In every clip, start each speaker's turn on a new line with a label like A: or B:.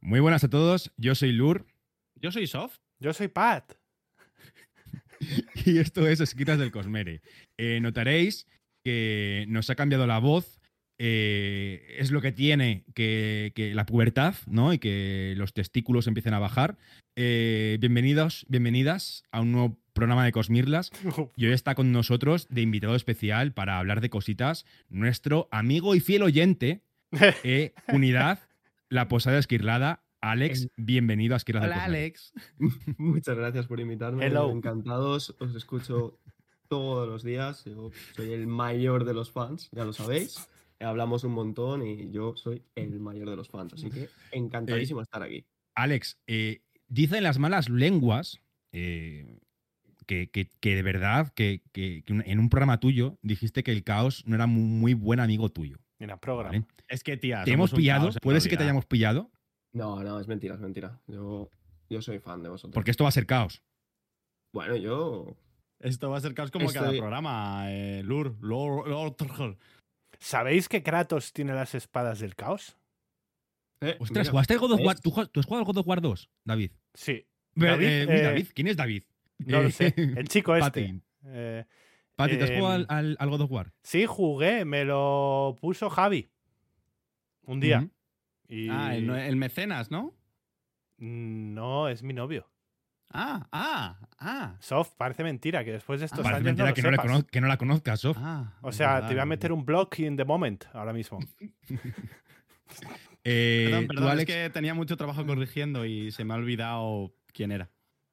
A: Muy buenas a todos, yo soy Lur
B: Yo soy Soft.
C: Yo soy Pat.
A: y esto es Esquitas del Cosmere. Eh, notaréis que nos ha cambiado la voz, eh, es lo que tiene que, que la pubertad, ¿no? Y que los testículos empiecen a bajar. Eh, bienvenidos, bienvenidas a un nuevo programa de Cosmirlas. Y hoy está con nosotros de invitado especial para hablar de cositas nuestro amigo y fiel oyente, eh, Unidad, la Posada Esquirlada. Alex, bienvenido a Esquirlada del
B: Hola,
A: Cosmere.
B: Alex.
D: Muchas gracias por invitarme.
C: Hello.
D: Encantados, os escucho todos los días. Yo soy el mayor de los fans, ya lo sabéis. Hablamos un montón y yo soy el mayor de los fans, así que encantadísimo de estar aquí.
A: Alex, eh, dicen las malas lenguas eh, que, que- que de verdad, que, que- que un- en un programa tuyo dijiste que el caos no era mu- muy, buen amigo tuyo.
C: Mira, programa.
A: ¿vale?
B: Es que,
C: Ah,
B: tía.
A: ¿Te hemos pillado? Puede ser que te hayamos pillado,
D: No, no, es mentira, es mentira. Yo, yo soy fan de vosotros.
A: porque esto va a ser caos.
D: Bueno, yo.
B: Esto va a ser caos como cada
D: Estoy-
B: programa, eh, Lur. Lord, Lord Troll.
C: ¿Sabéis que Kratos tiene las espadas del caos?
D: Eh,
A: Ostras,
D: mira,
A: ¿jugaste al God of War?
D: ¿ves?
A: ¿Tú, juegas- tú has jugado al God of War 2, David?
C: Sí.
A: Ve-
C: David,
A: eh,
C: eh,
A: David, ¿quién es David?
C: No lo sé.
A: Eh,
C: El chico este.
A: Pati,
C: Eh,
A: Pati, ¿te has
C: Em,
A: jugado al, al- al God of War?
C: sí, jugué. Me lo puso Javi. Un día.
A: Ujú.
C: Y...
B: Ah, el, el mecenas, ¿no?
C: No, es mi novio.
B: Ah, ah, ah.
C: Soft, parece mentira que después de estos
A: Parece
C: años
A: mentira
C: no lo
A: que, no le
C: sepas.
A: conoz- que no la conozcas, Sof.
B: ah
C: O sea, te voy a meter un block in the moment ahora mismo.
A: Eh,
B: Perdón,
A: tú,
B: perdón,
A: Alex,
B: es que tenía mucho trabajo corrigiendo y se me ha olvidado quién era.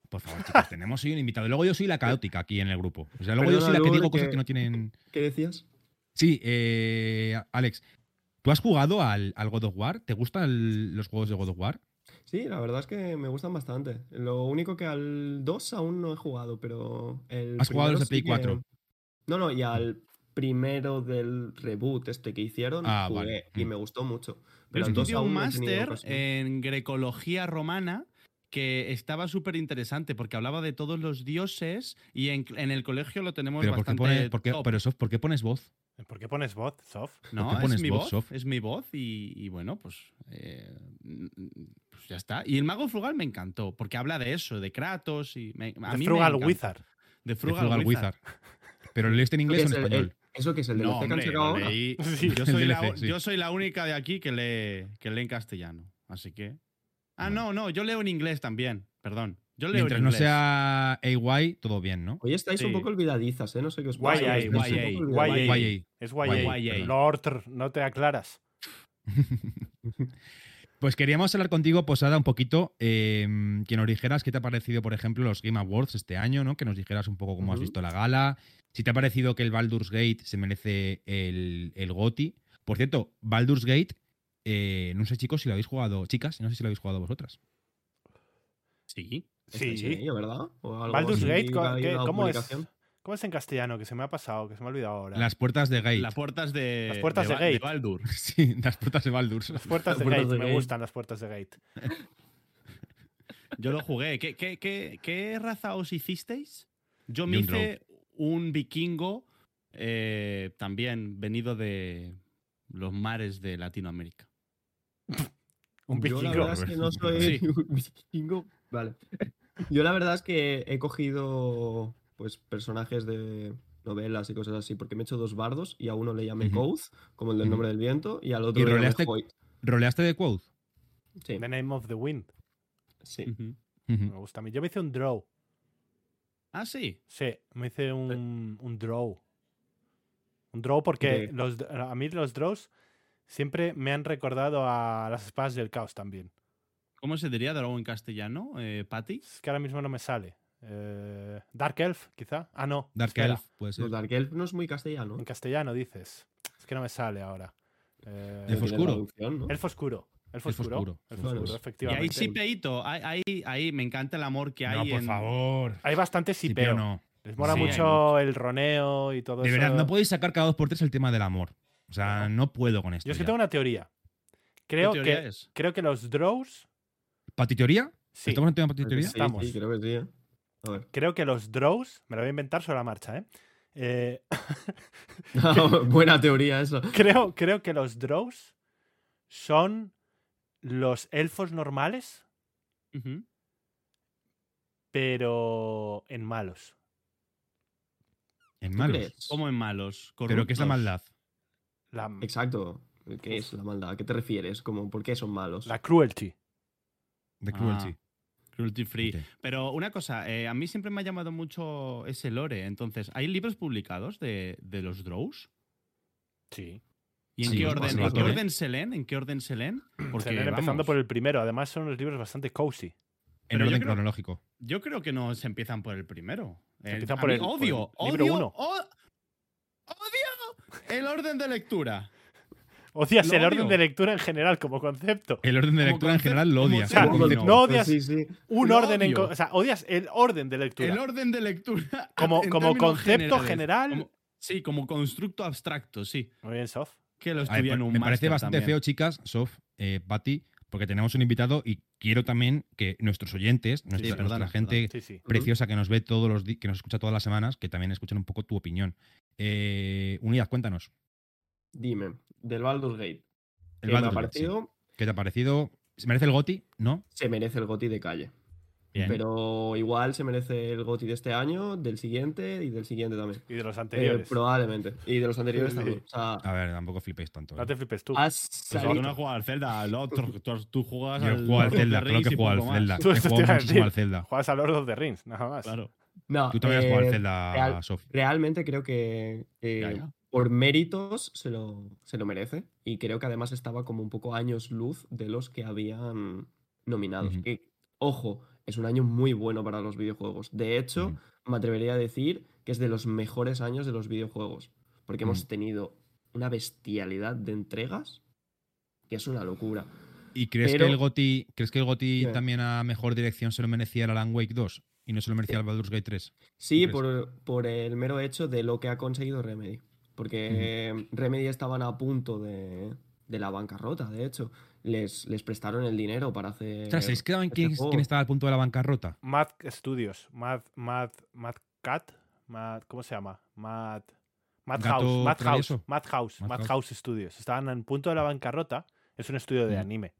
A: Por favor, chicos, tenemos hoy un invitado. Luego yo soy la caótica aquí en el grupo. O sea, luego yo
D: Perdona,
A: soy la que
D: Lur,
A: digo cosas
D: que-
A: que no tienen.
D: ¿Qué decías?
A: Sí, eh, Alex, ¿tú has jugado al, al God of War? ¿Te gustan el- los juegos de God of War?
D: Sí, la verdad es que me gustan bastante. Lo único que al 2 aún no he jugado, pero el
A: Has jugado a los de
D: primero sí
A: Play 4.
D: que- No, no, y al primero del reboot este que hicieron
A: Ah,
D: jugué
A: vale.
D: y
A: Mm.
D: me gustó mucho.
B: Yo
D: Pero al 2
B: estudié un
D: aún no he tenido
B: máster
D: ocasión.
B: en grecología romana que estaba súper interesante porque hablaba de todos los dioses y en, en el colegio lo tenemos
A: Pero ¿por qué,
B: bastante
A: pone- por qué-
B: top,
A: pero, Sof, ¿por qué pones voz?
C: ¿Por qué pones bot, Soft?
B: ¿no?
A: qué
B: Es
A: pones
B: mi
A: voz,
B: voz,
A: Sof?
B: es mi voz y, y bueno, pues, eh, mm, pues ya está. Y el mago frugal me encantó porque habla de eso, de Kratos y me- a
C: De
B: mí me
C: Frugal
B: encanta.
C: Wizard.
B: De
A: De
B: Frugal,
A: Frugal
B: Wizard.
A: ¿Pero lo leíste en
D: ¿Eso
A: inglés o
D: que
A: en
D: es el-
A: español?
B: eh,
D: el- eso que es el DLC
B: No,
D: que han
B: hombre,
D: sacado
B: lo
D: ahora.
B: leí-
C: Sí.
B: yo,
A: El
B: soy la,
A: DLC, sí.
B: yo soy la única de aquí que lee, que lee en castellano. Así que. Ah, no, no, yo leo en inglés también. Perdón. Yo leo
A: Mientras
B: en
A: no
B: inglés.
A: sea AY, todo bien, ¿no?
D: Hoy estáis
B: Sí.
D: un poco olvidadizas, ¿eh? No sé qué os pasa.
C: YA,
D: estáis un
B: YA,
D: poco olvidadizas.
C: YA.
A: YA.
C: Es
A: YA,
C: YA.
A: perdón.
C: Lord, no te aclaras.
A: Pues queríamos hablar contigo, Posada, un poquito, eh, que nos dijeras qué te ha parecido, por ejemplo, los Game Awards este año, ¿no? Que nos dijeras un poco cómo has
D: Ujú.
A: visto la gala, si te ha parecido que el Baldur's Gate se merece el, el GOTI. Por cierto, Baldur's Gate, eh, no sé, chicos, si lo habéis jugado, chicas, no sé si lo habéis jugado vosotras.
B: Sí.
D: Estáis en
C: Sí.
D: ello, ¿verdad? ¿O Este, algo
C: Baldur's
D: así,
C: Gate, co-
D: hay
C: ¿qué-
D: una
C: ¿cómo es?
D: publicación?
C: ¿Cómo es en castellano? Que se me ha pasado, que se me ha olvidado ahora.
A: Las puertas de Gate.
B: Las puertas de.
C: Las puertas de
B: Ba-
C: Gate.
B: Baldur.
A: sí, las puertas de Baldur's.
C: Las puertas de
D: Puertas
C: Gate,
D: de
C: me
D: Gate.
C: gustan las puertas de Gate.
B: Yo lo jugué. ¿Qué, qué, qué, qué raza os hicisteis? Yo
A: Yo
B: me
A: un
B: hice un vikingo eh, también venido de los mares de Latinoamérica.
C: Un
D: Yo la
C: vikingo.
D: verdad es que no soy
B: Sí.
D: un vikingo. Vale. Yo la verdad es que he cogido pues personajes de novelas y cosas así, porque me he hecho dos bardos y a uno le llamé
A: Ujú.
D: Gouth, como el del
A: Ujú.
D: nombre del viento, y al otro
A: ¿Y
D: le llamé
A: roleaste-
D: Hoyt.
A: ¿Roleaste de Quoth?
D: Sí,
C: The Name of the Wind.
D: sí.
B: Ujú.
A: Ujú.
C: Me gusta a mí. Yo me hice un draw.
B: Ah, sí.
C: Sí, me hice un, un draw. Un draw porque
D: De-
C: los, a mí los draws siempre me han recordado a las espadas del caos también.
B: ¿Cómo se diría drago en castellano, eh, Patty?
C: Es que ahora mismo no me sale. Eh, Dark Elf, quizá. Ah, no.
A: Dark
C: espera.
A: Elf, puede ser.
D: Los Dark Elf Pues no es muy castellano.
C: En castellano dices. Es que no me sale ahora. Eh,
A: Elfo
D: No tiene
A: oscuro.
D: traducción, ¿no?
C: Elfo oscuro. Elfo
A: Elfo
C: oscuro.
A: oscuro,
C: Elfo
D: claro.
C: oscuro,
D: Y ahí
B: Y ahí
C: efectivamente.
B: sí, Peito. Ahí, ahí, ahí me encanta el amor que hay.
A: no, por
B: en-
A: favor.
C: Hay bastante
A: Sí,
C: sipeo.
A: pero no.
C: Les mola
B: Sí, hay
C: mucho el roneo y todo
A: De
C: eso.
A: verdad, no podéis sacar cada dos por tres el tema del amor. O sea, no puedo con esto.
C: Yo es que
A: ya.
C: tengo una teoría.
B: ¿Qué
C: Creo
B: teoría
C: que,
B: es?
C: creo que los draws.
A: ¿Patiteoría?
C: Sí,
A: ¿Estamos en tema de
D: Creo que
A: patiteoría?
D: sí,
C: Estamos.
D: sí, creo que sí. ¿eh? A ver.
C: creo que los draws. Me lo voy a inventar sobre la marcha, ¿eh? Eh,
D: Buena teoría eso.
C: creo, creo que los draws son los elfos normales,
B: Ujú.
C: pero en malos.
A: En
D: ¿Tú
A: malos.
D: crees?
B: Como en malos.
A: Pero ¿qué es la
B: corruptos.
A: maldad?
C: La,
D: Exacto. ¿Qué es la maldad? ¿A qué te refieres? Como, ¿Por qué son malos?
C: la cruelty.
A: De
B: Ah,
A: cruelty.
B: Cruelty free.
A: Ok.
B: Pero una cosa, eh, a mí siempre me ha llamado mucho ese lore. Entonces, ¿hay libros publicados de, de los Drows?
C: Sí.
B: ¿Y en
A: Sí,
B: qué
A: los
B: orden? ¿En
A: básicos,
B: qué
A: ¿eh?
B: orden se leen? ¿En qué orden se leen? Porque,
C: Sería empezando
B: vamos,
C: por el primero. Además, son unos libros bastante cozy.
A: En
B: pero yo
A: orden
B: creo-
A: cronológico.
B: Yo creo que no se empiezan por el primero.
C: Se
B: El-
C: empiezan
B: a
C: por
B: mí
C: el- por
B: odio,
C: el libro
B: odio,
C: uno.
B: o- odio el orden de lectura.
C: Odias
B: Lo
C: el orden
B: odio.
C: de lectura en general como concepto.
A: El orden de
B: Como
A: lectura en
B: concepto-
A: general lo
B: como
A: odias.
B: sea,
A: como
D: Como
A: concepto.
D: concepto,
C: no odias-
D: Sí, sí.
C: Un
B: Lo
C: orden en. co-
B: odio.
C: O sea, odias el orden de lectura.
B: El orden de lectura.
C: Como-
B: en
C: como
B: términos
C: concepto
B: generales.
C: general.
B: Como- sí, como constructo abstracto, sí.
C: Muy bien, Sof.
B: Que lo
A: A ver,
B: estudian un
A: me parece
B: máster
A: bastante
B: también.
A: feo, chicas, Sof, eh, Patti, porque tenemos un invitado y quiero también que nuestros oyentes, nuestra,
B: perdona,
A: nuestra
B: perdona.
A: gente
C: Sí, sí.
A: preciosa que nos ve todos los di- que nos escucha todas las semanas, que también escuchen un poco tu opinión. Eh, Unidas, cuéntanos.
D: Dime, del Baldur's Gate.
A: El
D: que me ha
A: Baldur's Gate, sí.
D: parecido,
A: ¿Qué te ha parecido? ¿Se merece el Goti? ¿No?
D: se merece el goti de calle.
B: Bien.
D: Pero igual se merece el goti de este año, del siguiente y del siguiente también.
C: Y de los
D: Eh,
C: anteriores.
D: probablemente. Y de los anteriores
C: Sí, sí.
D: también. O sea,
A: A ver, tampoco flipéis tanto.
C: No
A: ¿eh?
C: te flipes tú.
D: has
B: Pues
D: salido-
B: tú no juegas al Zelda, al otro, tú, tú juegas
A: Yo
B: al
A: juego al
B: Lord of
A: Zelda,
B: the
A: creo que
B: Rings y
A: juego al
B: poco más.
A: Zelda.
C: Tú
A: He
C: eso te
A: jugado
C: iba a
A: muchísimo al
C: decir.
A: Zelda.
C: Juegas a Lord of the Rings, nada más.
B: Claro.
D: No,
A: Tú también has jugado
D: eh,
A: al Zelda,
D: real-
A: Sof.
D: Realmente creo que eh,
B: Ya, ya.
D: por méritos se lo, se lo merece. Y creo que además estaba como un poco años luz de los que habían nominados.
A: Ujú.
D: Que, ojo, es un año muy bueno para los videojuegos. De hecho,
A: Ujú.
D: me atrevería a decir que es de los mejores años de los videojuegos. Porque hemos
A: Ujú.
D: tenido una bestialidad de entregas que es una locura.
A: ¿Y crees
D: Pero-
A: que el Goti, crees que el Goti
D: Dime.
A: también a mejor dirección se lo merecía el Alan Wake 2 y no se lo merecía el
D: Eh,
A: Baldur's Gate 3?
D: Sí,
A: crees?
D: por, por el mero hecho de lo que ha conseguido Remedy. Porque Remedy estaban a punto de, de la bancarrota, de hecho. Les, les prestaron el dinero para hacer.
A: Ostras, ¿sabéis que saben
D: este
A: quién,
D: juego.
A: quién estaba al punto de la bancarrota?
C: Mad Studios. Mad. Mad. Mad Cat. Mad. ¿Cómo se llama? Mad. Madhouse,
A: Gato
C: Madhouse,
A: travieso.
C: Madhouse,
A: Madhouse.
C: Madhouse Studios. Estaban en punto de la bancarrota. Es un estudio de
A: Ujú.
C: anime.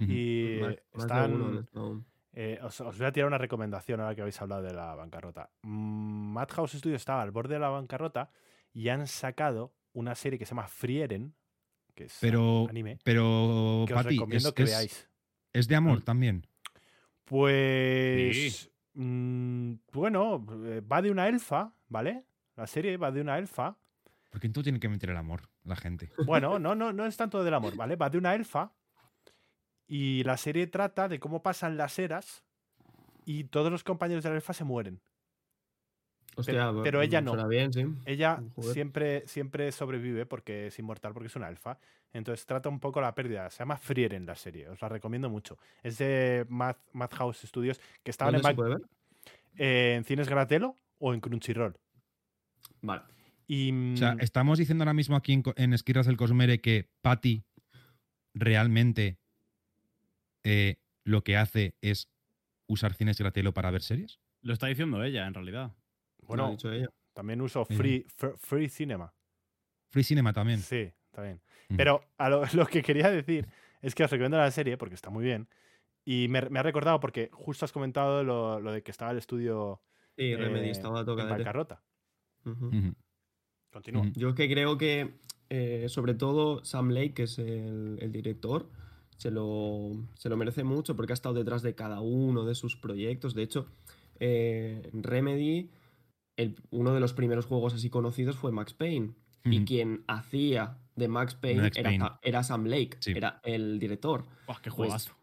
A: Ujú.
C: Y
D: Más-
C: eh,
D: más de uno,
C: están.
D: ¿no?
C: eh, os, os voy a tirar una recomendación ahora que habéis hablado de la bancarrota. Mm, Madhouse Studios estaba al borde de la bancarrota y han sacado una serie que se llama Frieren, que es
A: Pero-
C: anime,
A: Pero,
C: que os
A: Pati,
C: recomiendo
A: es,
C: que
A: es-
C: veáis.
A: es de
D: Mm.
A: amor también.
C: Pues. mm, bueno, eh, va de una elfa, ¿vale? La serie va de una elfa.
A: Porque entonces tienen que meter el amor, la gente.
C: Bueno, no, no, no es tanto del amor, ¿vale? Va de una elfa. Y la serie trata de cómo pasan las eras. Y todos los compañeros de la elfa se mueren.
D: Hostia,
C: pero- pero ella no.
D: Suena bien, sí.
C: Ella
D: Joder.
C: siempre, siempre sobrevive porque es inmortal, porque es una elfa. Entonces trata un poco la pérdida. Se llama Frieren la serie, os la recomiendo mucho. Es de Mad, Madhouse Studios, que estaban
D: ¿Dónde
C: en,
D: se
C: Mac-
D: puede ver?
C: eh, en Cines Gratelo o en Crunchyroll.
D: Vale.
C: Y,
A: O sea,
C: mm,
A: estamos diciendo ahora mismo aquí en, Co- en Esquirras del Cosmere que Patty realmente eh, lo que hace es usar cines gratelo para ver series.
B: Lo está diciendo ella, en realidad.
D: Bueno,
C: bueno,
D: dicho ella.
C: también uso
A: Ujú.
C: free, fr- free Cinema.
A: Free Cinema también.
C: Sí, también.
A: Ujú.
C: Pero a lo, lo que quería decir es que os recomiendo la serie porque está muy bien. Y me, me ha recordado porque justo has comentado lo, lo de que estaba el estudio
D: Sí, Remedy
C: eh,
D: estaba a
C: en
D: tocadete.
C: bancarrota.
D: Ujú.
A: Ujú.
C: Continúa.
A: Ujú.
D: Yo es que creo que, eh, sobre todo, Sam Lake, que es el, el director, se lo, se lo merece mucho porque ha estado detrás de cada uno de sus proyectos. De hecho, eh, Remedy, el- uno de los primeros juegos así conocidos fue Max Payne. Y
A: Ujú.
D: quien hacía de Max Payne,
A: Max
D: era,
A: Payne.
D: Sa- era Sam Lake,
A: Sí.
D: era el director.
B: Buah, qué
D: Pues-
B: juegazo.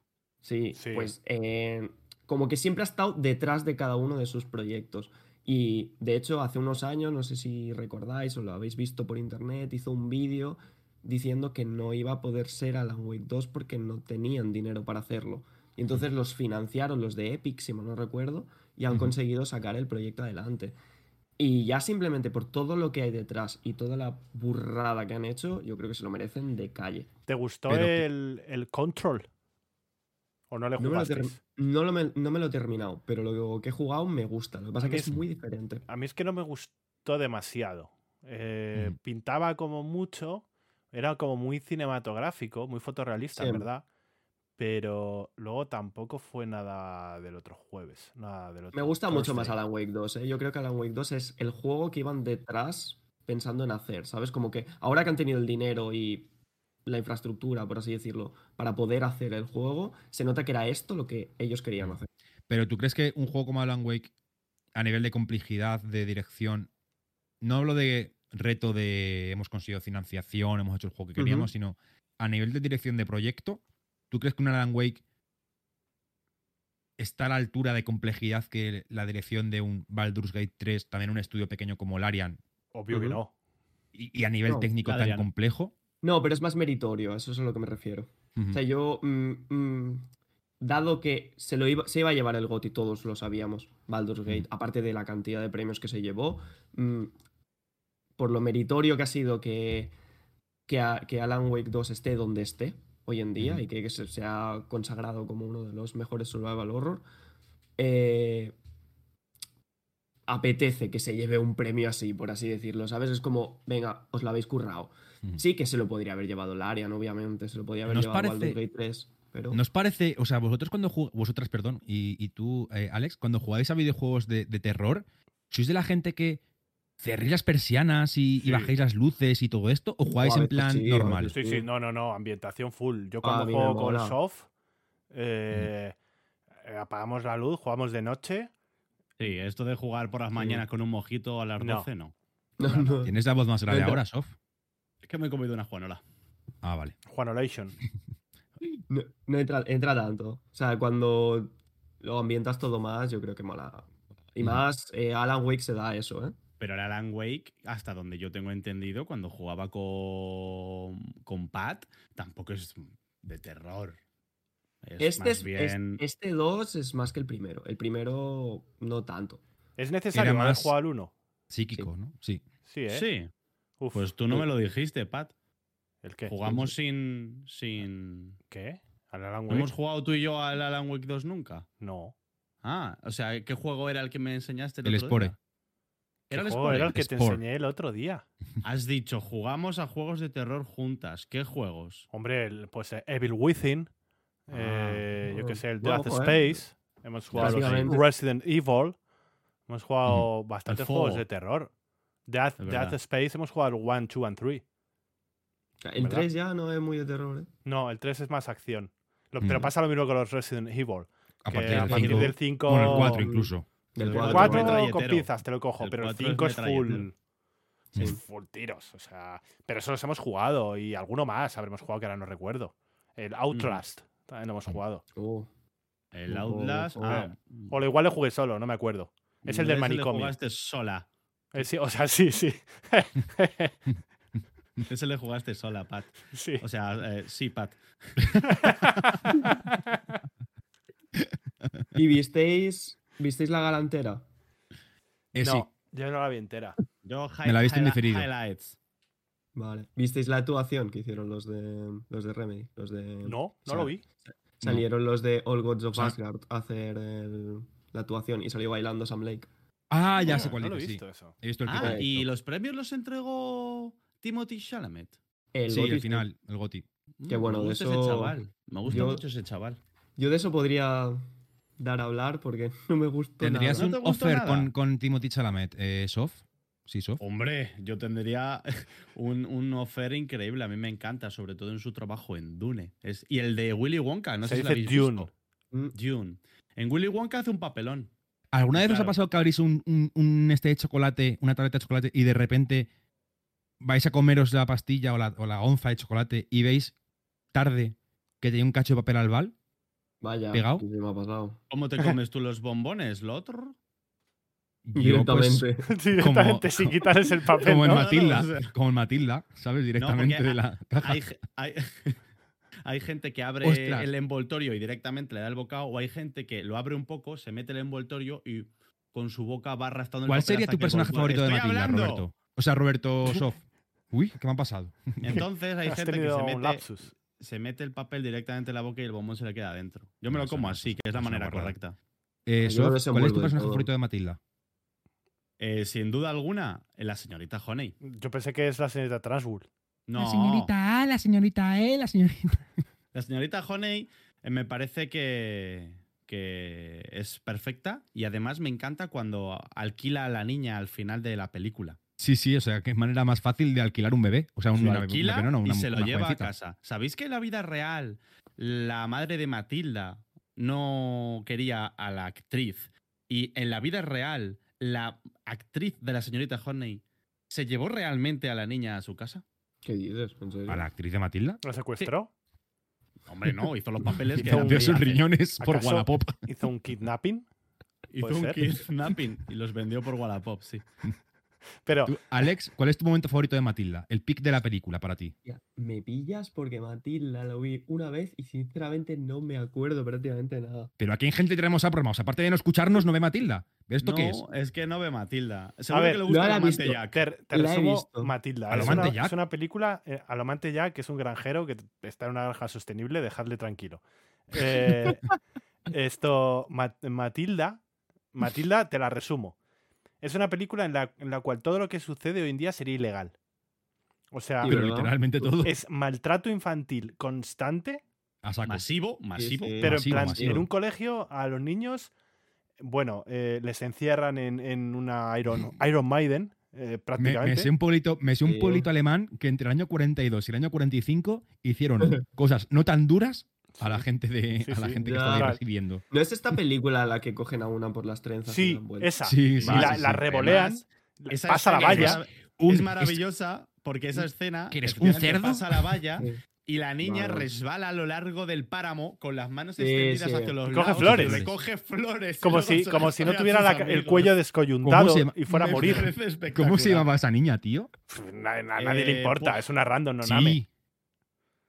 D: Sí,
C: Sí.
D: pues eh, como que siempre ha estado detrás de cada uno de sus proyectos. Y de hecho, hace unos años, no sé si recordáis o lo habéis visto por internet, hizo un vídeo diciendo que no iba a poder ser Alan Wake 2 porque no tenían dinero para hacerlo. Y entonces los financiaron los de Epic, si mal no recuerdo, y han
A: Ujú.
D: conseguido sacar el proyecto adelante. Y ya simplemente por todo lo que hay detrás y toda la burrada que han hecho, yo creo que se lo merecen de calle.
C: ¿Te gustó
A: Pero que-
C: el, el control? ¿O no le
D: No me, lo
C: jugaste?
D: ter- no lo me- no me lo he terminado, pero lo que he jugado me gusta. Lo que pasa
C: A
D: es que
C: mí
D: es
C: es-
D: muy diferente.
C: A mí es que no me gustó demasiado. Eh,
A: Mm.
C: Pintaba como mucho, era como muy cinematográfico, muy fotorrealista, en
D: Sí.
C: verdad. Pero luego tampoco fue nada del otro jueves. Nada del otro
D: Me gusta mucho más
C: Thursday.
D: Alan Wake 2, ¿eh? Yo creo que Alan Wake 2 es el juego que iban detrás pensando en hacer, ¿sabes? Como que ahora que han tenido el dinero y la infraestructura, por así decirlo, para poder hacer el juego, se nota que era esto lo que ellos
C: Mm.
D: querían hacer.
A: Pero ¿tú crees que un juego como Alan Wake, a nivel de complejidad, de dirección, no hablo de reto de hemos conseguido financiación, hemos hecho el juego que queríamos,
D: Ujú.
A: sino a nivel de dirección de proyecto, ¿tú crees que un Alan Wake está a la altura de complejidad que la dirección de un Baldur's Gate 3, también un estudio pequeño como Larian,
C: Obvio que
D: Ujú.
C: no.
A: y, y a nivel
D: No,
A: técnico tan
B: Larian.
A: complejo?
D: No, pero es más meritorio, eso es a lo que me refiero.
A: Ujú.
D: O sea, yo. mm, mm, dado que se, lo iba, se iba a llevar el GOTY, todos lo sabíamos, Baldur's Gate,
A: Mm.
D: aparte de la cantidad de premios que se llevó, mm, por lo meritorio que ha sido que, que, a- que Alan Wake 2 esté donde esté hoy en día
A: Ujú.
D: y que, que se, se ha consagrado como uno de los mejores survival horror, eh, apetece que se lleve un premio así, por así decirlo, ¿sabes? Es como, venga, os lo habéis currado.
A: Ujú.
D: Sí que se lo podría haber llevado Larian, obviamente, se lo podría haber
A: ¿Nos
D: llevado
A: parece-
D: Baldur's Gate 3, pero...
A: ¿Nos parece, o sea, vosotros cuando jug- vosotras, perdón, y, y tú, eh, Alex, cuando jugáis a videojuegos de, de terror, ¿sois de la gente que cerréis las persianas y, y
C: Sí.
A: bajáis las luces y todo esto? ¿O jugáis
D: a
A: en
D: veces
A: plan
D: sí, a
A: normal?
D: veces
C: Sí, sí,
D: Sí.
C: no, no, no, ambientación full. Yo
D: Ah, a
C: cuando
D: mí me
C: juego con
D: mola. Mm.
C: Soft, eh, eh, apagamos la luz, jugamos de noche.
B: Sí, esto de jugar por las mañanas con un mojito a las
C: No.
B: 12, no.
D: No, no.
A: ¿Tienes la voz más grave
D: Pero-
A: ahora, Sof?
B: Es que me he comido una juanola.
A: Ah, vale.
C: Juanolation.
D: No, no entra, entra tanto. O sea, cuando lo ambientas todo más, yo creo que mola. Y
A: Ujú.
D: más, eh, Alan Wake se da eso, ¿eh?
B: Pero el Alan Wake, hasta donde yo tengo entendido, cuando jugaba con, con Pat, tampoco es de terror. Es
D: Este,
B: más
D: es, es-
B: bien.
D: este 2 es más que el primero. El primero no tanto.
C: ¿Es necesario haber
A: más-
C: jugado al 1?
A: Psíquico, ¿no? Sí.
C: Sí, ¿eh?
B: Sí,
C: Uf, Eh, pues,
B: pues tú no me lo dijiste, Pat.
C: ¿El qué?
B: Jugamos
C: eh,
B: sin. sin...
C: ¿Qué? ¿Al Alan
B: ¿No hemos
C: Wake?
B: jugado tú y yo al Alan Wake 2 nunca?
C: No.
B: Ah, o sea, ¿qué juego era el que me enseñaste? El,
A: El
B: otro
A: Spore.
B: día? Era
C: ¿Qué
B: el
C: juego
B: Spore.
C: era el que te
A: Spore.
C: enseñé el otro día.
B: Has dicho, jugamos a juegos de terror juntas. ¿Qué juegos?
C: Hombre, el- pues eh, Evil Within,
B: Ah, pues,
C: eh, yo
D: no,
C: que sé, el
D: no,
C: Death
D: ojo, eh.
C: Space, hemos jugado los
D: Básicamente.
C: Resident Evil, hemos jugado bastantes juegos
B: Fall.
C: de terror. Death,
B: Es verdad.
C: Death Space hemos jugado el 1, 2 and 3.
D: O sea, El
C: ¿Verdad?
D: 3 ya no es muy de terror, ¿eh?
C: No, el 3 es más acción. Lo-
A: Mm.
C: Pero pasa lo mismo con los Resident Evil.
A: A
C: que
A: partir del
C: a partir
A: cinco-
C: del 5...
A: Bueno, el 4 incluso.
D: Del
C: El
B: El
D: 4.
B: cuatro,
C: 4 con
B: metralletero.
C: pinzas te lo cojo,
B: El
C: pero el
B: cuatro es
C: 5 es full.
B: metralletero.
C: Es
A: Sí.
C: full tiros, o sea. Pero eso los hemos jugado y alguno más habremos jugado que ahora no recuerdo. El Outlast
B: Mm.
C: también lo hemos jugado.
D: Uh.
B: El
D: Ojo,
B: Outlast.
D: ojo.
B: ah,
C: O lo igual lo jugué solo, no me acuerdo. Es el del
B: no sé si le
C: manicomio.
B: jugaste sola.
C: Eh, sí, o sea, sí, sí.
B: Ese le jugaste sola, Pat.
C: sí.
B: O sea, eh, sí, Pat.
D: ¿Y visteis, visteis la galantera?
A: Eh, sí.
C: No, yo no la vi entera.
B: Yo
A: Me la viste en diferido.
B: Highlights.
D: Vale. ¿Visteis la actuación que hicieron los de, los de Remedy? Los de,
B: Mm.
C: No, no
D: sea,
C: lo vi.
D: Salieron los de All Gods of
A: sea-
D: Asgard a hacer el- la actuación y salió bailando Sam Lake.
A: Ah, ya
C: Ah,
A: sé cuál
C: No lo he
A: dices, sí.
C: visto eso.
A: He visto el
B: Ah,
A: clip.
B: y los premios los entregó Timothy Chalamet.
D: El
A: Sí,
D: Gotti
A: el
D: sí.
A: final, el Goti.
B: Mm,
D: Qué bueno,
B: me
D: de
B: gusta ese
D: eso
B: chaval. Me gusta
D: yo-
B: mucho ese chaval.
D: Yo de eso podría dar a hablar porque no me gustó
A: ¿Tendrías
D: nada.
A: un
B: ¿No te gustó
A: offer
B: nada?
A: con, con Timothy Chalamet, eh, Sof? Sí, Sof.
B: Hombre, yo tendría un, un offer increíble. A mí me encanta, sobre todo en su trabajo en Dune. Es, y el de Willy Wonka, no
C: Se
B: sé si lo
C: dice
B: habéis visto.
C: Dune.
D: Mm,
B: Dune. En Willy Wonka hace un papelón.
A: ¿Alguna vez os ha
B: Claro.
A: pasado que abrís un, un- un este de chocolate, una tableta de chocolate y de repente vais a comeros la pastilla o la, o la onza de chocolate y veis tarde que tenía un cacho de papel albal?
D: Vaya,
A: ¿Pegao?
D: sí me ha pasado.
B: ¿Cómo te comes tú los bombones? ¿Lo otro?
A: Yo, pues,
D: Directamente.
C: Directamente sin quitarles el papel.
A: como en
C: ¿no?
A: Matilda,
B: No, no, o
A: como en Matilda, ¿sabes? Directamente
B: porque
A: de la caja.
B: hay, ge- hay- hay gente que abre
A: Ostras.
B: el envoltorio y directamente le da el bocado, o hay gente que lo abre un poco, se mete el envoltorio y con su boca va arrastrando el
A: ¿Cuál
B: papel
A: sería
B: hasta
A: tu
B: que el
A: personaje
B: golpe-
A: favorito de
B: ¡Estoy
A: Matilda,
B: hablando!
A: Roberto? O sea, Roberto Sof. Uy, ¿qué me ha pasado?
B: Entonces hay
C: Has
B: gente que
C: tenido
B: se
C: un
B: mete,
C: lapsus.
B: se mete el papel directamente en la boca y el bombón se le queda adentro. Yo me
A: No,
B: lo
A: eso
B: como
A: no,
B: así,
A: eso
B: que es la
A: es una
B: manera
A: guarrada.
B: correcta.
A: Eh,
D: Yo
A: Sof,
D: no sé
A: ¿cuál es tu
D: envuelvo del
A: personaje
D: todo.
A: favorito de Matilda?
B: Eh, sin duda alguna, la señorita Honey.
C: Yo pensé que es la señorita Transwood.
B: No,
A: A, la señorita E, la señorita...
B: La señorita Honey Eh, Me parece que, que es perfecta y además me encanta cuando alquila a la niña al final de la película.
A: Sí, sí, o sea, que es manera más fácil de alquilar un bebé. O sea, un
B: Lo
A: una- un
B: alquila
A: bebé, no, no,
B: y
A: una-
B: se lo
A: una
B: lleva
A: jovencita.
B: a casa. ¿Sabéis que en la vida real la madre de Matilda no quería a la actriz? Y en la vida real la actriz de la señorita Horney se llevó realmente a la niña a su casa?
D: ¿Qué dices? ¿En serio?
A: ¿A la actriz de Matilda?
C: ¿Lo secuestró?
B: Hombre, no, hizo los papeles que
C: Hizo
B: eran
A: Cambió
C: un
B: de
A: sus
B: hace.
A: riñones por
C: ¿Acaso?
A: Wallapop.
C: ¿Hizo un kidnapping?
B: Hizo
C: ¿Puede
B: un
C: ser?
B: kidnapping y los vendió por Wallapop, sí.
C: Pero,
A: Tú, Alex, ¿cuál es tu momento favorito de Matilda? El pic de la película para ti.
D: Hostia, Me pillas porque Matilda lo vi una vez y sinceramente no me acuerdo prácticamente de nada.
A: Pero aquí hay gente que tenemos a programados. Aparte de no escucharnos, no ve Matilda. ¿Esto
B: no,
A: qué es?
B: que no ve Matilda. Seguro
C: ver,
B: que le
D: lo
B: gusta
D: habrá
B: la amante
D: visto.
B: Jack.
C: te, te
D: La he
C: resumo
D: visto.
C: Matilda. Es
A: ¿Alomante
C: una,
A: Jack?
C: es una película, eh, Alomante Jack, que es un granjero que t- está en una granja sostenible, dejadle tranquilo. Eh, esto, Ma- Matilda, Matilda, te la resumo. Es una película en la, en la cual todo lo que sucede hoy en día sería ilegal. O sea,
D: Sí,
A: Pero
D: ¿verdad?
A: literalmente todo.
C: es maltrato infantil constante,
A: A saco.
B: Masivo, masivo.
D: sí.
C: pero
A: masivo,
C: en plan,
A: masivo.
C: en un colegio a los niños, bueno, eh, les encierran en, en una Iron, Iron Maiden, eh,
A: Me,
C: prácticamente.
A: me sé un pueblito, me sé un
D: Sí.
A: pueblito alemán que entre el año 42 y el año 45 hicieron cosas no tan duras a la
C: Sí.
A: gente de
C: Sí,
A: a la
C: sí.
A: gente que
D: Ya.
A: estaba ahí
C: Vale.
A: recibiendo.
D: ¿No es esta película la que cogen a una por las trenzas? y
C: Sí,
D: la dan vuelta?
C: esa.
A: Sí, sí,
C: Y
A: sí,
C: la,
A: sí.
C: la revolean,
B: Esa
C: pasa la
B: escena es
C: valla.
B: marav-
A: Un-
B: Es maravillosa porque esa escena.
A: que eres un
B: efectivamente,
A: cerdo.
B: Pasa la valla
D: Sí.
B: y la niña
D: Vale.
B: resbala a lo largo del páramo con las manos
D: Sí,
B: extendidas
D: sí.
B: hacia los
C: Coge
B: lados,
C: flores.
B: Recoge flores. y
C: Como
B: luego
C: si,
B: se
C: como
B: las
C: si no
B: trae a
C: tuviera
B: sus
C: la ca- el
B: amigos.
C: cuello
A: ¿Cómo
C: descoyuntado
A: se llama?
C: y fuera a
B: Me
C: morir.
B: parece
A: ¿Cómo se
B: espectacular.
A: llamaba esa niña, tío?
C: Pf, na- na- A nadie le
B: Eh,
C: importa,
B: pues,
C: es una random no
A: Sí.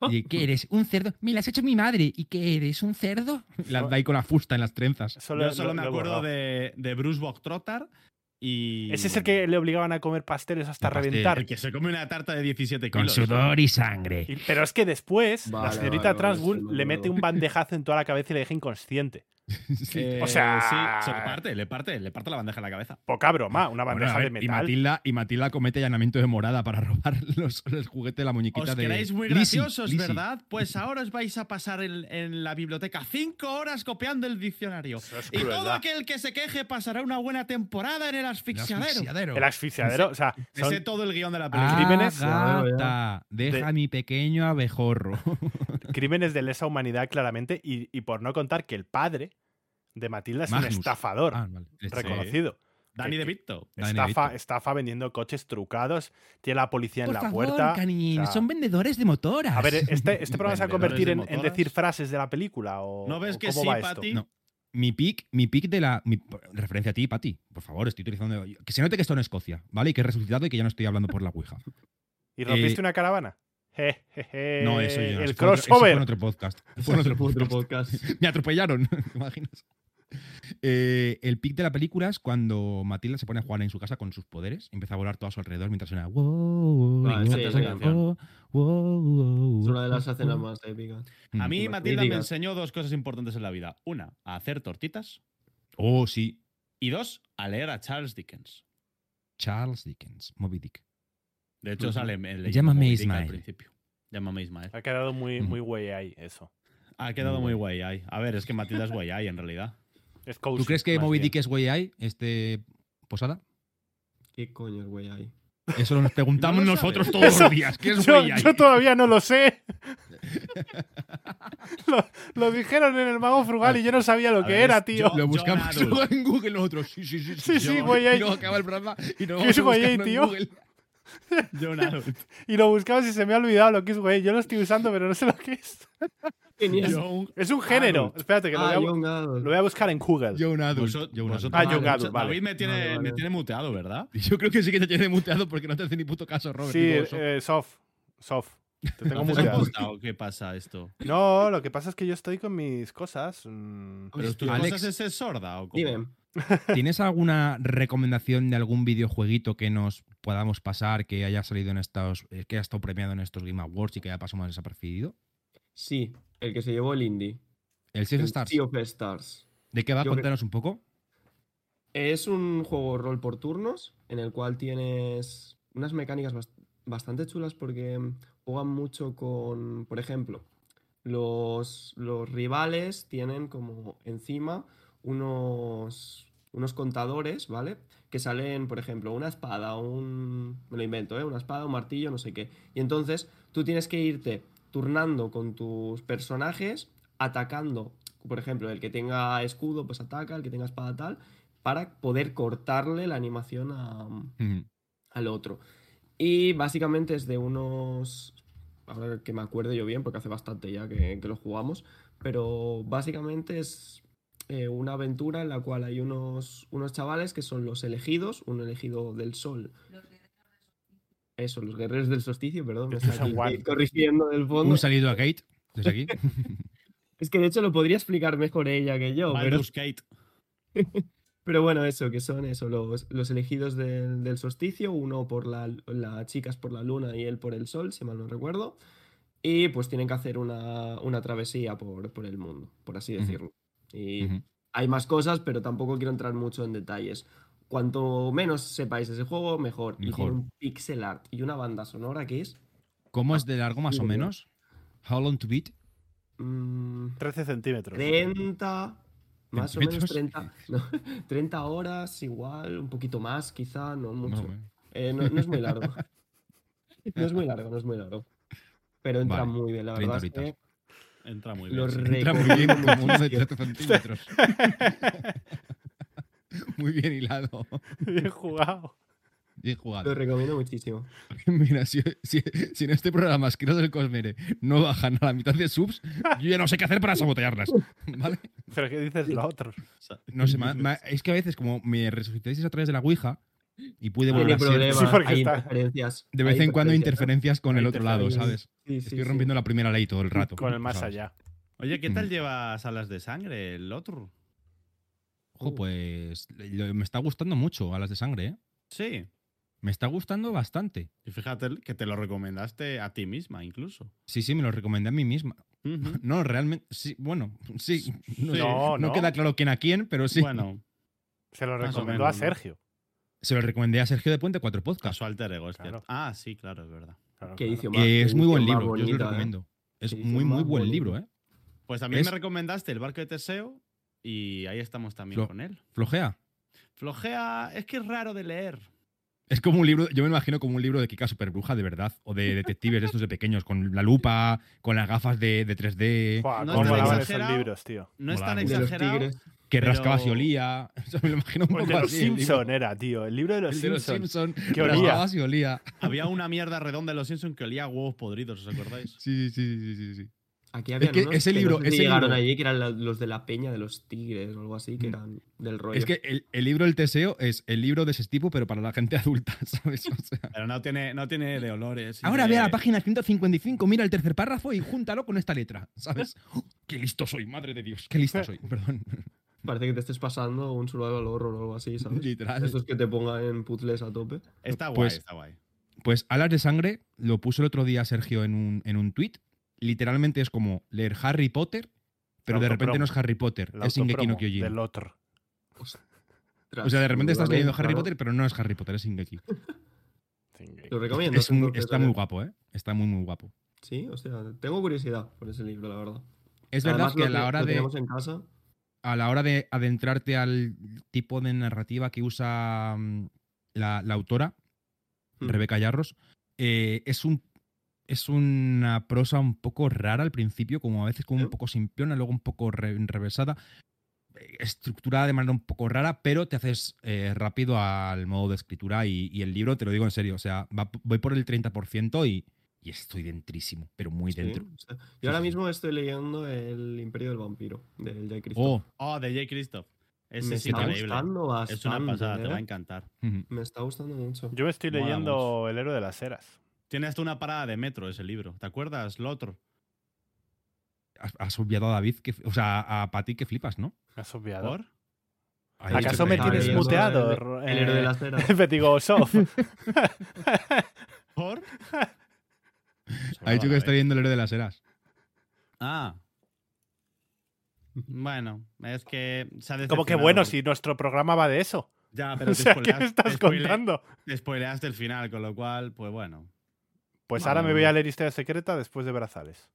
C: ¿Ah?
A: ¿Y qué eres? ¿Un cerdo? Me la has hecho mi madre. ¿Y qué eres? ¿Un cerdo? La da ahí con la fusta en las trenzas.
B: Yo solo me acuerdo de, de Bruce Bocktrotter y.
C: Ese es el que le obligaban a comer pasteles hasta
A: El pastel.
C: reventar.
B: el que se come una tarta de 17
A: Con
B: kilos.
A: sudor y sangre.
C: Y- Pero es que después la
D: Vale,
C: señorita
D: vale, vale,
C: Transbull
D: sí, me
C: le
D: acuerdo.
C: mete un bandejazo en toda la cabeza y le deja inconsciente.
A: Sí.
B: Eh,
C: O sea-
B: Sí, se le parte, le parte, le parte la bandeja en la cabeza.
C: Poca broma, una
A: Bueno,
C: bandeja
A: a
C: de
A: ver, y,
C: metal.
A: Matilda, y Matilda comete allanamiento de morada para robar los, los juguetes de la muñequita
B: Os
A: de.
B: queréis muy
A: Lizzie,
B: graciosos,
A: Lizzie.
B: ¿verdad? Pues ahora os vais a pasar en, en la biblioteca cinco horas copiando el diccionario.
C: Eso es
B: Y todo
C: crueldad.
B: aquel que se queje pasará una buena temporada en el
A: El
B: asfixiadero. Ah,
A: asfixiadero. Ah.
C: El asfixiadero, o sea,
B: Me sé
C: son-
B: todo el guión de la película.
C: crímenes.
A: Agata, deja
C: De-
A: a mi pequeño abejorro.
C: crímenes de lesa humanidad claramente y, y por no contar que el padre de Matilda es
A: Magnus.
C: un estafador
A: Ah, vale. Sí.
C: reconocido.
B: Danny
C: que-
B: DeVito.
A: Dani
C: Eh, Estafa,
A: Vito.
C: estafa vendiendo coches trucados, tiene la policía en
A: Por
C: la
A: favor,
C: puerta.
A: cariñín,
C: o sea,
A: son vendedores de motoras.
C: A ver, este, este programa se va a
B: Vendedores
C: convertir
B: de
C: en, en
B: motoras.
C: decir frases de la película o
B: ¿No ves
C: eh, o
B: que
C: cómo
B: sí,
C: va esto.
B: Pati?
A: No. Mi pick, mi pick de la. mi- referencia a ti, Pati. Por favor, estoy utilizando. Que se note que estoy en Escocia, ¿vale? Y que he resucitado y que ya no estoy hablando por la Ouija.
C: ¿Y
A: Eh,
C: rompiste una caravana? Je, je, je.
A: No, eso yo. no,
C: Eh, El
A: eso fue otro- eso Fue en
C: crossover.
A: otro podcast. Fue en otro
D: Fue
A: podcast.
D: podcast.
A: Me atropellaron, ¿te imaginas? Eh, el pic de la película es cuando Matilda se pone a jugar en su casa con sus poderes y empieza a volar todo a su alrededor mientras suena. "Wow, wow,
D: Ah,
A: wow,
D: sí,
A: wow,
D: sí.
A: wow, wow, wow,
D: Es una de las
A: wow". Mm.
D: escenas más épicas.
B: A mí
D: Las
B: Matilda me
D: críticas.
B: enseñó dos cosas importantes en la vida. Una, a hacer tortitas.
A: Oh, sí.
B: Y dos, a leer a Charles Dickens.
A: Charles Dickens, Moby Dick.
B: De hecho,
D: Ujú.
B: sale en el
A: Llámame
B: Moby Dick
A: Ismael.
B: Al principio. Llámame Ismael.
C: Ha quedado muy,
A: Ujú.
C: muy güey ahí eso.
B: Ha quedado muy
A: Muy
B: guay ahí. A ver, es que Matilda es guay ahí en realidad.
C: Es
A: ¿Tú
C: cozy,
A: crees que
C: más
A: Moby
C: bien.
A: Dick es güey ahí, este Posada?
D: ¿Qué coño es güey ahí?
A: Eso nos preguntamos
B: No lo
A: nosotros
B: sabes.
A: todos
C: Eso-
A: los días. ¿Qué es
C: Yo,
A: güey ahí?
C: yo todavía no lo sé. lo, lo dijeron en el mago frugal y yo no sabía lo
B: A
C: que
B: ver,
C: era,
B: es-
C: tío.
B: yo-
A: Lo buscamos
B: John Adult.
A: luego en Google nosotros. Sí, sí, sí.
C: Sí, sí,
A: John.
C: güey ahí.
A: Y luego acaba el programa y nos
C: ¿Qué
A: vamos
C: es
A: a
C: güey ahí,
A: buscarlo en
C: tío?
A: Google.
B: Yo nada.
C: Y lo buscaba y se me ha olvidado lo que es güey. Yo lo estoy usando, pero no sé lo que es.
D: Genial.
C: Es
B: Ah,
C: un género.
B: Adult.
C: Espérate, que lo
D: Ah,
C: voy, a,
D: Young Adult.
C: lo voy a buscar en Google.
A: John Adult.
B: Vosot-
A: John Adult.
B: vosotros-
C: Ah, Young
B: David
C: Adult, vale.
B: me tiene,
D: Vale,
B: me
D: vale.
B: tiene muteado, ¿verdad?
A: Yo creo que sí que te tiene muteado porque no te hace ni puto caso, Robert.
C: sí,
A: Digo, so-
C: eh, soft. Soft. Te tengo
B: ¿Haces
C: muteado.
B: posta o ¿Qué pasa esto?
C: No, lo que pasa es que yo estoy con mis cosas. mm,
B: ¿Pero tú
A: Pues, Alex.
B: cosas es sorda o cómo?
D: Dime.
A: ¿Tienes alguna recomendación de algún videojueguito que nos podamos pasar que haya salido en estos. eh, que haya estado premiado en estos Game Awards y que haya pasado más desapercibido?
D: Sí, el que se llevó el indie.
A: El Sea of
D: el
A: Stars.
D: Sea of Stars.
A: ¿De qué va?
D: Eh, Yo creo-
A: Cuéntanos un poco.
D: Es un juego rol por turnos en el cual tienes unas mecánicas bas- bastante chulas porque mm, juegan mucho con, por ejemplo, los, los rivales tienen como encima unos, unos contadores, ¿vale? Que salen, por ejemplo, una espada, un... Me lo invento, ¿eh? Una espada, un martillo, no sé qué. Y entonces tú tienes que irte turnando con tus personajes, atacando, por ejemplo, el que tenga escudo, pues ataca, el que tenga espada tal, para poder cortarle la animación a,
A: Ujú.
D: al otro. Y básicamente es de unos. Ahora que me acuerdo yo bien, porque hace bastante ya que, que lo jugamos. Pero básicamente es eh, una aventura en la cual hay unos, unos chavales que son los elegidos, un elegido del sol. Eso, los guerreros del solsticio, perdón, me
C: Este
D: está
C: San
D: aquí
C: Juan.
D: Kate corrigiendo del fondo.
A: Un salido a Kate, desde aquí.
D: Es que de hecho lo podría explicar mejor ella que yo, pero,
B: Baldur's Gate.
D: pero bueno, eso, que son eso, los, los elegidos del, del solsticio, uno por la, la chica es por la luna y él por el sol, si mal no recuerdo. Y pues tienen que hacer una, una travesía por, por el mundo, por así
A: Ujú.
D: decirlo. Y
A: Ujú.
D: hay más cosas, pero tampoco quiero entrar mucho en detalles. Cuanto menos sepáis de ese juego, mejor. Y
A: Mejor.
D: tiene un pixel art y una banda sonora que es.
A: ¿Cómo es de largo más o
D: Muy bien.
A: menos? How long to beat?
D: mm,
C: 13 centímetros.
D: 30, más o menos
A: ¿Centímetros?
D: 30, no, 30 horas, igual, un poquito más, quizá, no
A: Más o
D: mucho.
A: menos.
D: Eh, no, no es muy largo. No es muy largo, no es muy largo. Pero entra
A: Vale,
D: muy bien, la
A: 30
D: verdad es que
A: horitas.
B: Entra muy bien.
D: lo
B: sí.
A: Entra muy bien
D: recomiendo
A: como uno de
D: muchísimo.
A: 13 centímetros. Muy bien hilado.
C: Bien jugado.
A: Bien
D: Lo
A: jugado.
D: recomiendo muchísimo.
A: Mira, si, si- si en este programa Asqueroso del Cosmere no bajan a la mitad de subs, yo ya no sé qué hacer para sabotearlas. ¿Vale?
C: Pero ¿qué dices lo otro?
A: No sé, ma- ma- es que a veces, como me resucitáis a través de la Ouija y pude
C: Ah,
A: volver
D: Tiene
A: a ser
D: problemas,
C: Sí, porque
D: hay
C: está-
D: interferencias.
A: de vez
D: hay
A: en cuando
D: interferencias.
A: interferencias con
C: Hay
A: el otro lado,
C: interferencias.
A: ¿sabes?
D: Sí, sí,
A: Estoy
D: sí.
A: rompiendo la primera ley todo el rato.
C: Con el más
A: ¿sabes?
C: allá.
B: Oye, ¿qué
A: Mm.
B: tal llevas alas de sangre, el otro?
A: Ojo, pues lo- me está gustando mucho a las de sangre, ¿eh?
B: Sí.
A: Me está gustando bastante.
B: Y fíjate que te lo recomendaste a ti misma, incluso.
A: Sí, sí, me lo recomendé a mí misma.
B: Ujú.
A: No, realmente, sí, bueno, sí. No,
B: Sí.
A: sé,
C: No,
A: no
C: no.
A: queda claro quién a quién, pero sí. Ah,
B: Bueno,
C: Se lo
B: Más o
C: recomendó
B: menos,
C: a
B: ¿no?
C: Sergio.
A: Se lo recomendé a Sergio de Puente Cuatro
B: a
A: Podcast.
B: su alter ego, es cierto.
C: Claro.
B: Ah, sí, claro, es verdad.
C: Claro,
D: Qué
C: claro.
D: edición más-
A: Eh,
D: qué
A: es muy buen
D: edición más
A: libro, yo os lo
D: bonita, ¿eh?
A: recomiendo. Es
D: Sí, sí,
A: muy,
D: más
A: muy buen
D: bonita.
A: libro, ¿eh?
B: Pues también me
A: Es-
B: recomendaste el barco de Teseo y ahí estamos también
A: Lo-
B: con él.
A: Flojea.
B: Flojea, es que es raro de leer.
A: Es como un libro, yo me imagino como un libro de Kika Superbruja, de verdad, o de detectives de estos de pequeños, con la lupa, con las gafas de, de 3D,
C: Buah,
B: No
A: es
C: cómo
A: tan
C: molaban esos
B: exagerado.
C: libros, tío.
B: No es
A: Mola
B: tan
A: mucho.
D: De los
B: exagerado.
D: tigres.
A: que
B: pero-
A: rascabas y olía. O sea, me lo imagino un
C: O el
A: poco
C: de los
A: así, el libro.
C: Simpson era, tío. El libro de los
A: El de los
C: Simpson.
A: Simpson.
C: Que olía.
A: rascabas y olía.
B: Había una mierda redonda en los Simpsons que olía a huevos podridos, ¿os acordáis?
A: Sí, sí, sí, sí, sí, sí.
D: Aquí habían
A: que
D: unos
A: ese libro-
D: no sé si
A: ese
D: llegaron
A: libro-
D: allí, que eran la- los de la peña de los tigres o algo así, que
A: Mm.
D: eran del rollo.
A: Es que el, el libro El Teseo es el libro de ese tipo, pero para la gente adulta, ¿sabes? O sea,
B: Pero no tiene, no tiene de olores. y
A: Ahora
B: de-
A: ve a
D: eh.
A: la página 155, mira el tercer párrafo y júntalo con esta letra, ¿sabes? ¡Oh, ¡Qué listo soy, madre de Dios! ¡Qué listo soy! Perdón.
D: Parece que te estés pasando un survival horror o algo así, ¿sabes?
A: Literal.
D: Estos que te pongan en puzzles a tope.
B: Está guay,
A: Pues-
B: está guay.
A: Pues Alas de Sangre lo puso el otro día Sergio en un, en un tweet. Literalmente es como leer Harry Potter, pero de repente
C: autopromo.
A: no es Harry Potter,
C: La
A: es Shingeki no
C: autopromo
A: Kyojin.
C: Del otro.
A: O sea, de repente estás leyendo Harry
D: Claro.
A: Potter, pero no es Harry Potter, es Shingeki.
D: Lo
C: Shingeki.
D: recomiendo.
A: Es
D: es un
A: muy-
D: dulce
A: está
D: de
A: muy
D: leer.
A: guapo, ¿eh? Está muy, muy guapo.
D: Sí, o sea, tengo curiosidad por ese libro, la verdad.
A: Es verdad
D: Además,
A: que
D: lo
A: a la hora
D: lo
A: de...
D: teníamos en casa.
A: a la hora de adentrarte al tipo de narrativa que usa mm, la, la autora,
D: Mm.
A: Rebeca Yarros, eh, es, un, es una prosa un poco rara al principio, como a veces como
D: ¿Sí?
A: un poco simplona, luego un poco re- enrevesada, eh, estructurada de manera un poco rara, pero te haces eh, rápido al modo de escritura y, y el libro, te lo digo en serio, o sea, va- voy por el 30% y, y estoy dentrísimo, pero muy
D: Sí,
A: dentro.
D: o sea,
A: sí,
D: yo ahora
A: sí.
D: mismo estoy leyendo El Imperio del Vampiro, del Jack Christopher.
A: Oh,
B: Oh, de J. Christoph. Ese
D: Me
B: es
D: está
B: increíble.
D: gustando bastante.
B: Es una pasada, te va a
D: ¿eh?
B: encantar.
A: ujú.
D: Me está gustando mucho.
C: Yo me estoy
B: Mola
C: leyendo El héroe de las eras.
B: Tiene hasta una parada de metro ese libro. ¿Te acuerdas, Lotro?
A: has, has obviado a David, que, o sea, a Pati que flipas, ¿no?
C: Me has obviado.
B: ¿Por?
A: Ahí
C: ¿Acaso me
A: está, ahí está.
C: tienes
D: Estaba leyendo
C: muteado?
D: El, el héroe de
C: eh,
D: las eras.
C: Petigo Sof?
B: ¿Por?
A: Ha dicho que está
B: estoy
A: viendo el héroe de las eras.
B: Ah. Bueno, es que se ha
C: Como que
B: decepcionado.
C: bueno, si nuestro programa va de eso.
B: Ya, pero
C: O
B: te
C: sea, ¿qué
B: spoileas-
C: me
B: te
C: estás
B: spoile-
C: contando?
B: Te spoileaste el final, con lo cual, pues bueno.
C: Pues
B: Vale,
C: ahora me
B: vale.
C: voy a leer Historia Secreta después de Brazales.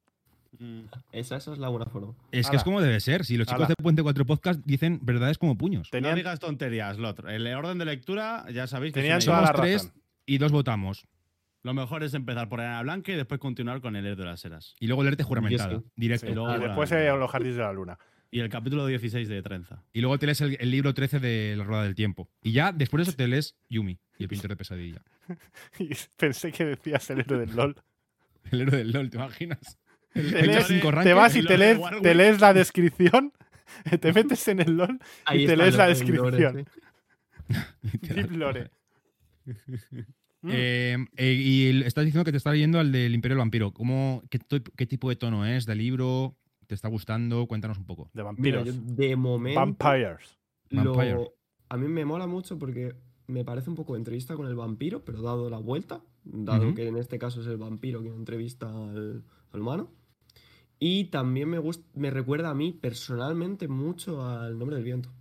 D: Esa, esa es la buena forma.
A: Es que
C: Ala.
A: es como debe ser. Si los chicos
C: Ala.
A: de Puente 4 Podcast dicen verdades como puños.
B: No
C: Tenían,
B: digas tonterías, Lot. El orden de lectura, ya sabéis que
C: tenían
B: es una-
C: toda la
A: Somos tres.
C: razón.
A: Y dos votamos.
B: lo mejor es empezar por Ana Blanca y después continuar con el Héroe de las Heras.
A: Y luego leerte juramentada.
D: Yo sí.
A: Directo.
C: Sí,
B: luego
C: y
B: la-
C: después eh, los jardines de la luna.
B: Y el capítulo 16 de Trenza.
A: Y luego te lees el, el libro 13 de La Rueda del Tiempo. Y ya después de eso te lees Yumi y el pintor de pesadilla.
C: Y pensé que decías el héroe del LOL.
A: El héroe del LOL, ¿te imaginas?
C: Te,
A: Echas
C: lees-
B: Chori,
A: cinco
C: te
A: rankings.
C: vas y
B: el
C: te
B: LOL de
C: lees,
B: Warwick.
C: te lees la descripción, te metes en el LOL,
D: Ahí
C: te lees
D: está el-
C: la
D: el lore,
C: descripción.
D: sí.
C: Deep Lore. Mm.
A: Eh, eh, y el- estás diciendo que te está leyendo al del Imperio del Vampiro. ¿Cómo, qué, to- qué tipo de tono es de libro? ¿Te está gustando? Cuéntanos un poco.
C: De
D: Mira, yo
C: vampiros.
D: de momento.
C: Vampires.
D: lo-
A: Vampire.
D: a mí me mola mucho porque me parece un poco entrevista con el vampiro, pero dado la vuelta, dado
A: Ujú.
D: que en este caso es el vampiro quien entrevista al, al humano. Y también me, gust- me recuerda a mí personalmente mucho al nombre del viento.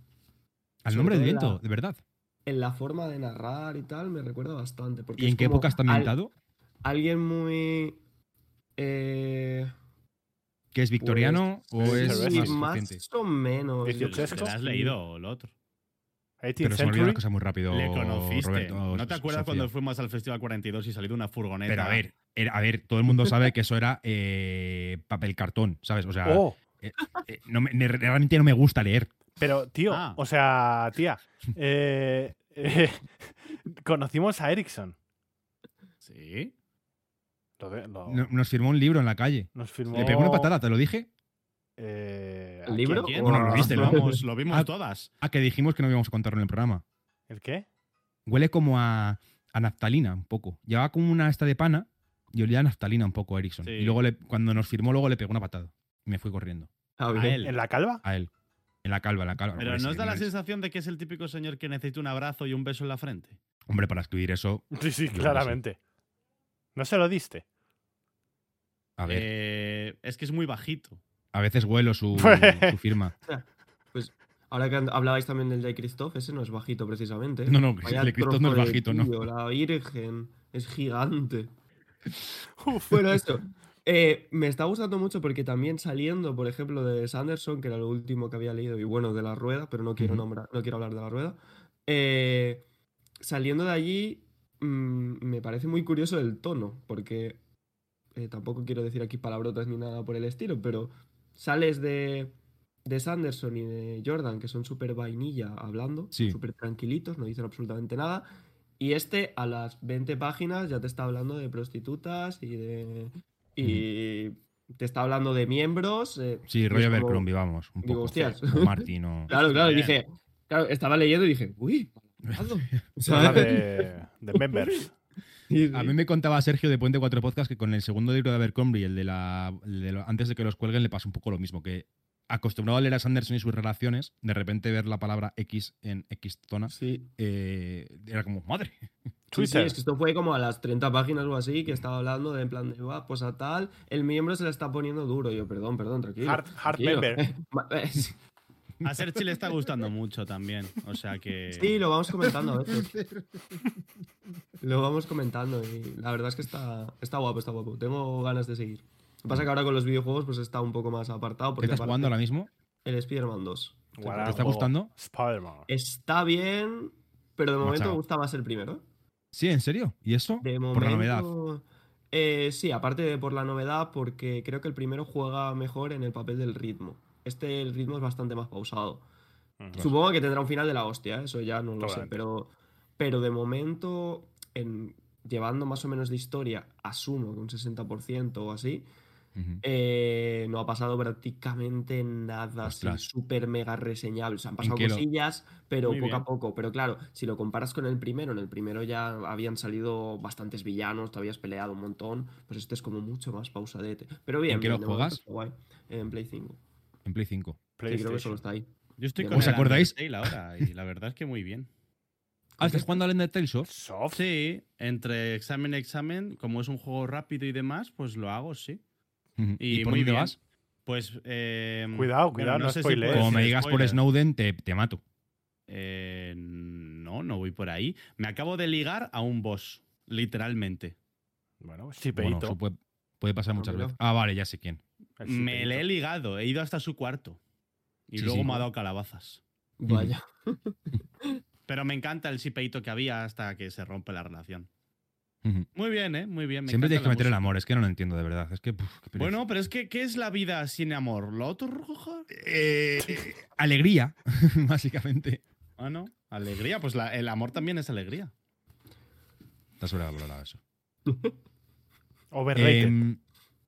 A: Al
D: sobre
A: nombre del
D: todo en
A: viento,
D: la-
A: de verdad.
D: En la forma de narrar y tal, me recuerda bastante. Porque
A: ¿Y
D: es
A: en qué
D: como
A: época está
D: al-
A: ambientado?
D: alguien muy. eh,
A: ¿Que es victoriano o
C: es
A: es
D: pues, sí,
A: más
D: más
A: reciente?
D: o menos. yo
C: ¿Dieciochesco?
D: creo
B: ¿Te
D: que
B: la has
D: sí.
B: leído, Lot?
A: Pero
C: 18th
A: se me olvidó una
C: century.
A: cosa muy rápido.
B: Le conociste.
A: Roberto,
B: ¿No te acuerdas
A: Sofía.
B: cuando fuimos al Festival 42 y salió de una furgoneta?
A: Pero a ver, era- a ver, todo el mundo sabe que eso era eh, papel cartón, ¿sabes? O sea,
C: Oh,
A: eh, no me- me- realmente no me gusta leer.
C: pero tío,
B: Ah.
C: o sea, tía, eh, eh, conocimos a Erickson.
B: Sí.
C: Lo de- lo-
A: No- Nos firmó un libro en la calle.
C: Nos firmó.
A: Le pegó una patada, te lo dije.
C: eh,
D: ¿El
C: ¿a
D: libro?
C: quién?
B: ¿Quién? Ah,
D: Bueno,
A: lo viste,
B: lo
A: ¿no?
B: vimos, lo vimos
A: Ah.
B: todas.
A: Ah, que dijimos que no íbamos a contarlo en el programa.
C: ¿El qué?
A: Huele como a, a naftalina un poco. Llevaba como una esta de pana y olía a naftalina un poco a Erickson.
B: Sí.
A: Y luego le- cuando nos firmó, luego le pegó una patada. Y me fui corriendo.
D: A
B: A
D: ver,
B: él.
C: ¿En la calva?
A: A él. En la calva, en la calva.
B: Pero
A: Hombre,
B: ¿nos
A: sí,
B: da la
A: hombre,
B: sensación de que es el típico señor que necesita un abrazo y un beso en la frente?
A: Hombre, para escribir eso,
C: Sí, sí,
A: Yo creo que sí.
C: claramente. ¿No se lo diste?
A: a ver,
B: Eh, es que es muy bajito.
A: a veces huelo su, su firma.
D: ahora que hablabais también del de Christoph, ese no es bajito precisamente. ¿eh?
A: No, no,
D: Vaya
A: Pues el de Cristo no
D: trozo
A: es
D: de
A: bajito, ¿no?
D: tío, La Virgen es gigante.
C: Uf.
D: Bueno, esto. eh, me está gustando mucho porque también saliendo, por ejemplo, de Sanderson, que era lo último que había leído, y bueno, de la rueda, pero no quiero
A: Ujú.
D: nombrar, no quiero hablar de la rueda. eh, saliendo de allí, mm, me parece muy curioso el tono, porque eh, tampoco quiero decir aquí palabrotas ni nada por el estilo, pero sales de, de Sanderson y de Jordan, que son súper vainilla hablando,
A: Sí.
D: súper tranquilitos, no dicen absolutamente nada. Y este a las 20 páginas ya te está hablando de prostitutas y de... Y te está hablando de miembros. eh, y
A: Sí,
D: es
A: rollo
D: como-
A: Abercrombie, vamos. Un
D: digo,
A: poco.
D: hostias.
A: O Martin o-
D: Claro, claro, y
B: Bien.
D: dije... Claro, estaba leyendo y dije, uy, malvado",
C: Habla
D: ¿sabes?
C: de, de members.
D: Sí, sí.
A: A mí me contaba Sergio de Puente 4 Podcast que con el segundo libro de Abercrombie, el de la. el de lo- antes de que los cuelguen, le pasó un poco lo mismo. Que acostumbrado a leer a Sanderson y sus relaciones, de repente ver la palabra X en X zona,
D: Sí,
A: eh, era como, madre.
D: sí, sí,
C: Twitter.
D: es que esto fue como a las 30 páginas o así, que estaba hablando de en plan de, va, pues a tal, el miembro se le está poniendo duro. Y yo, perdón, perdón, tranquilo.
C: Hard, hard
D: tranquilo".
C: member.
D: Ma- eh, sí,
B: A Serchi le está gustando mucho también. O sea que.
D: Sí, lo vamos comentando a veces. Lo vamos comentando y la verdad es que está, está guapo, está guapo. Tengo ganas de seguir. Lo que pasa es que ahora con los videojuegos pues está un poco más apartado
A: ¿Qué
D: porque
A: estás
D: aparte,
A: jugando ahora mismo?
D: el Spider-Man 2.
C: Guarda,
A: ¿Te está
C: juego.
A: gustando?
C: Spider-Man.
D: Eh, Está bien, pero de momento
A: Machado.
D: me gusta más el primero.
A: Sí, ¿en serio? ¿Y eso?
D: De momento,
A: Por la novedad.
D: eh, sí, aparte de por la novedad, porque creo que el primero juega mejor en el papel del ritmo. Este el ritmo es bastante más pausado.
C: Ujú.
D: Supongo que tendrá un final de la hostia, ¿eh? eso ya no lo sé,
C: Probablemente.
D: pero, pero de momento, en- llevando más o menos de historia, asumo que un 60% o así,
A: Ujú.
D: eh, no ha pasado prácticamente nada así
A: Ostras.
D: súper mega reseñable. O sea, han pasado
A: qué lo-
D: cosillas, pero
B: Muy
D: poco
B: bien.
D: a poco. Pero claro, si lo comparas con el primero, en el primero ya habían salido bastantes villanos, te habías peleado un montón, pues este es como mucho más pausadete. Pero bien,
A: ¿En qué
D: bien,
A: lo
D: de
A: juegas?
D: momento está guay. En Play 5.
A: En Play 5.
D: Sí, creo que solo
C: PlayStation.
D: está ahí.
B: Yo estoy
D: ¿Os
B: con el
A: acordáis?
B: Undertale ahora y la verdad es que muy bien.
A: Ah, ¿estás jugando al Undertale Soft?
C: Soft.
B: Sí, entre examen y examen, como es un juego rápido y demás, pues lo hago, sí.
A: Ujú.
B: Y,
A: ¿Y, por
B: muy
A: dónde
B: bien. Eh,
A: vas?
B: Pues. eh,
C: Cuidado,
B: bueno,
C: cuidado, no
B: sé si
C: spoilees.
B: puedo
A: Como me
B: decir
A: digas pues, por
B: spoiler.
A: Snowden, te, te mato.
B: Eh, no, no voy por ahí. Me acabo de ligar a un boss, literalmente.
C: Bueno, sí,
A: Bueno, eso puede, puede pasar
D: Ah,
A: muchas
D: mira.
A: veces. Ah, vale, ya sé quién.
C: El
B: Me le he
C: sirenito.
B: ligado, he ido hasta su cuarto. Y
A: Sí,
B: luego
A: sí.
B: me ha dado calabazas.
D: Vaya.
B: Pero me encanta el sipeito que había hasta que se rompe la relación.
A: Ujú.
B: Muy bien, ¿eh? Muy bien. me
A: Siempre tienes que
B: encanta
A: meter el
B: la
A: amor, es que no lo entiendo de verdad. Es que, puf, qué
B: música.
A: pereza.
B: Bueno, pero es que, ¿qué es la vida sin amor? ¿Lo otro, Rojo?
A: Eh, alegría, básicamente.
B: Ah, no. Alegría, pues la- el amor también es alegría.
A: Está sobrevalorado eso.
C: Overrated.
A: Em,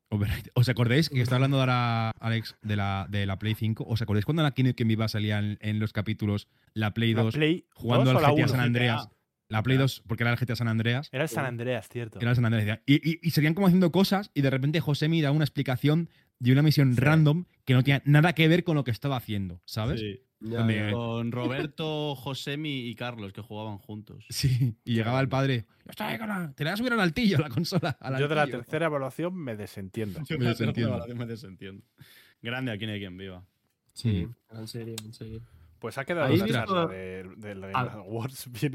A: overrated. ¿Os acordáis que está hablando ahora Alex de la, de la Play 5? ¿Os acordáis cuando en la Kinect que me iba a salir en, en los capítulos la Play
C: ¿La
A: 2
C: Play
A: jugando
C: 2 o
A: al
C: la
A: GTA
C: 1?
A: San Andreas? La Play
B: Claro.
A: 2, porque era el GTA San Andreas.
C: Era el San Andreas, cierto.
A: Era el San Andreas. Y, y- y serían como haciendo cosas y de repente José me da una explicación de una misión
C: Sí.
A: random que no tenía nada que ver con lo que estaba haciendo, ¿sabes? Sí.
D: Ya,
A: También,
D: ya.
A: eh.
B: Con Roberto, Josemi y Carlos, que jugaban juntos.
A: Y llegaba el padre. "Yo estaba ahí con la- Te la voy a subir al altillo la consola. al
C: Yo de la
A: altillo".
C: tercera evaluación me desentiendo.
A: Me desentiendo.
B: Me desentiendo. Grande aquí no hay quien viva.
D: Sí, en serio, en serio.
C: Pues ha quedado
D: ¿Habéis
C: una
D: visto-
C: charla del de, de
D: Ah.
C: las awards bien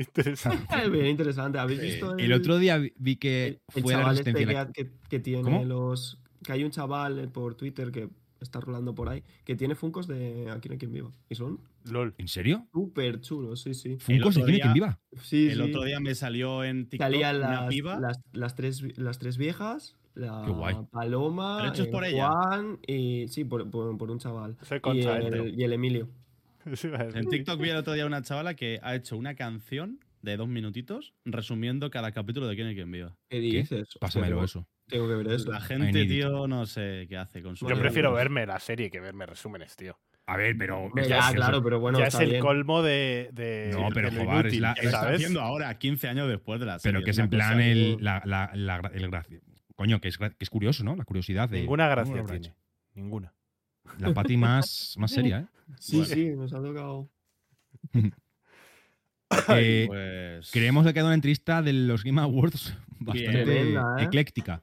C: interesante.
D: Ah, Bien interesante. ¿Habéis
B: Sí.
D: visto
A: El otro día vi- vi
D: el-
A: que
D: el
A: fue la
D: chaval
A: resistencia.
D: este
A: la-
D: que, ha- que- que tiene
A: ¿Cómo?
D: los. Que hay un chaval eh, por Twitter que está rolando por ahí, que tiene funcos de Aquí no hay quien viva. Y son
C: LOL.
A: ¿En serio?
D: súper chulos, sí, sí.
A: Funkos de
B: otro
A: Kinect
B: día-
A: quien viva.
D: Sí,
B: El
D: sí.
B: otro día me salió en TikTok
D: Salían
B: una
D: las,
B: piba.
D: las, las tres, vi- las tres viejas, la
A: Qué guay.
D: Paloma,
B: ¿Pero hechos
D: el
B: por ella?
D: Juan y. Sí, por, por- por un chaval.
C: Soy
D: Y
C: contra
D: el, y el Emilio.
C: Sí, iba a decir.
B: En TikTok vi el otro día una chavala que ha hecho una canción de dos minutitos resumiendo cada capítulo de Quién es quien viva.
D: ¿Qué dices? Hostia,
A: Pásamelo
D: tengo-
A: eso.
D: Tengo que ver eso.
B: La
A: I
B: gente,
A: need it.
B: tío, no sé qué hace con su
C: Yo
D: Vale,
C: prefiero
D: vale.
C: verme la serie que verme resúmenes, tío.
A: A ver, pero.
D: Hombre,
A: esto
D: ya,
A: es eso.
D: claro, pero bueno,
C: ya es
D: está
C: el
D: bien.
C: colmo de, de-
A: No,
C: de
A: pero,
C: lo
A: joder, es la-
B: Que lo está
C: ¿sabes?
B: haciendo ahora, 15 años después de la
D: pues,
B: serie.
A: Pero que es
B: una
A: en plan
B: cosa-
A: el. La, la, la gra- el gra- coño, que es, gra- que es curioso, ¿no? La curiosidad de.
C: Ninguna
A: ¿cómo
C: gracia
A: lo habrá
C: tiene. Ninguna.
A: hecho? La pati más, más seria, ¿eh?
D: Sí,
B: Bueno.
D: sí, nos ha tocado.
A: Eh,
B: Pues-
A: Creemos que ha quedado una entrevista de los Game Awards bastante
D: Tremenda, ¿eh?
A: ecléctica.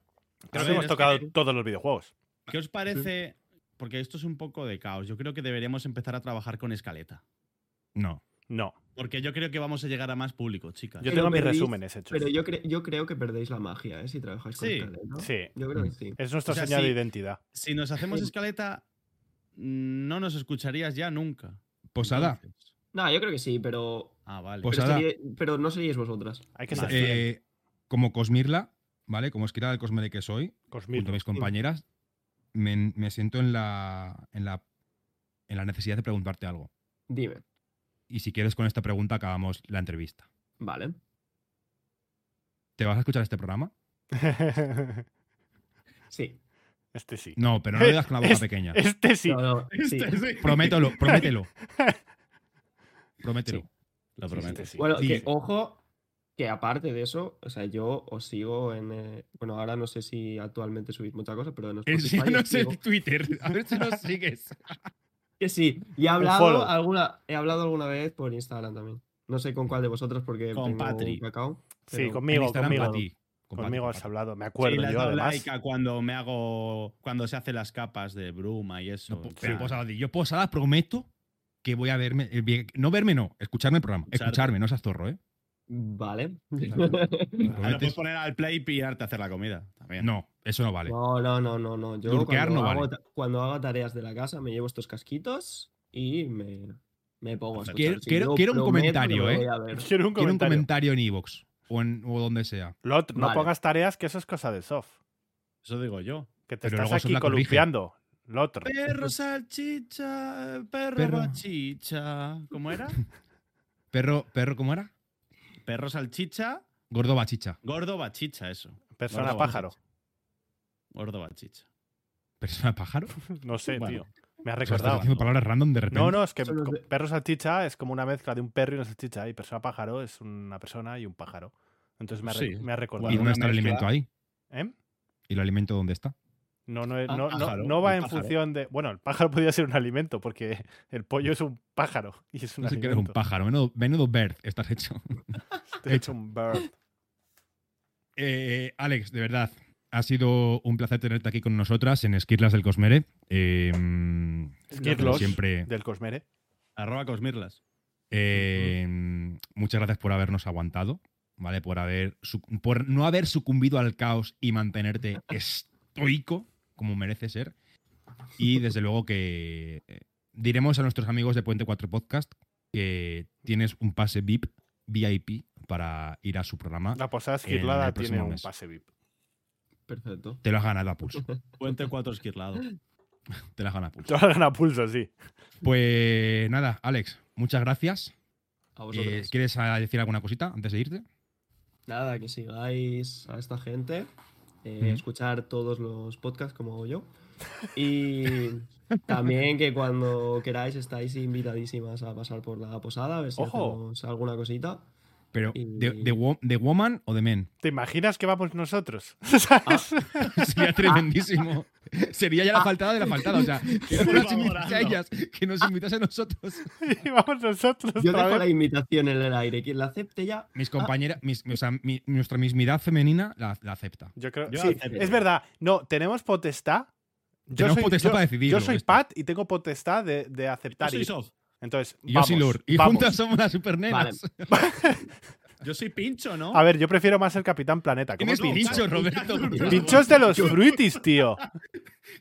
C: Creo
B: A
C: que
B: ver,
C: hemos
B: es
C: tocado
B: que-
C: todos los videojuegos.
B: ¿Qué os parece? Porque esto es un poco de caos. Yo creo que deberíamos empezar a trabajar con escaleta.
A: No.
C: No.
B: Porque yo creo que vamos a llegar a más público, chicas.
C: Yo
D: Pero
C: tengo mis
D: perdís-
C: resúmenes hechos.
D: Pero yo, cre- yo creo que perdéis la magia, ¿eh? Si trabajáis con
B: Sí.
D: Scarlett, ¿no?
C: Sí.
D: Yo creo que sí.
C: Es nuestra
B: O sea,
C: señal
B: sí.
C: de identidad.
B: Si nos hacemos escaleta, mm, no nos escucharías ya nunca.
A: Posada.
B: Entonces-
D: No, yo creo que sí, pero.
B: Ah, vale.
A: Pues-
D: pero,
A: Posada.
D: sería- pero no seríais vosotras.
C: Hay que
B: Vale.
C: ser fiel.
A: Eh, como Cosmirla, ¿vale? Como esquira del Cosmere que soy,
C: Cosmil.
A: junto a mis compañeras, me, me siento en la, en, la, en la necesidad de preguntarte algo.
D: Dime.
A: Y si quieres, con esta pregunta acabamos la entrevista.
D: Vale.
A: ¿Te vas a escuchar este programa?
D: Sí.
C: este sí.
A: No, pero no lo digas con la boca pequeña.
C: Este sí.
D: No, no, sí.
A: Promételo, promételo. Promételo.
B: Lo
C: Este
B: prometo.
C: sí.
D: Bueno,
A: Sí.
D: que ojo, que aparte de eso, o sea, yo os sigo en. eh, bueno, ahora no sé si actualmente subís mucha cosa, pero en
C: Pues
D: Spotify os sigo.
A: Twitter. A ver si nos sigues.
D: Que sí. Y he
C: follow.
D: hablado, alguna, he hablado alguna vez por Instagram también. No sé con cuál de vosotros porque
B: Con
D: tengo
B: Patri.
D: un cacao.
C: sí,
D: pero-
A: En
C: conmigo,
A: Instagram,
C: conmigo.
A: Pati. Con Pati,
C: Conmigo
A: con
C: has
A: Pati.
C: hablado. Me
B: Sí,
C: acuerdo
B: la
C: yo,
B: tabla
C: además.
B: laica cuando me hago. Cuando se hacen las capas de bruma y eso.
A: No, pues,
B: o
A: po-
B: sea,
A: pero posadas, di, yo posadas prometo que voy a verme. eh, bien- No verme, no. Escucharme el programa.
B: Escucharte.
A: Escucharme, no seas zorro, ¿eh?
D: Vale.
A: ¿Me
B: ahora puedes
A: prometes?
B: poner al play y pillarte a hacer la comida. También.
A: No, eso no vale.
D: No, no, no, no, no. Yo
A: Lurkear
D: cuando,
A: no
D: hago,
A: vale.
D: ta- cuando hago tareas de la casa me llevo estos casquitos y me, me pongo a escuchar.
A: Quiero-
D: Si
A: quiero-
D: yo
A: quiero un
D: prometo que
A: comentario,
D: me lo
A: ¿eh?
D: voy a ver.
C: Quiero un
A: Quiero un
C: comentario.
A: comentario en Evox o, en- o donde sea.
C: Lot, no
D: Vale.
C: pongas tareas, que eso es cosa de soft.
B: Eso digo yo.
C: Que te
A: Pero luego
C: estás
A: son
C: aquí
A: la corrige.
C: columpiando. Lotr.
B: Perro salchicha, perro,
A: Perro.
B: bachicha. ¿Cómo era?
A: Perro, perro, ¿cómo era?
B: perro salchicha,
A: Gordo bachicha.
B: gordo bachicha, eso.
C: Persona
B: Gordo
C: pájaro.
B: Gordo bachicha.
A: ¿Persona pájaro?
C: No sé,
B: Bueno.
C: tío. Me has
A: O sea, estás
C: recordado.
A: haciendo palabras random de repente.
C: No, no, es que
D: Son los
C: co-
D: de-
C: perro salchicha es como una mezcla de un perro y una salchicha. Y persona pájaro es una persona y un pájaro. Entonces me ha, re-
B: Sí.
C: me ha recordado.
A: ¿Y dónde
B: una
A: está el alimento
B: mezcla.
A: ahí?
C: ¿Eh?
A: ¿Y el alimento dónde está?
C: No, no, es-
D: Ah,
C: no, no-
B: pájaro,
C: no va
B: un
C: en
B: pájaro.
C: función de. Bueno, el pájaro podría ser un alimento, porque el pollo es un pájaro y es un
A: No sé qué eres, un
C: alimento.
A: pájaro. Menudo, menudo bird estás hecho.
C: Te he hecho un bird.
A: Eh, Alex, de verdad, ha sido un placer tenerte aquí con nosotras en Esquirlas del Cosmere. Eh, mm, como
C: Esquirlos
A: siempre,
C: del Cosmere.
B: Arroba Cosmirlas.
A: eh, mm, muchas gracias por habernos aguantado, ¿vale? Por, haber, suc- por no haber sucumbido al caos y mantenerte estoico como merece ser. Y desde luego que eh, diremos a nuestros amigos de Puente 4 Podcast que tienes un pase VIP, VIP para ir a su programa.
C: La posada
A: en el
C: esquirlada tiene
A: próximo
C: un
A: mes.
C: pase VIP.
D: Perfecto.
A: Te lo has ganado a pulso.
B: Puente 4 esquirlado.
A: Te lo has ganado a pulso.
C: Te van a pulso, sí.
A: Pues nada, Alex, muchas gracias.
D: A
A: Eh,
D: vosotros.
A: ¿Quieres ah, decir alguna cosita antes de irte?
D: Nada, que sigáis a esta gente, eh,
A: Ujú.
D: escuchar todos los podcasts como hago yo. Y también que cuando queráis estáis invitadísimas a pasar por la posada, a ver si
C: Ojo.
D: hacemos alguna cosita.
A: Pero, ¿de,
D: Y-
A: de wo- de woman o de men?
C: ¿Te imaginas que vamos nosotros?
D: Ah.
C: ¿Sabes? Ah.
A: Sería tremendísimo. Sería ya la faltada de la faltada. O sea, que no nos
B: Estoy
A: invitas a
B: valorando.
A: ellas, que nos invitas a nosotros.
C: Y vamos nosotros
D: Yo
C: otra
D: dejo
C: vez.
D: la invitación en el aire, quien la acepte ya.
A: Mis compañeras, mis- o sea, mi- nuestra mismidad femenina la, la acepta.
C: Yo creo.
B: Yo
C: sí,
B: acepto.
C: es verdad. No, tenemos potestad. Yo
A: Tenemos
C: soy,
A: potestad
C: yo-
A: para
C: Yo
A: decidirlo,
C: soy
A: esto.
C: Pat y tengo potestad de, de aceptar.
B: Yo soy
C: ir.
B: Sof.
C: Entonces,
A: Y
C: vamos,
A: yo soy Lur. Y
C: vamos.
A: juntas somos las supernenas.
B: Yo soy Pincho, ¿no?
C: A ver, yo prefiero más el Capitán Planeta. ¿Cómo
A: Tienes
C: es
B: no?
A: pincho,
B: Claro,
A: Roberto.
B: claro,
A: por
B: claro.
A: favor.
C: Pinchos de los fruitis, tío.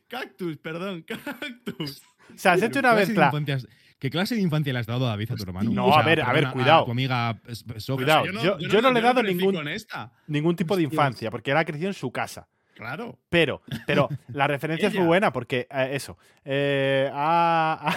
B: Cactus, perdón, cactus.
C: O sea, has hecho una
A: ¿Qué clase de
C: mezcla.
A: infancia has- ¿qué clase de infancia le has dado a David a tu hermano?
C: Pues, No, a ver, a ver,
A: perdona,
C: cuidado.
A: tu amiga pues, es- es- Sofía.
C: Cuidado. yo- yo no le he dado
B: crecí
C: ningún-
B: Con esta.
C: Ningún tipo de
D: Hostias.
C: infancia, porque él ha crecido en su casa.
B: Claro.
C: Pero, pero la referencia es muy
B: Ella.
C: buena porque eh, eso. eh, ha, ha-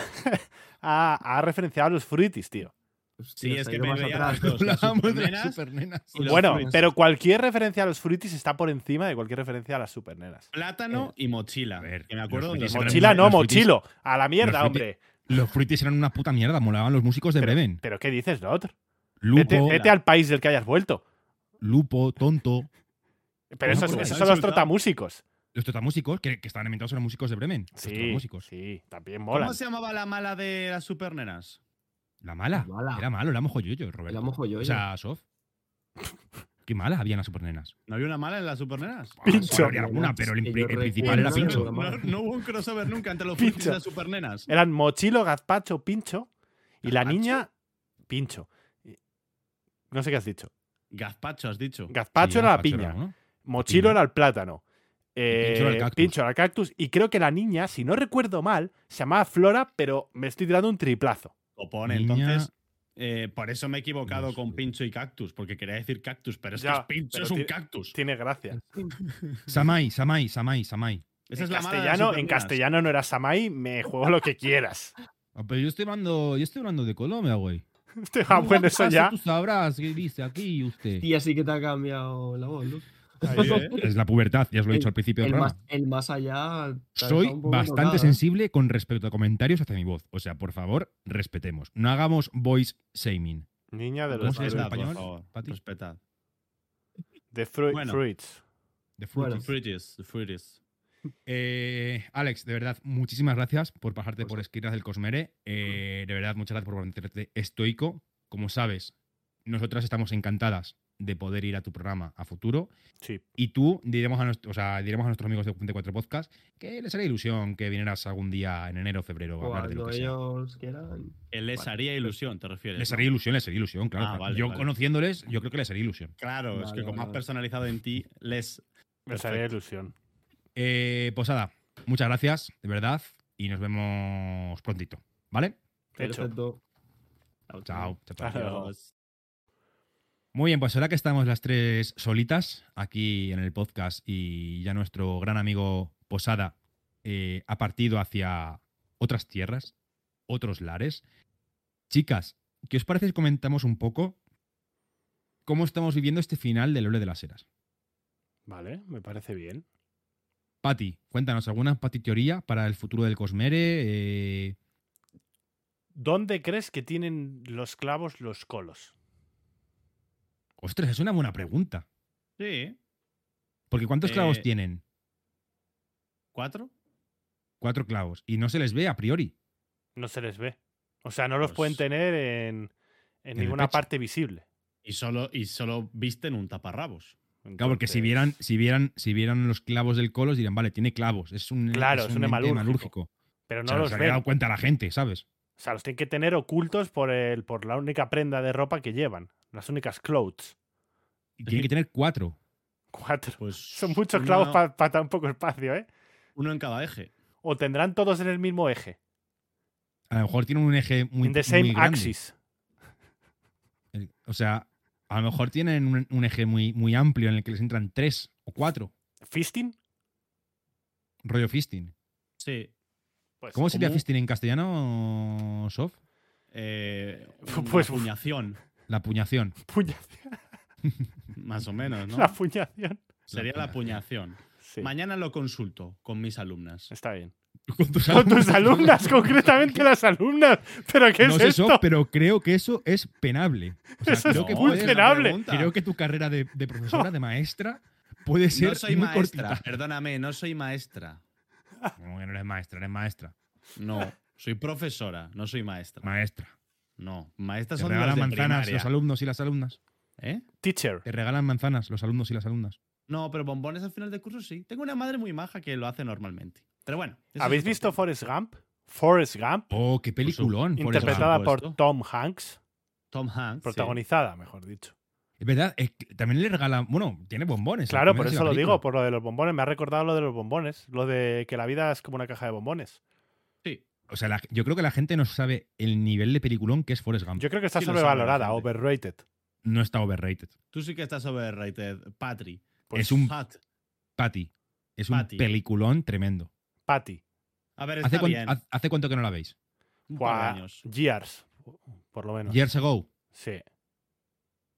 C: ha- ha referenciado a los fruitis, tío.
D: Hostia,
B: es
D: se ha
B: que
D: ido
B: me
D: más
B: veía
D: atrás.
B: las dos. Los- las
A: Hablábamos de las
B: supernenas.
A: supernenas.
B: Y los
C: Bueno,
B: fruitis.
C: pero cualquier referencia a los fruitis está por encima de cualquier referencia a las supernenas.
B: Plátano y mochila.
A: a ver,
B: que me acuerdo
A: los
B: de los
A: frutis-
C: Mochila no,
A: los fruitis-
C: mochilo. A la mierda,
A: los fruitis-
C: hombre.
A: Los fruitis eran una puta mierda, molaban los músicos de Bremen.
C: ¿Pero qué dices, Lot? Vete,
A: Lupo,
C: vete al país del que hayas vuelto.
A: Lupo, Tonto,
C: Pero
A: No,
C: esos,
A: porque
C: esos
B: se
C: son
B: han
C: los
B: insultado.
C: trotamúsicos.
A: los totamúsicos, que, que estaban inventados eran músicos de Bremen. Los
C: Sí,
A: totamúsicos.
C: sí, también
B: ¿Cómo
C: mola.
B: se llamaba la mala de las supernenas?
A: La mala.
D: La mala.
A: Era malo, era mojoyoyo, Roberto.
D: Ah. Era mojoyoyo.
A: O sea, Sof. Qué mala habían las supernenas.
B: ¿No había una mala en las supernenas?
C: Pincho.
A: Había alguna, pero el,
D: Que
A: pri-
D: yo
A: el principal
D: recuerdo.
A: era
D: Pincho.
A: Pincho.
B: No, no- no hubo un crossover nunca entre los
C: Pincho.
B: frutis y las supernenas.
C: Eran mochilo, gazpacho, pincho. Y la
B: ¿Gazpacho?
C: niña, pincho. Y- No sé qué has dicho.
B: Gazpacho, has dicho.
C: Gazpacho
A: Sí,
C: era la
A: Gazpacho
C: piña.
A: ¿no?
C: Mochilo
A: piña.
C: era el plátano. eh,
A: pincho era el cactus.
C: pincho era el cactus. Y creo que la niña, si no recuerdo mal, se llamaba Flora, pero me estoy tirando un triplazo.
B: Copón,
A: Niña.
B: entonces. eh, por eso me he equivocado
A: No
B: con
A: sé.
B: pincho y cactus, porque quería decir cactus, pero es
C: Ya,
B: que es pincho,
C: pero
B: es un
C: tiene-
B: cactus.
C: Tiene gracia.
A: Samai, Samai, Samai, Samai.
C: en,
B: Esa es la mala de las
C: castellano, en
B: supernenas.
C: castellano no era Samai, me juego lo que quieras.
A: Ah, Pero yo estoy hablando, yo estoy hablando de Colombia, güey.
C: Este, ah, bueno, eso ya.
A: Tú sabrás qué dice aquí usted.
D: Y así que te ha cambiado la voz, Luz.
B: Ahí, ¿eh?
A: Es la pubertad, ya os lo he dicho al principio del
D: El más,
A: programa.
D: el más allá. te ha dejado
A: Soy
D: un poco
A: bastante
D: tocada.
A: sensible con respecto a comentarios hacia mi voz. O sea, por favor, respetemos. No hagamos voice shaming.
C: Niña de
A: ¿Cómo
C: los
A: se dice en
B: Respetad,
C: fruits.
B: por
A: español,
B: favor,
A: Pati?
B: Respetad.
C: De fru-
B: Bueno.
C: fruits.
A: De
D: Bueno.
A: fruitis.
B: Fruitis, fruitis.
A: Eh, Alex, de verdad, muchísimas gracias por pasarte
D: Pues-
A: por esquinas del Cosmere. Eh, de verdad, muchas gracias por mantenerte estoico. Como sabes, nosotras estamos encantadas de poder ir a tu programa a futuro.
C: Sí.
A: Y tú diremos a, nuestro- o sea, diremos a nuestros amigos de Puente 4 Podcast que les haría ilusión que vinieras algún día en enero o febrero a hablar de lo
D: Cuando
A: que sea.
D: ellos quieran.
B: Eh, Les
D: Vale.
B: haría ilusión, te refieres.
A: Les
B: ¿no?
A: haría ilusión, les haría ilusión, claro.
B: Ah,
A: Fran.
B: vale,
A: yo
B: vale.
A: conociéndoles, yo creo que les haría ilusión.
B: Claro, es
D: Vale,
B: que como
D: vale,
B: has
D: vale.
B: personalizado en ti, les.
C: Me haría ilusión.
A: Eh, Posada, muchas gracias, de verdad, y nos vemos prontito, ¿vale?
C: Hecho.
D: Perfecto.
A: Chao. chao, chao.
C: Claro.
B: Adiós.
A: Muy bien, pues ahora que estamos las tres solitas aquí en el podcast y ya nuestro gran amigo Posada eh, ha partido hacia otras tierras, otros lares. Chicas, ¿qué os parece si comentamos un poco cómo estamos viviendo este final del Lore de las Heras?
C: Vale, me parece bien.
A: Pati, cuéntanos alguna Pati teoría para el futuro del Cosmere. eh,
C: ¿Dónde crees que tienen los clavos los colos?
A: Ostras, es una buena pregunta.
B: Sí,
A: Porque ¿cuántos clavos
B: Eh,
A: tienen?
B: cuatro.
A: Cuatro clavos. Y no se les ve a priori.
C: No se les ve. O sea, no los
B: Pues-
C: pueden tener en, en
A: el
C: ninguna
A: pecho.
C: parte visible.
B: Y solo, y solo visten un taparrabos.
A: Claro, porque si
C: Entonces-
A: vieran, si vieran, si vieran los clavos del colos, dirían, vale, tiene clavos. Es un,
C: Claro, es un
A: ente
C: hemalúrgico. Pero
A: O
C: no
A: sea,
C: los
A: se
C: ven.
A: había dado cuenta la gente, ¿sabes?
C: O sea, los tienen que tener ocultos por, el, por la única prenda de ropa que llevan. Las únicas clothes.
A: Y tiene que tener cuatro.
C: Cuatro.
B: Pues
C: Son muchos
B: uno-
C: clavos para tan poco espacio, ¿eh?
B: Uno en cada eje.
C: ¿O tendrán todos en el mismo eje?
A: A lo mejor tienen un eje muy.
C: en the same
A: muy grande.
C: axis.
A: El- O sea, a lo mejor tienen un, un eje muy, muy amplio en el que les entran tres o cuatro.
C: ¿Fisting?
A: Rollo fisting.
B: Sí.
C: Pues,
A: ¿Cómo sería
B: como-
A: fisting en castellano, Sof?
B: Eh,
C: Pues-
B: pues puñación,
A: La puñación.
C: puñación,
B: más o menos, ¿no?
C: La puñación.
B: Sería la puñación.
C: Sí,
B: Mañana lo consulto con mis alumnas.
C: está bien.
A: Con tus
C: Con tus alumnas, concretamente las alumnas. ¿Pero qué
A: no
C: es
A: sé,
C: esto?
A: Sof, pero creo que eso es penable. O sea,
C: Eso es
A: creo, que
C: muy
A: puedes-
C: penable.
A: creo que tu carrera de, de profesora, de maestra, puede ser
B: No soy
A: muy
B: maestra,
A: cortita.
B: perdóname, no soy maestra.
A: No, que no eres maestra, eres maestra.
B: No, soy profesora, no soy maestra.
A: Maestra.
B: No, maestras
A: Te
B: son las
A: regalan
B: de
A: manzanas
B: primaria.
A: los alumnos y las alumnas.
B: ¿Eh?
C: Teacher.
A: Te regalan manzanas los alumnos y las alumnas.
B: No, pero bombones al final del curso sí. Tengo una madre muy maja que lo hace normalmente. Pero bueno. eso es
C: ¿Habéis
B: otro
C: visto
B: tema.
C: Forrest Gump? Forrest Gump,
A: Oh, qué peliculón. por eso.
C: interpretada por
B: supuesto.
C: Tom Hanks,
B: Tom Hanks?
C: protagonizada, mejor dicho.
A: Es verdad, es que también le regala. Bueno, tiene bombones.
C: Claro, por
A: comienzo
C: eso
A: de la
C: lo
A: película.
C: digo, por lo de los bombones. Me ha recordado lo de los bombones, lo de que la vida es como una caja de bombones.
B: Sí.
A: O sea, la- yo creo que la gente no sabe el nivel de peliculón que es Forrest Gump.
C: Yo creo que está
B: Sí, lo sabe la
C: sobrevalorada,
B: gente.
C: overrated.
A: No está overrated.
B: Tú sí que estás overrated, Patri.
C: Pues,
A: es un
B: Pat.
A: patty. Es un
B: Patty.
A: peliculón tremendo.
C: Patty.
B: A ver, está
A: ¿Hace, cuan-
B: bien.
A: ha- hace cuánto que no la veis?
B: Un par de
C: Buah,
B: años.
C: Years, por lo menos.
A: Years ago.
C: Sí.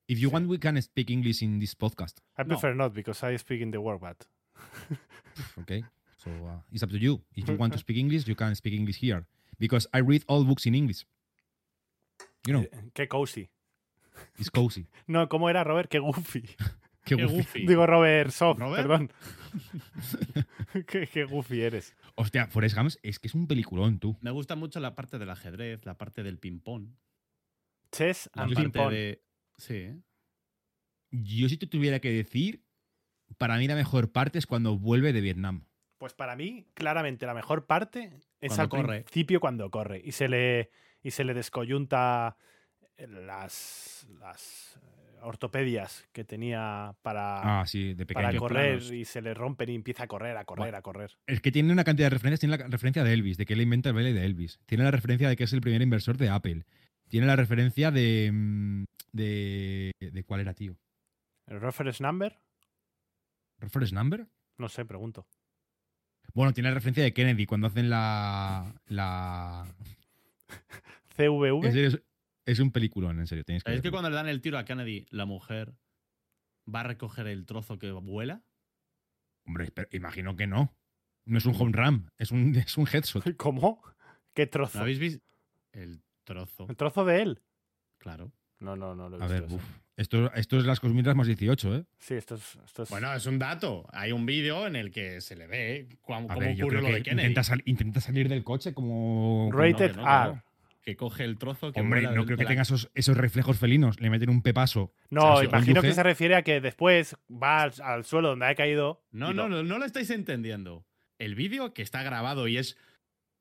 A: If you
C: Sí.
A: want, we can speak English in this podcast.
C: I
B: No.
C: prefer not because I speak in the world, but
A: Okay. So uh, it's up to you. If you want to speak English, you can speak English here. Because I read all books in English. You know,
C: Eh, qué cozy.
A: it's cozy.
C: No, ¿cómo era Robert? Qué goofy.
A: Qué
B: Qué
A: gufi.
B: goofy.
C: Digo Robert Soft,
B: ¿Robert?
C: perdón. qué, qué goofy eres.
A: Hostia, Forrest Gump es que es un peliculón, tú.
B: Me gusta mucho la parte del ajedrez, la parte del ping-pong.
C: Chess
B: La
C: and
B: parte
C: ping pong.
B: de. Sí, ¿eh?
A: Yo si te tuviera que decir, para mí la mejor parte es cuando vuelve de Vietnam.
C: Pues para mí, claramente, la mejor parte es
B: Cuando
C: al
B: corre.
C: principio cuando corre y se le, y se le descoyunta eh, las, las eh, ortopedias que tenía para,
A: Ah, sí, de
C: para
A: pequeño.
C: correr
B: planos.
C: y se le rompen y empieza a correr, a correr,
A: Buah.
C: a correr.
A: Es que tiene una cantidad de referencias. Tiene la referencia de Elvis, de que le inventa el baile de Elvis. Tiene la referencia de que es el primer inversor de Apple. Tiene la referencia de... mm, ¿De, de cuál era, tío?
C: ¿El reference number?
A: ¿Reference Number?
C: No sé, pregunto.
A: Bueno, tiene la referencia de Kennedy cuando hacen la... la...
C: ¿CV?
A: En serio, es, es un peliculón, en serio. Tenéis que
B: Es que
A: verlo.
B: cuando le dan el tiro a Kennedy, la mujer va a recoger el trozo que vuela.
A: Hombre, pero imagino que no. No es un home run, es un, es un headshot.
C: ¿Cómo? ¿Qué trozo?
B: ¿No habéis visto? El trozo,
C: ¿El trozo de él?
B: claro.
C: No, no, no lo he
A: A
C: visto
A: ver,
C: eso.
A: uf. Esto, esto es las cosmitas más 18, ¿eh?
C: Sí, esto es. Esto es-
B: Bueno, es un dato. Hay un vídeo en el que se le ve eh, cómo,
A: A
B: cómo
A: ver, yo
B: ocurre
A: creo
B: lo
A: que
B: de Kennedy.
A: intenta, sal- intenta salir del coche como... como-
C: Rated
B: no, que no, que
C: R.
B: no. Que coge el trozo que
A: Hombre,
B: vuela
A: no
B: del-
A: creo
B: de
A: que
B: la-
A: tenga esos, esos reflejos felinos. Le meten un pepazo.
C: No,
A: O sea,
C: imagino que
A: cónyuge-
C: se refiere a que después va al, al suelo donde ha caído.
B: No,
C: y
B: no,
C: lo-
B: no, no lo estáis entendiendo. El vídeo que está grabado y es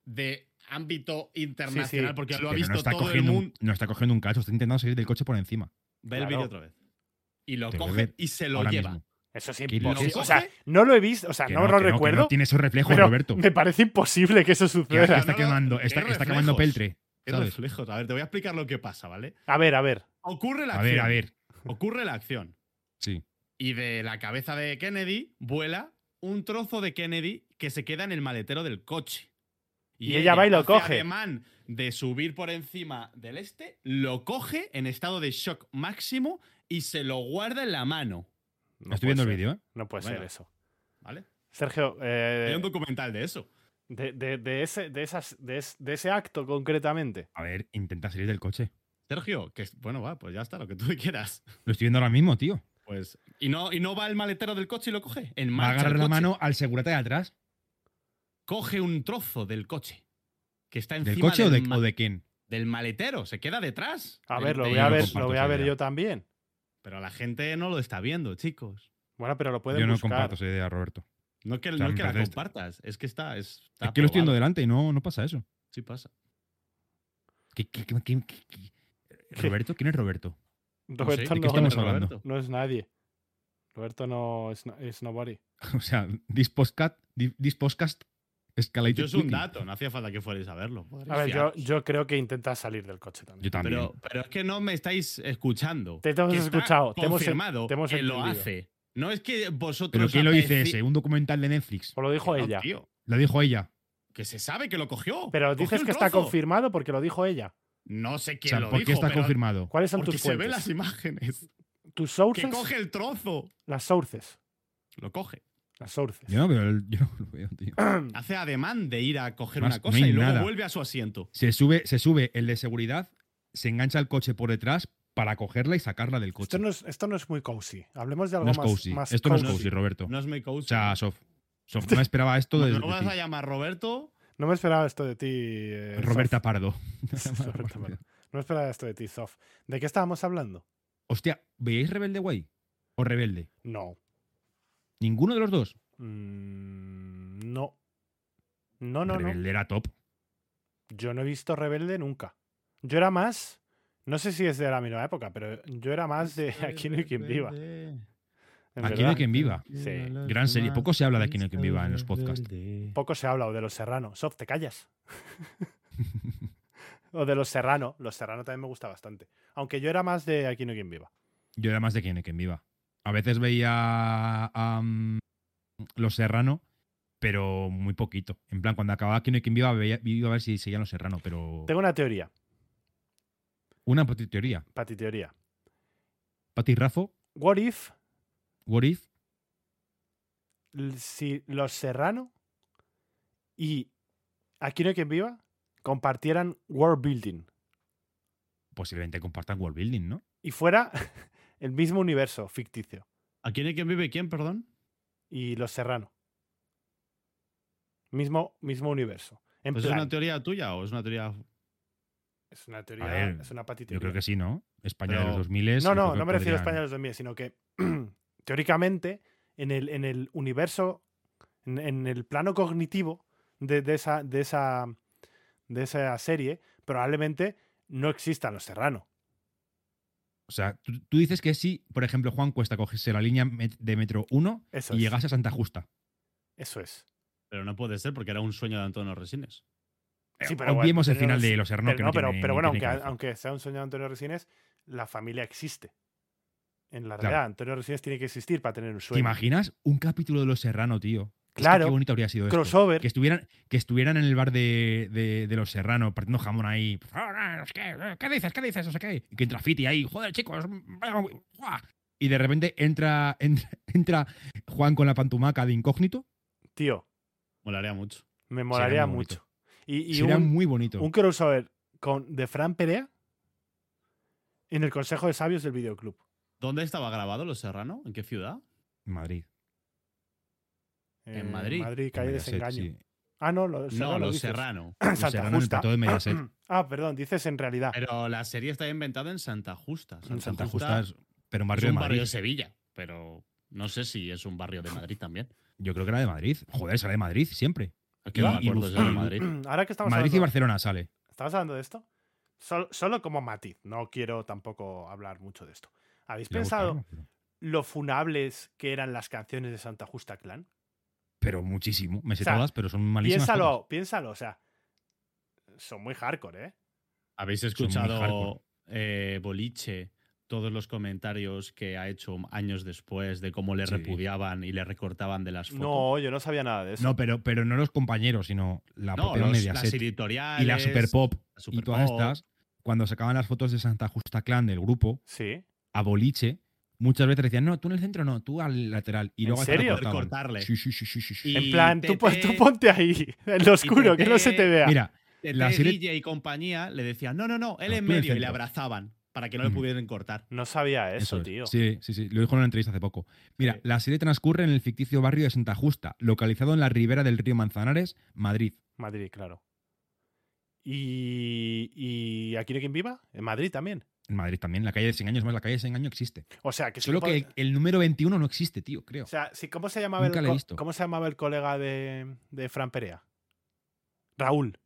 B: de ámbito internacional, porque lo ha
A: Pero
B: visto
A: no está
B: todo el
A: cogiendo un-
B: mundo.
A: no está cogiendo un cacho, está intentando salir del coche por encima.
B: Ve el
C: Claro.
B: vídeo otra vez. Y lo
A: Te lo
B: coge
A: ve
B: y se lo
A: ahora
B: lleva.
A: mismo.
C: Eso es
A: Que lo-
C: imposible.
B: ¿Lo
C: O sea,
B: coge?
C: no lo he visto, o sea,
A: Que
C: no,
A: no,
C: lo
A: que no, que no
C: recuerdo.
A: tiene esos reflejos,
C: pero
A: Roberto.
C: Me parece imposible que eso
A: Que es que
C: suceda.
A: está
B: no,
A: quemando,
B: qué
A: está, está
B: reflejos.
A: quemando peltre.
B: Qué
A: ¿sabes?
B: reflejos. A ver, te voy a explicar lo que pasa, ¿vale?
C: A ver, a ver.
B: Ocurre la
A: A
B: acción.
A: ver, a ver.
B: Ocurre la acción.
A: Sí.
B: Y de la cabeza de Kennedy vuela un trozo de Kennedy que se queda en el maletero del coche.
C: Y ella va y lo
B: hace
C: coge.
B: ademán de subir por encima del este, lo coge en estado de shock máximo y se lo guarda en la mano.
C: No
A: Estoy
C: puede
A: viendo
C: ser,
A: el vídeo, ¿eh?
C: No puede ser
B: Bueno.
C: eso.
B: ¿Vale?
C: Sergio, eh,
B: Hay un documental de eso.
C: de, de- de ese, de, esas, de, es- de ese acto concretamente.
A: A ver, intenta salir del coche.
B: Sergio, que es- bueno, va, pues ya está, lo que tú quieras.
A: Lo estoy viendo ahora mismo, tío.
B: Pues. Y no, y no va al maletero del coche y lo coge. En
A: Va a
B: marcha
A: agarrar
B: el
A: la
B: coche.
A: mano al segurata de atrás.
B: Coge un trozo del coche. Que está encima
A: ¿Del coche o de,
B: ma-
A: o de quién?
B: del maletero. Se queda detrás.
C: A
B: del-
C: ver, lo
B: del-
C: voy a
A: lo
C: ver, lo
A: comparto
C: voy a
A: esa
C: ver
A: idea.
C: yo también.
B: Pero la gente no lo está viendo, chicos.
C: Bueno, pero lo pueden
A: Yo no
C: buscar.
A: comparto esa idea, Roberto.
B: No es que,
A: O sea,
B: no es
A: me
B: que la
A: parece-
B: compartas, es que está. es- está
A: Es que lo estoy viendo
B: aprobado.
A: delante y no, no pasa eso.
B: Sí pasa.
A: ¿Qué- qué- qué- qué- qué- qué? ¿Roberto? ¿Quién es Roberto?
B: sé,
C: Roberto
A: ¿de qué
C: no,
A: estamos
C: no-
A: hablando?
B: Roberto.
C: no es nadie. Roberto no es, no- es nobody.
A: O sea, this podcast, this podcast Escalated
B: Yo es un
A: quickly.
B: dato, no hacía falta que fuerais a verlo.
C: A ver, yo, yo creo que intentas salir del coche
A: Yo
C: también.
A: también.
B: Pero, pero es que no me estáis escuchando.
C: Te hemos
B: Que está
C: escuchado, te hemos-
B: confirmado
C: te hemos
B: que lo
C: entendido.
B: hace. No es que vosotros.
A: ¿Pero quién lo dice
B: apeci-
A: ese? Un documental de Netflix.
C: O lo dijo
B: No,
C: ella.
B: tío,
A: Lo dijo ella.
B: que se sabe que lo cogió.
C: Pero
B: Cogió
C: dices
B: el
C: que está
B: trozo.
C: confirmado porque lo dijo ella.
B: No sé
A: O
B: quién
A: sea,
B: lo
A: ¿por qué
B: dijo,
A: está
B: pero
A: confirmado?
C: ¿Cuáles son
B: Porque
C: tus
B: se ven
C: fuentes?
B: las imágenes.
C: ¿Tus
B: Que
C: sources?
B: coge el trozo.
C: Las sources.
B: Lo coge.
C: Las sources.
A: Yo no, veo el- yo no lo veo, tío.
B: Hace ademán de ir a coger
A: Más,
B: una
A: no
B: cosa
A: hay
B: y luego
A: nada.
B: vuelve a su asiento.
A: Se sube, se sube el de seguridad, se engancha al coche por detrás para cogerla y sacarla del coche.
C: Esto, no es, esto no es muy cozy. Hablemos de
A: No
C: algo
A: es
C: más,
A: cozy.
C: más
A: Esto no es
C: cozy.
A: cozy, Roberto.
B: No es mi coach.
A: O sea, Sof. Sof, no me esperaba esto de, de
B: Luego vas
A: ti.
B: a llamar Roberto.
C: No me esperaba esto de ti. eh,
A: Roberta
C: Zof.
A: Pardo.
C: Roberta Pardo. No me esperaba esto de ti, Zof. ¿De qué estábamos hablando?
A: Hostia, ¿veíais Rebelde Way? ¿O Rebelde?
C: No.
A: ¿Ninguno de los dos?
C: Mm, no. No, no, no.
A: Rebelde era top.
C: Yo no he visto Rebelde nunca. Yo era más. No sé si es de la misma época, pero yo era más de Aquí no hay quien viva. en
A: Aquí no hay
C: verdad.
A: quien viva.
C: Sí.
A: Gran serie. Poco se habla de Aquí no hay quien viva en los podcasts.
C: Poco se ha hablado de los serranos. Sof, te callas. o de los serranos. Los serranos también me gusta bastante. Aunque yo era más de Aquí no hay quien viva.
A: Yo era más de quien, quien viva. A veces veía am, Los Serrano, pero muy poquito. En plan, cuando acababa Quien no hay quien viva, veía, iba a ver si seguían Los Serrano, pero
C: Tengo una teoría,
A: una poti- teoría.
C: Pati, teoría.
A: Pati Raffo,
C: What if
A: What If,
C: l- si los serrano y Aquí no hay quien viva compartieran world building
A: posiblemente compartan World Building, ¿no?
C: y fuera el mismo universo ficticio
B: ¿A quién es quien vive quién, perdón?
C: y los serrano? Mismo, mismo universo. En
B: Pues ¿Es
C: plan,
B: una teoría tuya o es una teoría.?
C: es una teoría,
A: ver,
C: es una Pati
A: Yo creo
C: teoría.
A: que sí, ¿no? España de
B: Pero-
A: los 2000
C: No, no, no me refiero a España de los 2000, sino que teóricamente en el, en el universo, en, en el plano cognitivo de, de esa, de, esa, de esa serie, probablemente no existan los serranos.
A: O sea, tú, tú dices que si, por ejemplo, Juan Cuesta cogiese la línea met- de metro 1
C: Eso
A: y
C: es.
A: llegase a Santa Justa.
C: Eso es.
B: Pero no puede ser porque era un sueño de Antonio Resines.
C: Sí,
A: Eh,
C: pero bueno,
A: Obviemos el
C: pero no
A: final
C: es-
A: de Los Serrano.
C: pero,
A: que
C: no,
A: no
C: pero,
A: tiene-
C: pero
A: no
C: bueno,
A: tiene
C: aunque,
A: cabeza.
C: aunque sea un sueño de Antonio Resines, la familia existe. En la
A: Claro.
C: realidad, Antonio Resines tiene que existir para tener un
A: ¿Te
C: sueño.
A: imaginas un capítulo de Los Serrano, tío? Es que
C: Claro,
A: Qué bonito habría sido esto.
C: Crossover.
A: Que estuvieran, que estuvieran en el bar de, de- de Los Serrano partiendo jamón ahí. Ah, no sé ¿Qué, ¿Qué dices? ¿Qué dices? No sé qué. Y que entra Fiti ahí. Joder, chicos. vaya, guau". Y de repente entra, entra, entra Juan con la pantumaca de incógnito.
C: Tío,
B: Molaría mucho.
C: me molaría
A: muy bonito.
C: mucho. Y, y
A: Sería
C: un-
A: muy bonito.
C: Un crossover con, de Fran Perea en el Consejo de Sabios del Videoclub.
B: ¿Dónde estaba grabado Los Serrano? ¿En qué ciudad?
A: Madrid.
C: Eh,
B: Madrid?
C: Madrid, calle
A: Mediaset,
C: Desengaño.
A: sí.
C: Ah, no, los
B: no,
C: Serrano,
B: Los
C: dices.
B: Serrano.
A: Los
C: Santa
A: Serrano en el
C: Justa.
A: plató de Mediaset.
C: Ah, perdón, dices en realidad.
B: Pero la serie está inventada en Santa Justa. Santa,
A: Santa
B: Justa,
A: Justa es- pero un
B: es
A: barrio
B: un
A: de
B: barrio
A: Madrid.
B: de Sevilla, pero no sé si es un barrio de Madrid también.
A: Yo creo que era de Madrid. Joder, será de Madrid siempre.
B: Es que no
A: Y-
B: me
A: y
B: acuerdo si era de Madrid.
C: Ahora que estamos
A: Madrid y
C: hablando,
A: Barcelona sale.
C: ¿estabas hablando de esto, Sol- solo como matiz, no quiero tampoco hablar mucho de esto. ¿Habéis
A: Le gusta
C: pensado
A: verlo, pero-
C: lo funables que eran las canciones de Santa Justa Clan?
A: Pero muchísimo. Me sé
C: O sea,
A: todas, pero son malísimas.
C: Piénsalo,
A: todas.
C: piénsalo, o sea, son muy hardcore, ¿eh?
B: ¿Habéis
A: muy hardcore.
B: escuchado eh, Boliche? Todos los comentarios que ha hecho años después de cómo le
A: Sí.
B: repudiaban y le recortaban de las fotos.
C: No, yo no sabía nada de eso.
A: Pues No, pero, pero no los compañeros, sino la propia
B: los-
A: Mediaset.
B: las editoriales.
A: y la Super Pop.
B: la
A: Y
B: Super
A: todas
B: Pop.
A: estas, cuando sacaban las fotos de Santa Justa Clan del grupo,
C: Sí.
A: a boliche, muchas veces decían, no, tú en el centro no, tú al lateral. Y
C: ¿En
A: luego hasta
C: serio?
A: recortaban.
B: Recortarle.
A: Sí, sí, sí, sí, sí, sí.
B: Y-
C: En plan, tú, pon- tú
B: Tete-
C: ponte ahí, en lo oscuro, que no se te
B: Tete-
C: vea.
A: Mira,
B: de
A: La
B: Ted
A: serie-
B: DJ y compañía le decían, no, no, no, él
A: No,
B: en
A: tú en el
B: medio, y le
A: centro.
B: abrazaban para que no le
A: Mm.
B: pudieran cortar.
C: No sabía eso,
A: Eso es.
C: tío.
A: Sí, sí, sí. Lo dijo en una entrevista hace poco. Mira,
C: Sí.
A: la serie transcurre en el ficticio barrio de Santa Justa, localizado en la ribera del río Manzanares, Madrid.
C: Madrid, claro. ¿Y, y aquí no hay quien viva? En Madrid también.
A: En Madrid también, la calle de 100 años. Más la calle de 100 años existe.
C: O sea, que, sí
A: Solo
C: pod-
A: que el, el número 21 no existe, tío, creo.
C: O sea, sí, ¿cómo, se llamaba el
A: Nunca la he
C: co-
A: visto.
C: ¿cómo se llamaba el colega de, de Fran Perea? Raúl.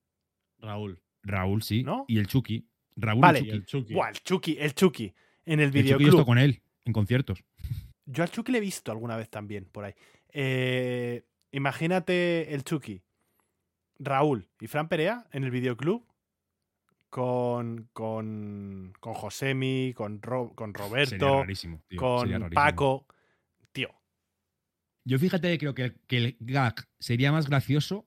B: Raúl.
A: Raúl, sí.
C: ¿No?
A: Y el Chucky. Raúl
C: Vale.
A: y
B: Y
A: Chucky.
B: el Chucky.
C: Buah, el Chucky, el Chucky. En el
A: El Chucky yo he estado
C: videoclub.
A: con él en conciertos.
C: Yo al Chucky le he visto alguna vez también, por ahí. Eh, imagínate el Chucky Raúl y Fran Perea en el videoclub con, con, con Josemi, con, Ro- con
A: Sería
C: Roberto,
A: rarísimo, tío, sería
C: con
A: rarísimo.
C: Paco. Tío,
A: Yo fíjate, creo que, que el gag sería más gracioso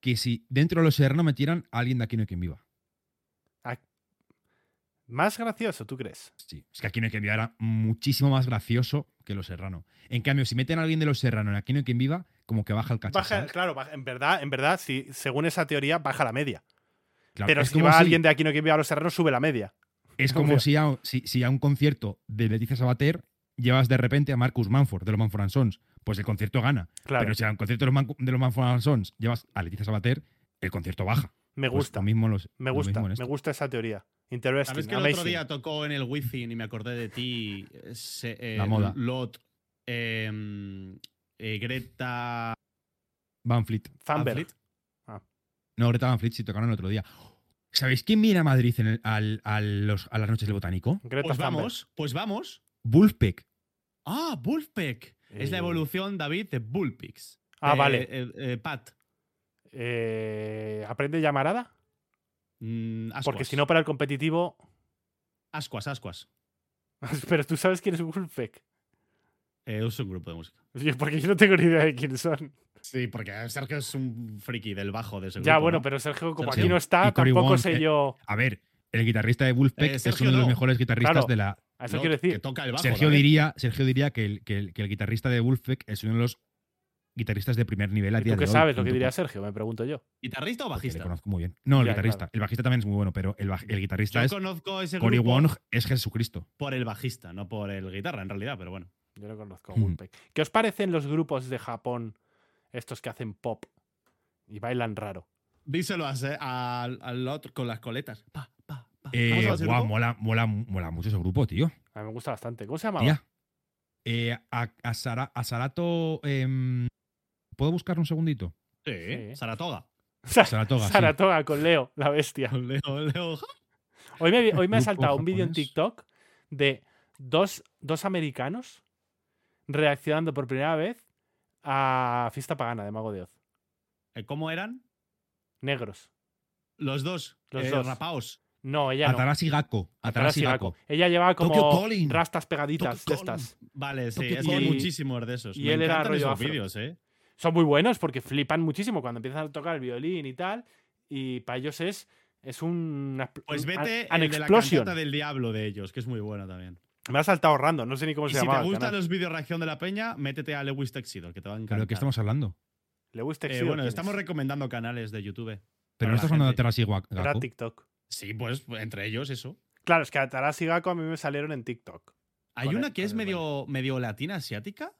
A: que si dentro de los serranos metieran a alguien de Aquí no hay quien viva.
C: más gracioso, ¿tú crees?
A: Sí, es que Aquí no hay quien viva era muchísimo más gracioso que los serranos. En cambio, si meten a alguien de los serranos en Aquí no hay quien viva, como que baja el cacho.
C: Baja,
A: ¿sabes?
C: claro, baja- en verdad, en verdad, si, según esa teoría, baja la media.
A: Claro,
C: Pero
A: es
C: si
A: como
C: va alguien de aquí no que viva a los serranos, sube la media.
A: Es como
C: Hombre.
A: si a, si- si a un concierto de Leticia Sabater llevas de repente a Marcus Manford de los Manford and Sons. Pues el concierto gana.
C: Claro,
A: Pero si a un concierto de los, Man- de los Manford and Sons llevas a Leticia Sabater, el concierto baja.
C: me
A: Pues
C: gusta,
A: lo mismo en los-
C: me
A: lo
C: gusta,
A: mismo en
C: me
A: esto.
C: gusta esa teoría. Interesting,
B: ¿Sabes que el otro
C: amazing.
B: día tocó en el Wizzing y me acordé de ti? se- eh,
A: La moda.
B: Lot, em, eh, Greta
A: Van Fleet.
C: Thunberg.
B: Van Fleet.
A: No, Greta Van Fleet sí tocaron el otro día. ¿Sabéis quién viene a Madrid en el- al- a, los- a las noches del botánico?
C: Greta
B: Pues
C: Thunberg.
B: vamos, pues vamos.
A: Wolfpack.
B: Ah, Bullpeck. Es la
C: Eh.
B: evolución, David, de Bullpix.
C: Ah,
B: Eh,
C: vale.
B: eh, eh, Pat.
C: Eh, ¿Aprende llamarada?
B: mm, ascuas.
C: Porque si no, para el competitivo.
B: Ascuas, ascuas.
C: Pero tú sabes quién es Wolfpack.
B: Eh, es un grupo de música.
C: Yo- Porque yo no tengo ni idea de quién son.
B: Sí, porque Sergio es un friki del bajo de ese
C: Ya,
B: grupo,
C: bueno,
B: ¿no?
C: pero Sergio, como
B: Sergio.
C: aquí no está,
A: Y Cory
C: tampoco
A: Wong,
C: sé
A: eh.
C: yo.
A: A ver, el guitarrista de Wolfpack
B: Eh,
A: es
B: Sergio
A: uno de los
B: no.
A: mejores guitarristas
C: Claro.
A: de la.
C: A eso
B: No,
C: quiero
B: Que
C: decir.
B: toca el bajo.
A: Sergio
B: David.
A: diría, Sergio diría que el, que el- que el guitarrista de Wolfpack es uno de los guitarristas de primer nivel a
C: ¿Y
A: día
C: ¿Tú qué
A: de hoy,
C: sabes lo que
A: junto
C: diría
A: con-
C: Sergio? Me pregunto yo.
B: ¿Guitarrista o
A: porque Le
B: bajista?
A: conozco muy bien. No, el
C: Ya,
A: guitarrista.
C: claro.
A: El bajista también es muy bueno, pero el, baj- el guitarrista
B: Yo
A: es.
B: conozco ese
A: Cory
B: grupo
A: Wong es Jesucristo.
B: por el bajista, no por el guitarra en realidad, pero bueno.
C: Yo lo conozco,
A: Hmm.
C: Wolfpack. ¿Qué os parecen los grupos de Japón, estos que hacen pop y bailan raro?
B: Díselo a Se- al, al otro con las coletas. Pa, pa, pa. ¿Cómo
A: Eh,
B: se llama ese
A: guau,
B: grupo?
A: mola, mola, mola mucho ese grupo, tío.
C: A mí me gusta bastante. ¿Cómo se llamaba?
A: Tía. Eh, a, a Sara- a Sarato. em, ¿Puedo buscar un segundito?
B: Sí,
C: Sí.
B: Saratoga.
C: Sa-
A: Saratoga, sí.
C: Saratoga con Leo, la bestia.
B: Leo, Leo.
C: Hoy me, hoy me
A: Grupo
C: ha saltado un vídeo en
A: japonés.
C: TikTok de dos, dos americanos reaccionando por primera vez a Fiesta Pagana de Mago de Oz.
B: Eh, ¿Cómo eran?
C: Negros.
B: Los dos.
C: Los
B: eh,
C: dos.
B: rapaos.
C: No, ella no.
A: Atarasi Gakko. Atarasi
C: Atarasi
A: Gakko.
C: Gakko. Ella llevaba
A: Tokyo
C: como
A: Calling.
C: rastas pegaditas de
A: Tokyo
C: estas.
B: Vale, sí,
A: Tokyo
B: es que hay
C: Ghoul.
B: muchísimos de esos.
C: Y
B: Me
C: él era
B: encantan
C: rollo
B: esos
C: afro.
B: vídeos, ¿eh?
C: Son muy buenos porque flipan muchísimo cuando empiezan a tocar el violín y tal. Y para ellos es, es un.
B: Pues
C: un-
B: vete
C: an
B: el de la
C: explosion.
B: cantata del diablo de ellos, que es muy bueno también.
C: Me ha saltado random, no sé ni cómo
B: Y
C: Pues se
B: si
C: llamaba.
B: te
C: el
B: gustan
C: canal.
B: los vídeos reacción de la peña, métete a Lewis Texidor, que te va a
A: Pero
B: encantar.
A: ¿De qué estamos hablando?
C: Lewis
B: Eh,
C: Texidor,
B: bueno,
C: ¿quién
B: estamos
C: es?
B: recomendando canales de YouTube.
A: Pero
B: Para
A: no
B: la
A: estás hablando de
B: gente.
A: Atarasi Gua- Gakko.
C: Era TikTok.
B: Sí, pues entre ellos eso.
C: Claro, es que Ataras y Gakko a mí me salieron en TikTok.
B: Hay
C: Vale,
B: una que es
C: vale,
B: medio, medio latina asiática.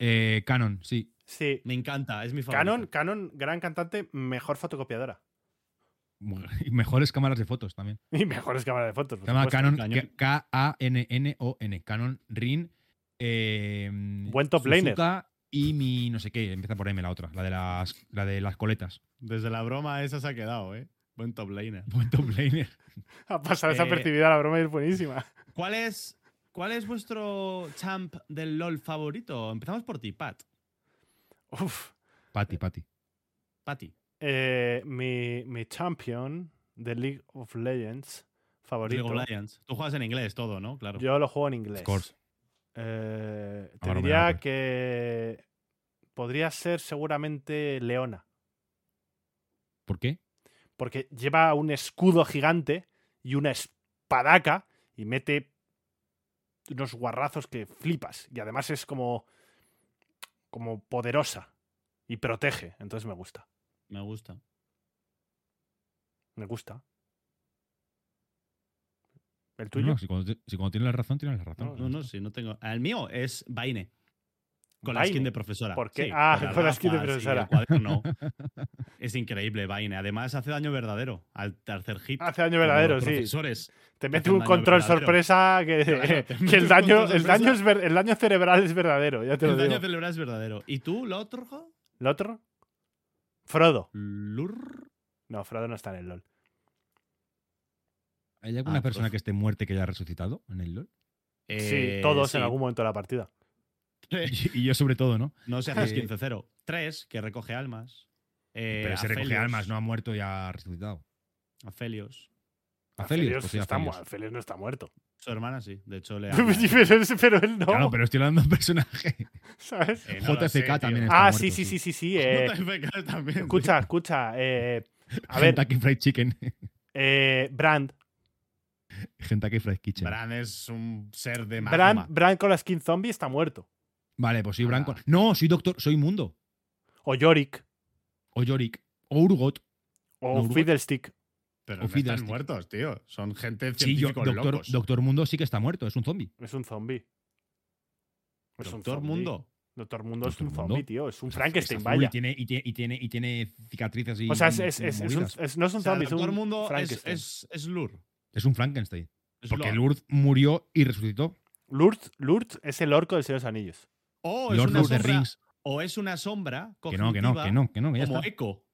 A: Eh, Canon, sí.
C: Sí.
B: Me encanta, es mi favorita.
C: Canon, Canon, gran cantante, mejor fotocopiadora.
A: Y mejores cámaras de fotos también.
C: Y mejores cámaras de fotos. por
A: Se llama
C: supuesto. este
A: Canon
B: cañón.
A: K- K-A-N-N-O-N. Canon Rin. eh,
C: Buen top laner.
A: Suzuka Y mi no sé qué, empieza por M la otra, la de las, la de las coletas.
B: Desde la broma esa se ha quedado, ¿eh? Buen top laner.
A: Buen top laner.
C: Ha pasado
B: Eh,
C: desapercibida la broma y es buenísima.
B: ¿Cuál es, ¿Cuál es vuestro champ del LOL favorito? Empezamos por ti, Pat.
C: Uf.
A: Pati, Pati.
B: Pati.
C: Eh, mi, mi champion de League of Legends
B: League
C: favorito.
B: of Legends. Tú juegas en inglés todo, ¿no? Claro.
C: Yo lo juego en inglés.
A: Of course.
C: Eh, te
A: Ahora me
C: diría
A: la hago.
C: que podría ser seguramente Leona.
A: ¿Por qué?
C: porque lleva un escudo gigante y una espadaca y mete unos guarrazos que flipas. Y además es como, como poderosa y protege. Entonces me gusta.
B: Me gusta.
C: Me gusta. ¿El tuyo?
A: No, si, cuando, ti- si cuando tienes la razón, tienes la razón.
B: No, no, sí, no tengo. El mío es Vaine. Con la
C: Vaine.
B: skin de profesora.
C: ¿Por qué?
B: Sí,
C: Ah, con la skin de
B: gafas y
C: profesora.
B: el cuaderno. es increíble, Vaine. Además, hace daño verdadero al tercer hit.
C: Hace daño
B: como
C: verdadero,
B: los
C: sí.
B: Profesores.
C: Te mete
B: un
C: un
B: daño
C: control
B: verdadero.
C: sorpresa que,
B: Claro, te
C: que
B: mete
C: el,
B: un
C: daño,
B: control
C: el, daño
B: sorpresa.
C: es ver- el daño cerebral es verdadero, ya te lo
B: El
C: digo.
B: daño cerebral es verdadero. ¿Y tú, lo otro?
C: ¿El otro? Frodo.
B: Lur.
C: No, Frodo no está en el LOL.
A: ¿Hay alguna
B: Ah,
A: persona
B: pues.
A: que esté muerta y que haya resucitado en el LOL?
C: sí,
B: Eh,
C: todos
B: sí.
C: en algún momento de la partida.
A: Y, y yo sobre todo, ¿no?
B: No seas
A: Eh,
B: 15-0. 3, que recoge almas. Eh,
A: Pero se recoge
B: Aphelios.
A: almas, no ha muerto y ha resucitado.
B: Aphelios.
A: Aphelios, pues sí,
C: está mu-
A: Aphelios.
C: Aphelios no está muerto.
B: Su hermana sí, de hecho le habla.
C: pero, pero él no,
A: Claro, pero estoy hablando de un personaje.
C: ¿sabes?
B: Eh, no lo sé,
A: JFK también
B: tío.
A: está
C: Ah,
A: muerto,
C: sí, sí, sí, sí, sí. eh,
B: JFK también.
C: escucha, escucha. eh, a ver,
A: Kentucky Fried Chicken.
C: eh, Brand.
A: Kentucky Fried Kitchen.
B: Bran es un ser de magma.
C: Brand, Brand con la skin zombie está muerto.
A: Vale, pues soy
B: Ah.
A: Branco. No, soy Doctor, soy Mundo.
C: O Yorick.
A: O Yorick. O Urgot.
C: O
A: Urgot.
C: Fiddlestick.
A: O
B: Pero no están
A: Fiddlesticks.
B: muertos, tío. Son gente
A: Sí, yo-
B: científicos
A: doctor,
B: locos.
A: doctor Mundo sí que está muerto, es un zombie.
C: Es un zombie. Es Pues un
B: Doctor
C: zombie.
B: Mundo.
C: Doctor Mundo es
A: Doctor
C: un
A: Mundo.
C: zombie, tío. Es un
A: Es
C: Frankenstein,
A: azul
C: vaya.
A: Y tiene, y, tiene, y, tiene, y tiene cicatrices y.
C: O sea, es, es- es- es un-
A: movidas.
C: es- no es un
B: O sea,
C: zombie, es
B: Doctor
C: un
B: Mundo es,
C: Frankenstein.
B: es, es Lur.
A: Es un Frankenstein.
B: Es
A: Porque
B: Lor.
A: Lourdes murió y resucitó.
C: Lourdes, Lourdes es el orco del Señor de los Anillos.
B: O es
A: Lord
B: una
A: of the
B: sombra,
A: Rings.
B: O es una sombra
A: Que no, que no, que no, que no, que ya
B: como
A: está.
B: eco.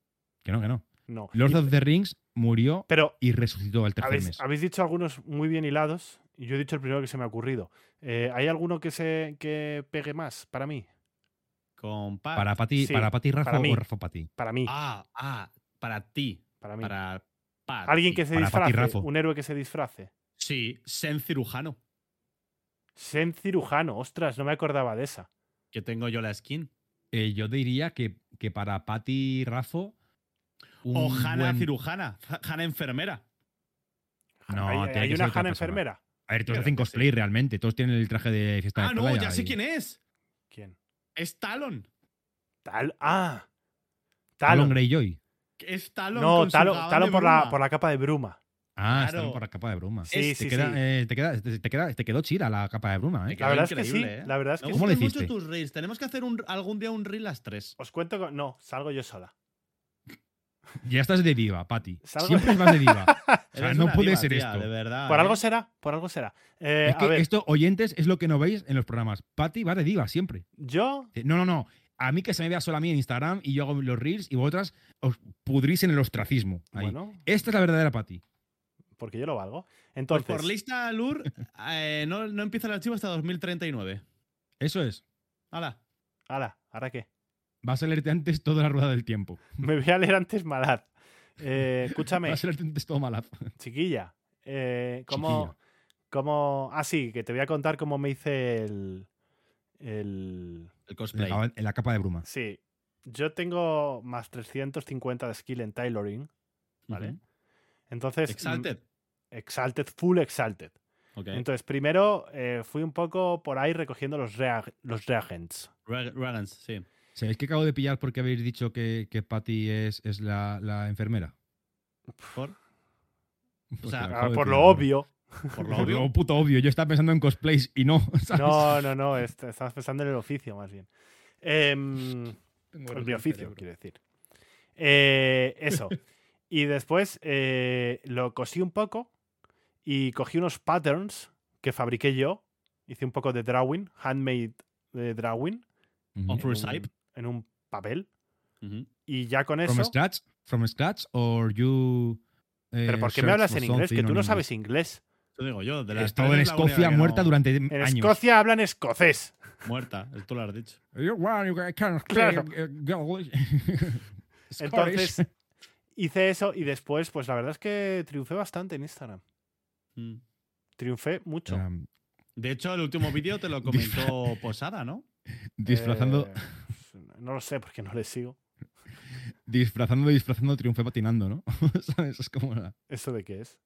A: Que no, que no.
C: No.
A: Lord
C: Y-
A: of the Rings murió
C: pero
A: y resucitó al tercer mes.
C: habéis, habéis dicho algunos muy bien hilados y yo he dicho el primero que se me ha ocurrido. Eh, ¿Hay alguno que se que pegue más para mí?
B: Con pa-
A: Para Pati,
C: sí,
A: para Pati Rafa
C: para mí.
A: o Rafa Pati.
C: Para mí.
B: Ah, ah, para ti.
C: para mí.
B: Para, para
C: Alguien
B: ti.
C: que se
A: para Pati
C: disfrace.
A: Raffo.
C: Un héroe que se disfrace.
B: Sí, Sen Cirujano.
C: Sen cirujano. Ostras, no me acordaba de esa.
B: Que tengo yo la skin.
A: Eh, yo diría que, que para Pati Rafa. un
B: o Hanna
A: buen-
B: Cirujana. Ha- Hanna Enfermera.
A: No,
C: hay,
A: tiene
C: hay
A: que
C: una
A: ser otra persona.
C: Hanna enfermera.
A: A ver, todos
B: Claro
A: hacen
B: que sí.
A: cosplay realmente. Todos tienen el traje de fiesta
B: Ah,
A: de
B: no,
A: playa
B: ya sé
A: y-
B: quién es.
C: ¿Quién?
B: Es Talon.
C: Tal. Ah.
A: Talon
C: Talon.
A: Greyjoy.
B: Es Talon.
C: No,
B: con su
C: Talon,
B: gabán
C: Talon
B: de
C: por, la,
B: bruma.
C: por la capa de bruma.
A: Ah,
B: Claro.
A: está por la capa de bruma.
C: Sí,
A: te,
C: sí,
A: queda,
C: sí.
A: eh, te, queda- te- te queda- te quedó chila la capa de bruma, ¿eh?
B: Te
C: La verdad es que sí.
B: increíble, ¿eh?
C: La verdad es
B: Me
C: que
A: ¿Cómo
B: gustan
A: le
B: mucho
A: hiciste?
B: tus reels. Tenemos que hacer un- algún día un reel las tres.
C: Os cuento con- No, salgo yo sola.
A: Ya estás de diva, Pati.
C: Salgo-
A: Siempre vas de diva. O sea,
B: Eres
A: no
B: una
A: puede
B: diva,
A: ser
B: tía,
A: esto.
B: De verdad.
C: Por
B: ¿eh?
C: algo será, por algo será. Eh,
A: Es
C: a ver,
A: que esto, oyentes, es lo que no veis en los programas. Pati va de diva siempre.
C: yo,
A: Eh, No, no, no. A mí que se me vea solo a mí en Instagram y yo hago los reels y vosotras os pudrís en el ostracismo. Ahí.
C: bueno,
A: Esta es la verdadera Pati.
C: porque yo lo valgo.
B: Pues
C: Entonces,
B: por lista, Lur, eh, no, no empieza el archivo hasta 2039.
A: Eso es.
B: Hala.
C: ala, ¿ahora qué?
A: Vas a leerte antes toda la rueda del tiempo.
C: Me voy a leer antes Malad. Eh, escúchame,
B: Ah,
A: Vas a leerte antes todo malaz.
C: chiquilla, eh, ¿cómo, cómo- Ah, sí, que te voy a contar cómo me hice el... el
B: El
A: En
B: cosplay.
A: la- en la capa de bruma.
C: sí, yo tengo más 350 de skill en tailoring, ¿vale?
B: Ujú.
C: Entonces... mm,
B: Exalted.
C: Exalted, full exalted.
B: Ok.
C: Entonces, primero eh, fui un poco por ahí recogiendo los, rea- los reagents.
B: Ra- Ragans, sí.
A: ¿Sabéis que acabo de pillar porque habéis dicho que, que Patty es, es la, la enfermera?
B: Por,
A: Porque
B: sea,
A: la
B: Ah,
C: Ah,
A: acabo de
C: por
A: pillar
C: lo
A: ahora.
C: obvio.
B: por lo
A: Por
B: obvio.
A: lo puto obvio. Yo estaba pensando en cosplays y no, ¿sabes?
C: No, no, no, est- estabas pensando en el oficio más bien. Em, el oficio, quiero decir. Eh, eso. Y después eh, lo cosí un poco y cogí unos patterns que fabriqué yo. Hice un poco de drawing, handmade de drawing
A: Ujú.
B: Of
C: en un,
B: Prototype.
C: en un papel.
B: Ujú.
C: Y ya con eso...
A: From scratch, from scratch, or you. eh,
C: Pero ¿por qué me
A: search
C: hablas
A: for
C: en inglés? Que
A: something
C: tú
A: on
C: no
A: English?
C: sabes inglés.
B: Eso digo yo. De
A: He
B: las
A: estado
B: tres
A: en
B: es la única
A: Escocia
B: que
A: muerta
B: no-
A: durante
C: En
A: años.
C: Escocia hablan escocés.
B: Muerta, esto lo has dicho.
A: You want, you can't
C: Claro.
A: speak, eh,
B: uh,
A: English. Scottish.
C: Entonces hice eso y después, pues la verdad es que triunfé bastante en Instagram.
B: Mm.
C: Triunfé mucho.
A: Um,
B: De hecho, el último vídeo te lo comentó Posada, ¿no?
A: disfrazando,
C: Eh, no lo sé porque no le sigo.
A: disfrazando, disfrazando, triunfé patinando, ¿no? ¿Sabes? Es como la,
C: ¿Eso de qué es?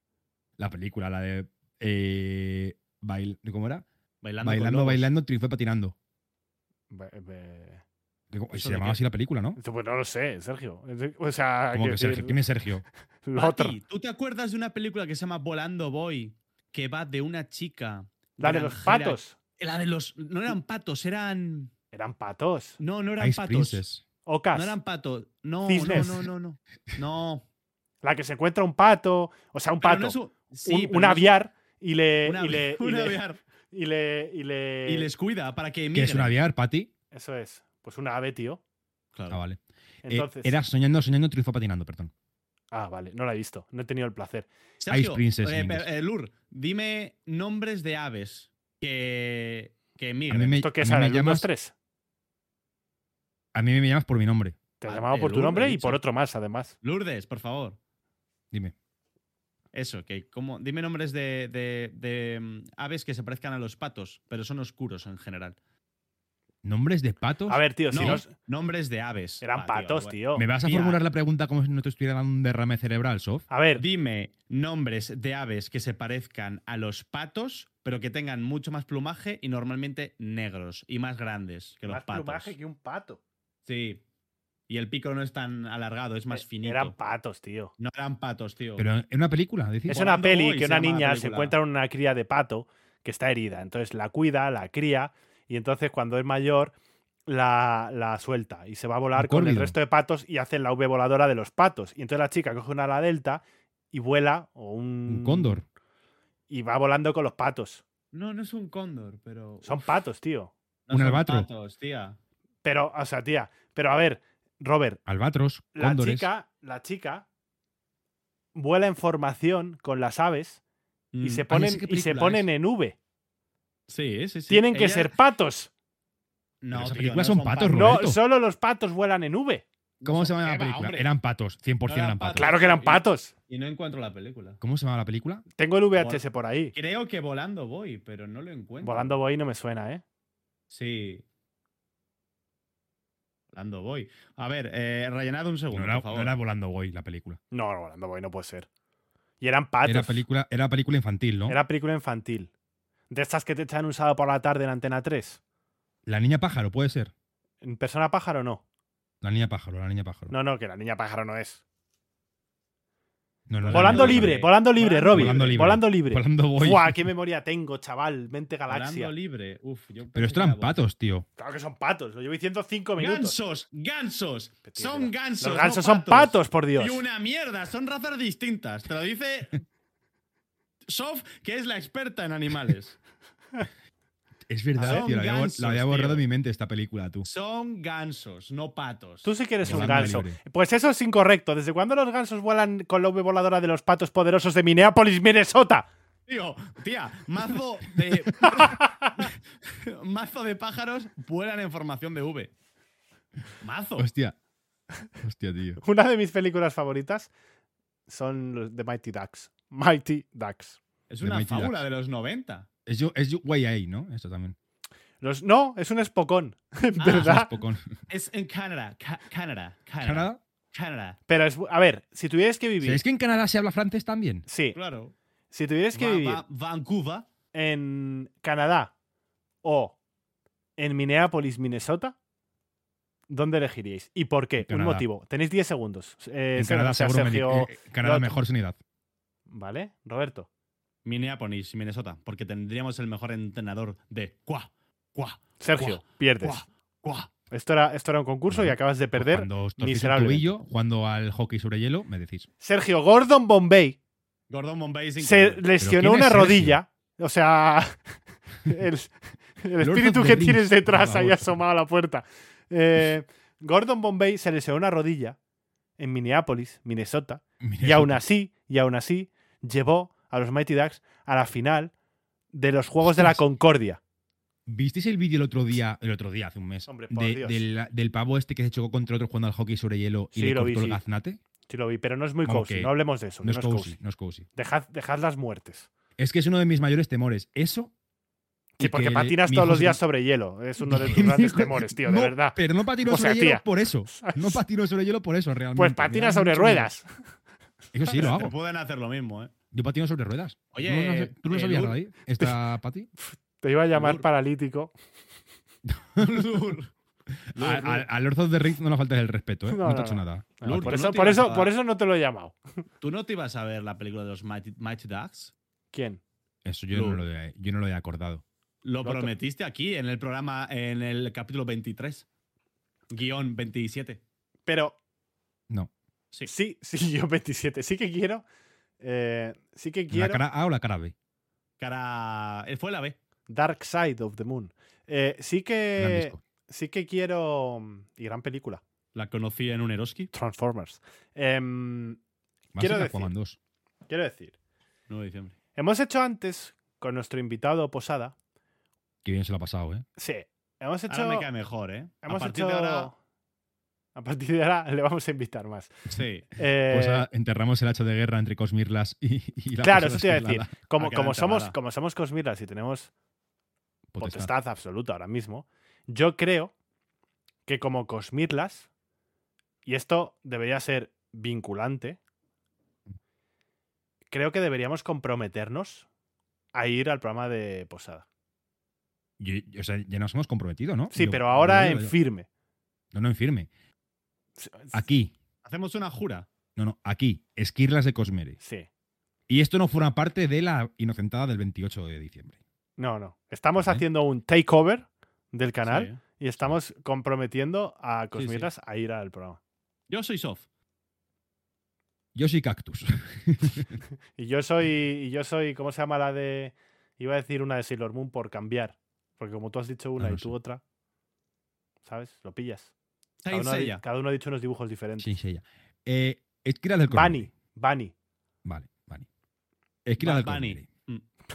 A: la película, la de. eh, bail, ¿Cómo era?
B: Bailando. con
A: Bailando,
B: lobos.
A: bailando, triunfé patinando.
C: Be- be-
A: Que como-
B: ¿Eso
A: Se
B: de
A: llamaba
B: qué?
A: así la película, ¿no?
C: Pues no lo sé, Sergio. Es de- O sea,
A: Como
C: quiero
A: que Sergio.
C: decir,
A: ¿Quién es Sergio?
C: lo
B: Pati,
C: otro.
B: ¿tú te acuerdas de una película que se llama Volando Boy? Que va de una chica.
C: La de los
B: granjera-
C: patos.
B: La de los. No eran patos, eran.
C: Eran patos.
B: No, no eran
A: Ice
B: patos.
A: Princess.
C: Ocas.
B: No eran patos. No,
C: Cisnes.
B: no, no, no, no. No.
C: La que se encuentra un pato. O sea, un
B: Pero
C: pato.
B: no es un, sí,
C: un,
B: pero
C: un
B: no es
C: aviar. Y le,
B: un
C: y, le,
B: avi-
C: y,
B: un
C: le, eh,
B: aviar.
C: y le. y le-
B: Y les cuida para que
A: ¿Qué
B: migren.
A: es un aviar, Patty?
C: Eso es. Pues un ave, tío.
A: Ah,
B: Claro.
A: vale. Eh,
C: Entonces.
A: era soñando, soñando, triunfó patinando, perdón.
C: Ah, vale. No la he visto. No he tenido el placer.
B: Sergio,
A: Ice Princess
B: eh,
A: en inglés.
B: eh, Lur, dime nombres de aves que, que
A: A mí
B: migren.
A: me,
C: ¿Esto
A: a
C: qué es
A: mí me
C: ahora? ¿El 1,
A: llamas,
C: 2, 3?
A: a mí me llamas por mi nombre.
C: Te has
B: Ah,
C: llamado
B: el
C: por tu
B: uno,
C: nombre
B: he
C: y por
B: dicho.
C: otro más, además.
B: Lourdes, por favor.
A: Dime.
B: Eso, que como. Dime nombres de, de- de, mm, aves que se parezcan a los patos, pero son oscuros en general.
A: ¿Nombres de patos?
C: A ver, tío, si
B: No.
C: nos.
B: Nombres de aves.
C: Eran
B: Ah, tío,
C: patos,
B: bueno.
C: tío.
A: ¿Me vas a
B: Tía.
A: formular la pregunta como si no te estuviera dando un derrame cerebral, Sof?
C: A ver,
B: Dime nombres de aves que se parezcan a los patos, pero que tengan mucho más plumaje y normalmente negros y más grandes que los
C: más
B: patos.
C: plumaje que un pato.
B: Sí. Y el pico no es tan alargado, es más
C: Eh,
B: finito.
C: Eran patos, tío.
B: no eran patos, tío.
A: Pero en una película, decís.
C: Es
B: Volando
C: una peli
B: Boy
C: que
B: se
C: una
B: llama la
C: niña se
B: película.
C: encuentra una cría de pato que está herida. Entonces la cuida, la cría y entonces cuando es mayor la, la suelta y se va a volar
A: Un
C: con el
A: córvido.
C: resto de patos y hace la V voladora de los patos. Y entonces la chica coge una ala delta y vuela o un,
A: Un cóndor.
C: y va volando con los patos.
B: No, no es un cóndor, pero.
C: Son patos, tío.
B: No
A: un
B: son
A: albatro.
B: patos, tía.
C: Pero, o sea, tía, pero a ver, Robert,
A: Albatros,
C: la
A: cóndores.
C: chica, la chica vuela en formación con las aves y
B: Mm,
C: se
A: Ah, ya
C: ponen,
A: sé qué
C: y se
A: película
C: ponen en V.
B: Sí, sí, sí.
C: Tienen que
B: Ella-
C: ser patos.
B: No,
A: Pero esa
B: tío,
A: película
B: no
A: son patos,
C: No,
A: Roberto.
C: solo los patos vuelan en V.
A: ¿Cómo se llama
B: ¿Qué
A: la
B: va,
A: película?
B: hombre?
A: eran patos, 100%
B: No
A: eran
B: eran
A: patos.
B: patos.
C: Claro que eran patos.
B: Y no encuentro la película.
A: ¿Cómo se llama la película?
C: Tengo el VHS por ahí.
B: Creo que volando voy, pero no lo encuentro.
C: Volando voy no me suena, ¿eh?
B: Sí. Volando voy. A ver, eh, rellenad un segundo,
A: No era,
B: por
A: no
B: favor.
A: era Volando Boy la película.
C: No, no, volando voy no puede ser. Y eran patos.
A: Era película, era película infantil, ¿no?
C: Ah, Era película infantil. De estas que te echan un sábado por la tarde en Antena 3.
A: La niña pájaro, puede ser.
C: ¿En Persona Pájaro no?
A: La niña pájaro, la niña pájaro.
C: No, no, que la niña pájaro no es.
A: No, no, la
C: Volando
A: niña
C: libre,
A: pájaro.
C: volando libre,
B: Volando
C: Robin.
A: Volando libre.
C: Volando libre.
A: Volando Boy.
C: Buah, qué memoria tengo, chaval. Mente galaxia.
B: Volando libre. Uf, yo
A: Pero
B: pensé que
A: esto
B: era
A: eran
B: volando.
A: patos, tío.
C: Claro que son patos. Lo llevo diciendo cinco minutos.
B: Gansos, gansos.
C: Tío,
B: Son
C: mira,
B: gansos.
C: Los
B: no
C: gansos son patos, por Dios.
B: Y una mierda, son razas distintas. Te lo dice Sof, que es la experta en animales.
A: Es verdad,
C: ¿Ah?
B: Son
A: tío. La había, bor-
B: gansos,
A: la había borrado
B: tío.
A: de mi mente esta película, tú.
B: Son gansos, no patos.
C: Tú sí que eres un
A: Volando
C: ganso.
A: libre.
C: Pues eso es incorrecto. ¿Desde cuándo los gansos vuelan con la V voladora de los patos poderosos de Minneapolis, Minnesota?
B: Tío, tía, mazo de. mazo de pájaros vuelan en formación de V. Mazo.
A: Hostia. Hostia, tío.
C: Una de mis películas favoritas son los de Mighty Ducks. Mighty Ducks.
B: Es
A: de
B: una
A: Mighty
B: fábula
A: Ducks.
B: de los 90.
A: Es, yo- es yo- guay ahí, ¿no? Eso también.
C: Los, no, es un espocón, en
B: Ah,
A: Es
C: verdad.
A: pocón.
B: Es en Canadá. Ca- Canadá. Canadá.
A: ¿Canadá?
B: Canadá.
C: Pero es, a ver, si tuvieras que vivir.
A: ¿Sabéis que en Canadá se habla francés también?
C: Sí,
B: Claro.
C: si tuvieras que
B: Va-
C: vivir
B: va- Vancouver.
C: en Canadá o en Minneapolis, Minnesota, ¿dónde elegiríais? ¿Y por qué?
A: En
C: Un
A: Canadá.
C: motivo. Tenéis 10 segundos. Eh,
A: en
C: Ser-
A: Canadá
C: o sea,
A: seguro me di-
C: Sergio-
A: eh, eh, Canadá
C: Lot-
A: mejor sanidad.
C: ¿Vale? Roberto.
B: Minneapolis, Minnesota. Porque tendríamos el mejor entrenador de cuá, cuá,
C: Sergio,
B: Cuá,
C: pierdes.
B: cuá, cuá.
C: Esto era, esto era un concurso y
A: Bueno, pues
C: acabas de perder.
A: Cuando os torcéis el
C: miserablemente.
A: tobillo, jugando al hockey sobre hielo, me decís.
C: Sergio Gordon Bombay
B: Gordon Bombay sin
C: se
B: comer.
C: lesionó
A: quién es
C: una
A: Sergio?
C: rodilla. O sea, el, el
A: Lord
C: espíritu
A: of the
C: que
A: Rings,
C: tienes detrás
A: por
C: ahí
A: favor.
C: asomado a la puerta. Eh, Gordon Bombay se lesionó una rodilla en Minneapolis, Minnesota. Y
A: Minnesota.
C: aún así, y aún así, llevó a los Mighty Ducks a la final de los Juegos de la
A: Ostras.
C: Concordia.
A: ¿Visteis el vídeo el otro día, el otro día, hace un mes,
C: Hombre, por
A: de-
C: Dios.
A: del, del pavo este que se chocó contra otro jugando al hockey sobre hielo y
C: Sí,
A: le
C: lo
A: cortó
C: vi,
A: el
C: sí.
A: gaznate?
C: Sí lo vi, pero no es muy
A: Como
C: cozy.
A: que
C: No hablemos de eso.
A: No es cozy,
C: cozy.
A: no es cozy.
C: Dejad, dejad las muertes.
A: Es que es uno de mis mayores temores. Eso. y
C: Sí, porque
A: que
C: patinas
A: mi
C: todos
A: hijo
C: los
A: se-
C: días sobre hielo. Es uno de
A: mi
C: tus grandes
A: hijo-
C: temores, tío, de
A: No,
C: verdad.
A: Pero no patino
C: O sea,
A: sobre hielo
C: tía.
A: por eso. No patino sobre hielo por eso, realmente.
C: Pues
A: Me da
C: patinas sobre
A: mucho
C: ruedas.
A: miedo. Eso sí, lo
B: Te
A: hago.
B: pueden hacer lo mismo, ¿eh?
A: Yo patino sobre ruedas.
B: Oye,
A: ¿Tú no, no- tú no
B: eh,
A: sabías
B: Lur-
A: nada ahí? ¿Está Pati?
C: Te iba a llamar
B: Lur.
C: paralítico.
B: Lur. Lur,
A: A-
B: Lur.
A: a- Al Lord of the Rings no le falta el respeto, ¿eh? No,
C: No,
A: te
C: no,
A: ha hecho
C: no.
A: nada.
C: Ah,
B: Lur,
C: por,
B: tú
C: eso,
B: no te
C: por,
B: ibas
C: eso,
B: a-
C: por eso no te lo he llamado.
B: ¿Tú no te ibas a ver la película de los Mighty, Mighty Ducks?
C: ¿Quién?
A: Eso yo no,
B: Lur.
A: lo he, yo no lo he acordado.
B: Lo
C: No te-
B: prometiste aquí en el programa, en el capítulo 23. Guión 27.
C: Pero
A: No.
B: Sí.
C: sí, sí, yo 27. Sí que quiero. eh, sí que
A: ¿La
C: quiero.
A: cara A o la cara B?
B: Cara. eh, Fue la B.
C: Dark Side of the Moon. Eh, sí
A: No han
C: que.
A: visto.
C: Sí que quiero. mm, Y gran película.
B: La conocí en un Eroski.
C: Transformers. Em,
A: Va a
C: quiero
A: ser
C: decir-
A: Aquaman 2.
C: quiero decir.
B: 9 de diciembre.
C: Hemos hecho antes con nuestro invitado Posada.
A: Que bien se lo ha pasado, ¿eh?
C: Sí. Hemos hecho.
B: Ahora me cae mejor, ¿eh? A
C: Hemos
B: partir
C: hecho.
B: de ahora.
C: A partir de ahora le vamos a invitar más.
A: Sí.
C: Eh,
A: Pues ahora enterramos el hacha de guerra entre Cosmirlas y, y la
C: claro,
A: persona
C: eso te iba a decir.
A: escarlata.
C: Como,
A: Ha quedado
C: como, somos,
A: enterrada.
C: como somos Cosmiras y tenemos
A: Potestad.
C: potestad absoluta ahora mismo, yo creo que como Cosmirlas, y esto debería ser vinculante, creo que deberíamos comprometernos a ir al programa de Posada.
A: Yo- yo- o sea, ya nos hemos comprometido, ¿no?
C: Sí,
A: Yo-
C: pero
A: yo
C: ahora
A: digo,
C: en
A: yo-
C: firme.
A: No, no en firme. Aquí.
B: Hacemos una jura.
A: No, no, aquí. Esquirlas de Cosmere.
C: Sí.
A: Y esto no forma parte de la inocentada del 28 de diciembre.
C: No, no. Estamos
A: Vale.
C: haciendo un takeover del canal
B: Sí. ¿eh?
C: y estamos comprometiendo a
B: sí.
C: Cosmirlas a ir al programa.
B: Yo soy soft.
A: Yo soy cactus.
C: Y yo soy, y yo soy, ¿cómo se llama la de? Iba a decir una de Sailor Moon por cambiar, porque como tú has dicho una
A: Ah, no
C: y tú
A: sé.
C: otra, ¿sabes? Lo pillas. Cada
B: Saint
C: uno, ha, di-
B: Seiya.
C: cada uno ha dicho unos dibujos diferentes.
A: sí, sí, ya. Eh, Esquirlas del Cosmere.
C: Bani, Bani.
A: Vale, Bani. Esquirlas del
B: Ba- Bani.
A: Cosmere.
B: Mm.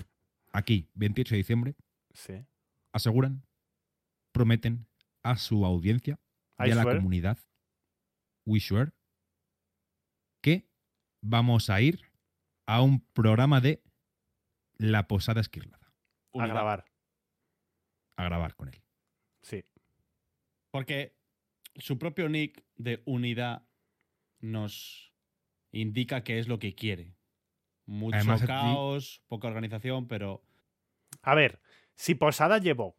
A: Aquí, 28 de diciembre,
C: Sí.
A: aseguran, prometen a su audiencia y
C: I
A: a la
C: swear.
A: comunidad, we swear, que vamos a ir a un programa de La Posada Esquirlada,
C: A
B: Unidad.
C: grabar.
A: a grabar con él.
C: Sí.
B: Porque su propio nick de unidad nos indica qué es lo que quiere. Mucho
A: Además, a ti-
B: caos, poca organización, pero
C: A ver, si Posada llevó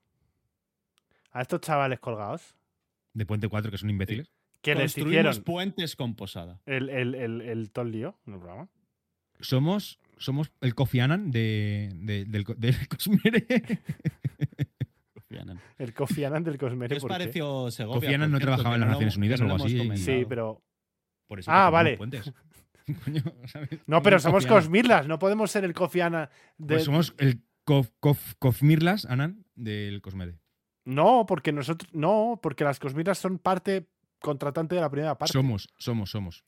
C: a estos chavales colgados,
A: De Puente 4, que son imbéciles.
C: que les
B: construimos
C: hicieron
B: puentes con posada.
C: el, el, el, el todo el lío en el programa.
A: Somos, somos el Kofi Annan de, de- del, co- del Cosmere.
B: Bien, ¿eh?
C: El Kofi Annan del Cosmere.
B: ¿Qué os
C: ¿por qué?
B: pareció Segovia?
A: Kofi Annan
B: por
A: no
B: cierto,
A: trabajaba
B: que
A: en las
B: no lo-
A: Naciones
B: que
A: Unidas
B: no
A: o
B: lo
A: algo
B: hemos
A: así?
B: comentado?
C: Sí, pero
A: Por eso
C: Ah,
A: construimos
C: vale.
A: puentes. Coño, ¿sabes?
C: No, pero
A: el
C: somos
A: Kofi Annan.
C: Cosmirlas, no podemos ser el Kofi Annan de...
A: Pues somos el Kof, Kof, Kofmirlas Annan del Cosmere.
C: No, porque nosotros... No, porque las Cosmirlas son parte contratante de la primera parte.
A: Somos, somos, somos.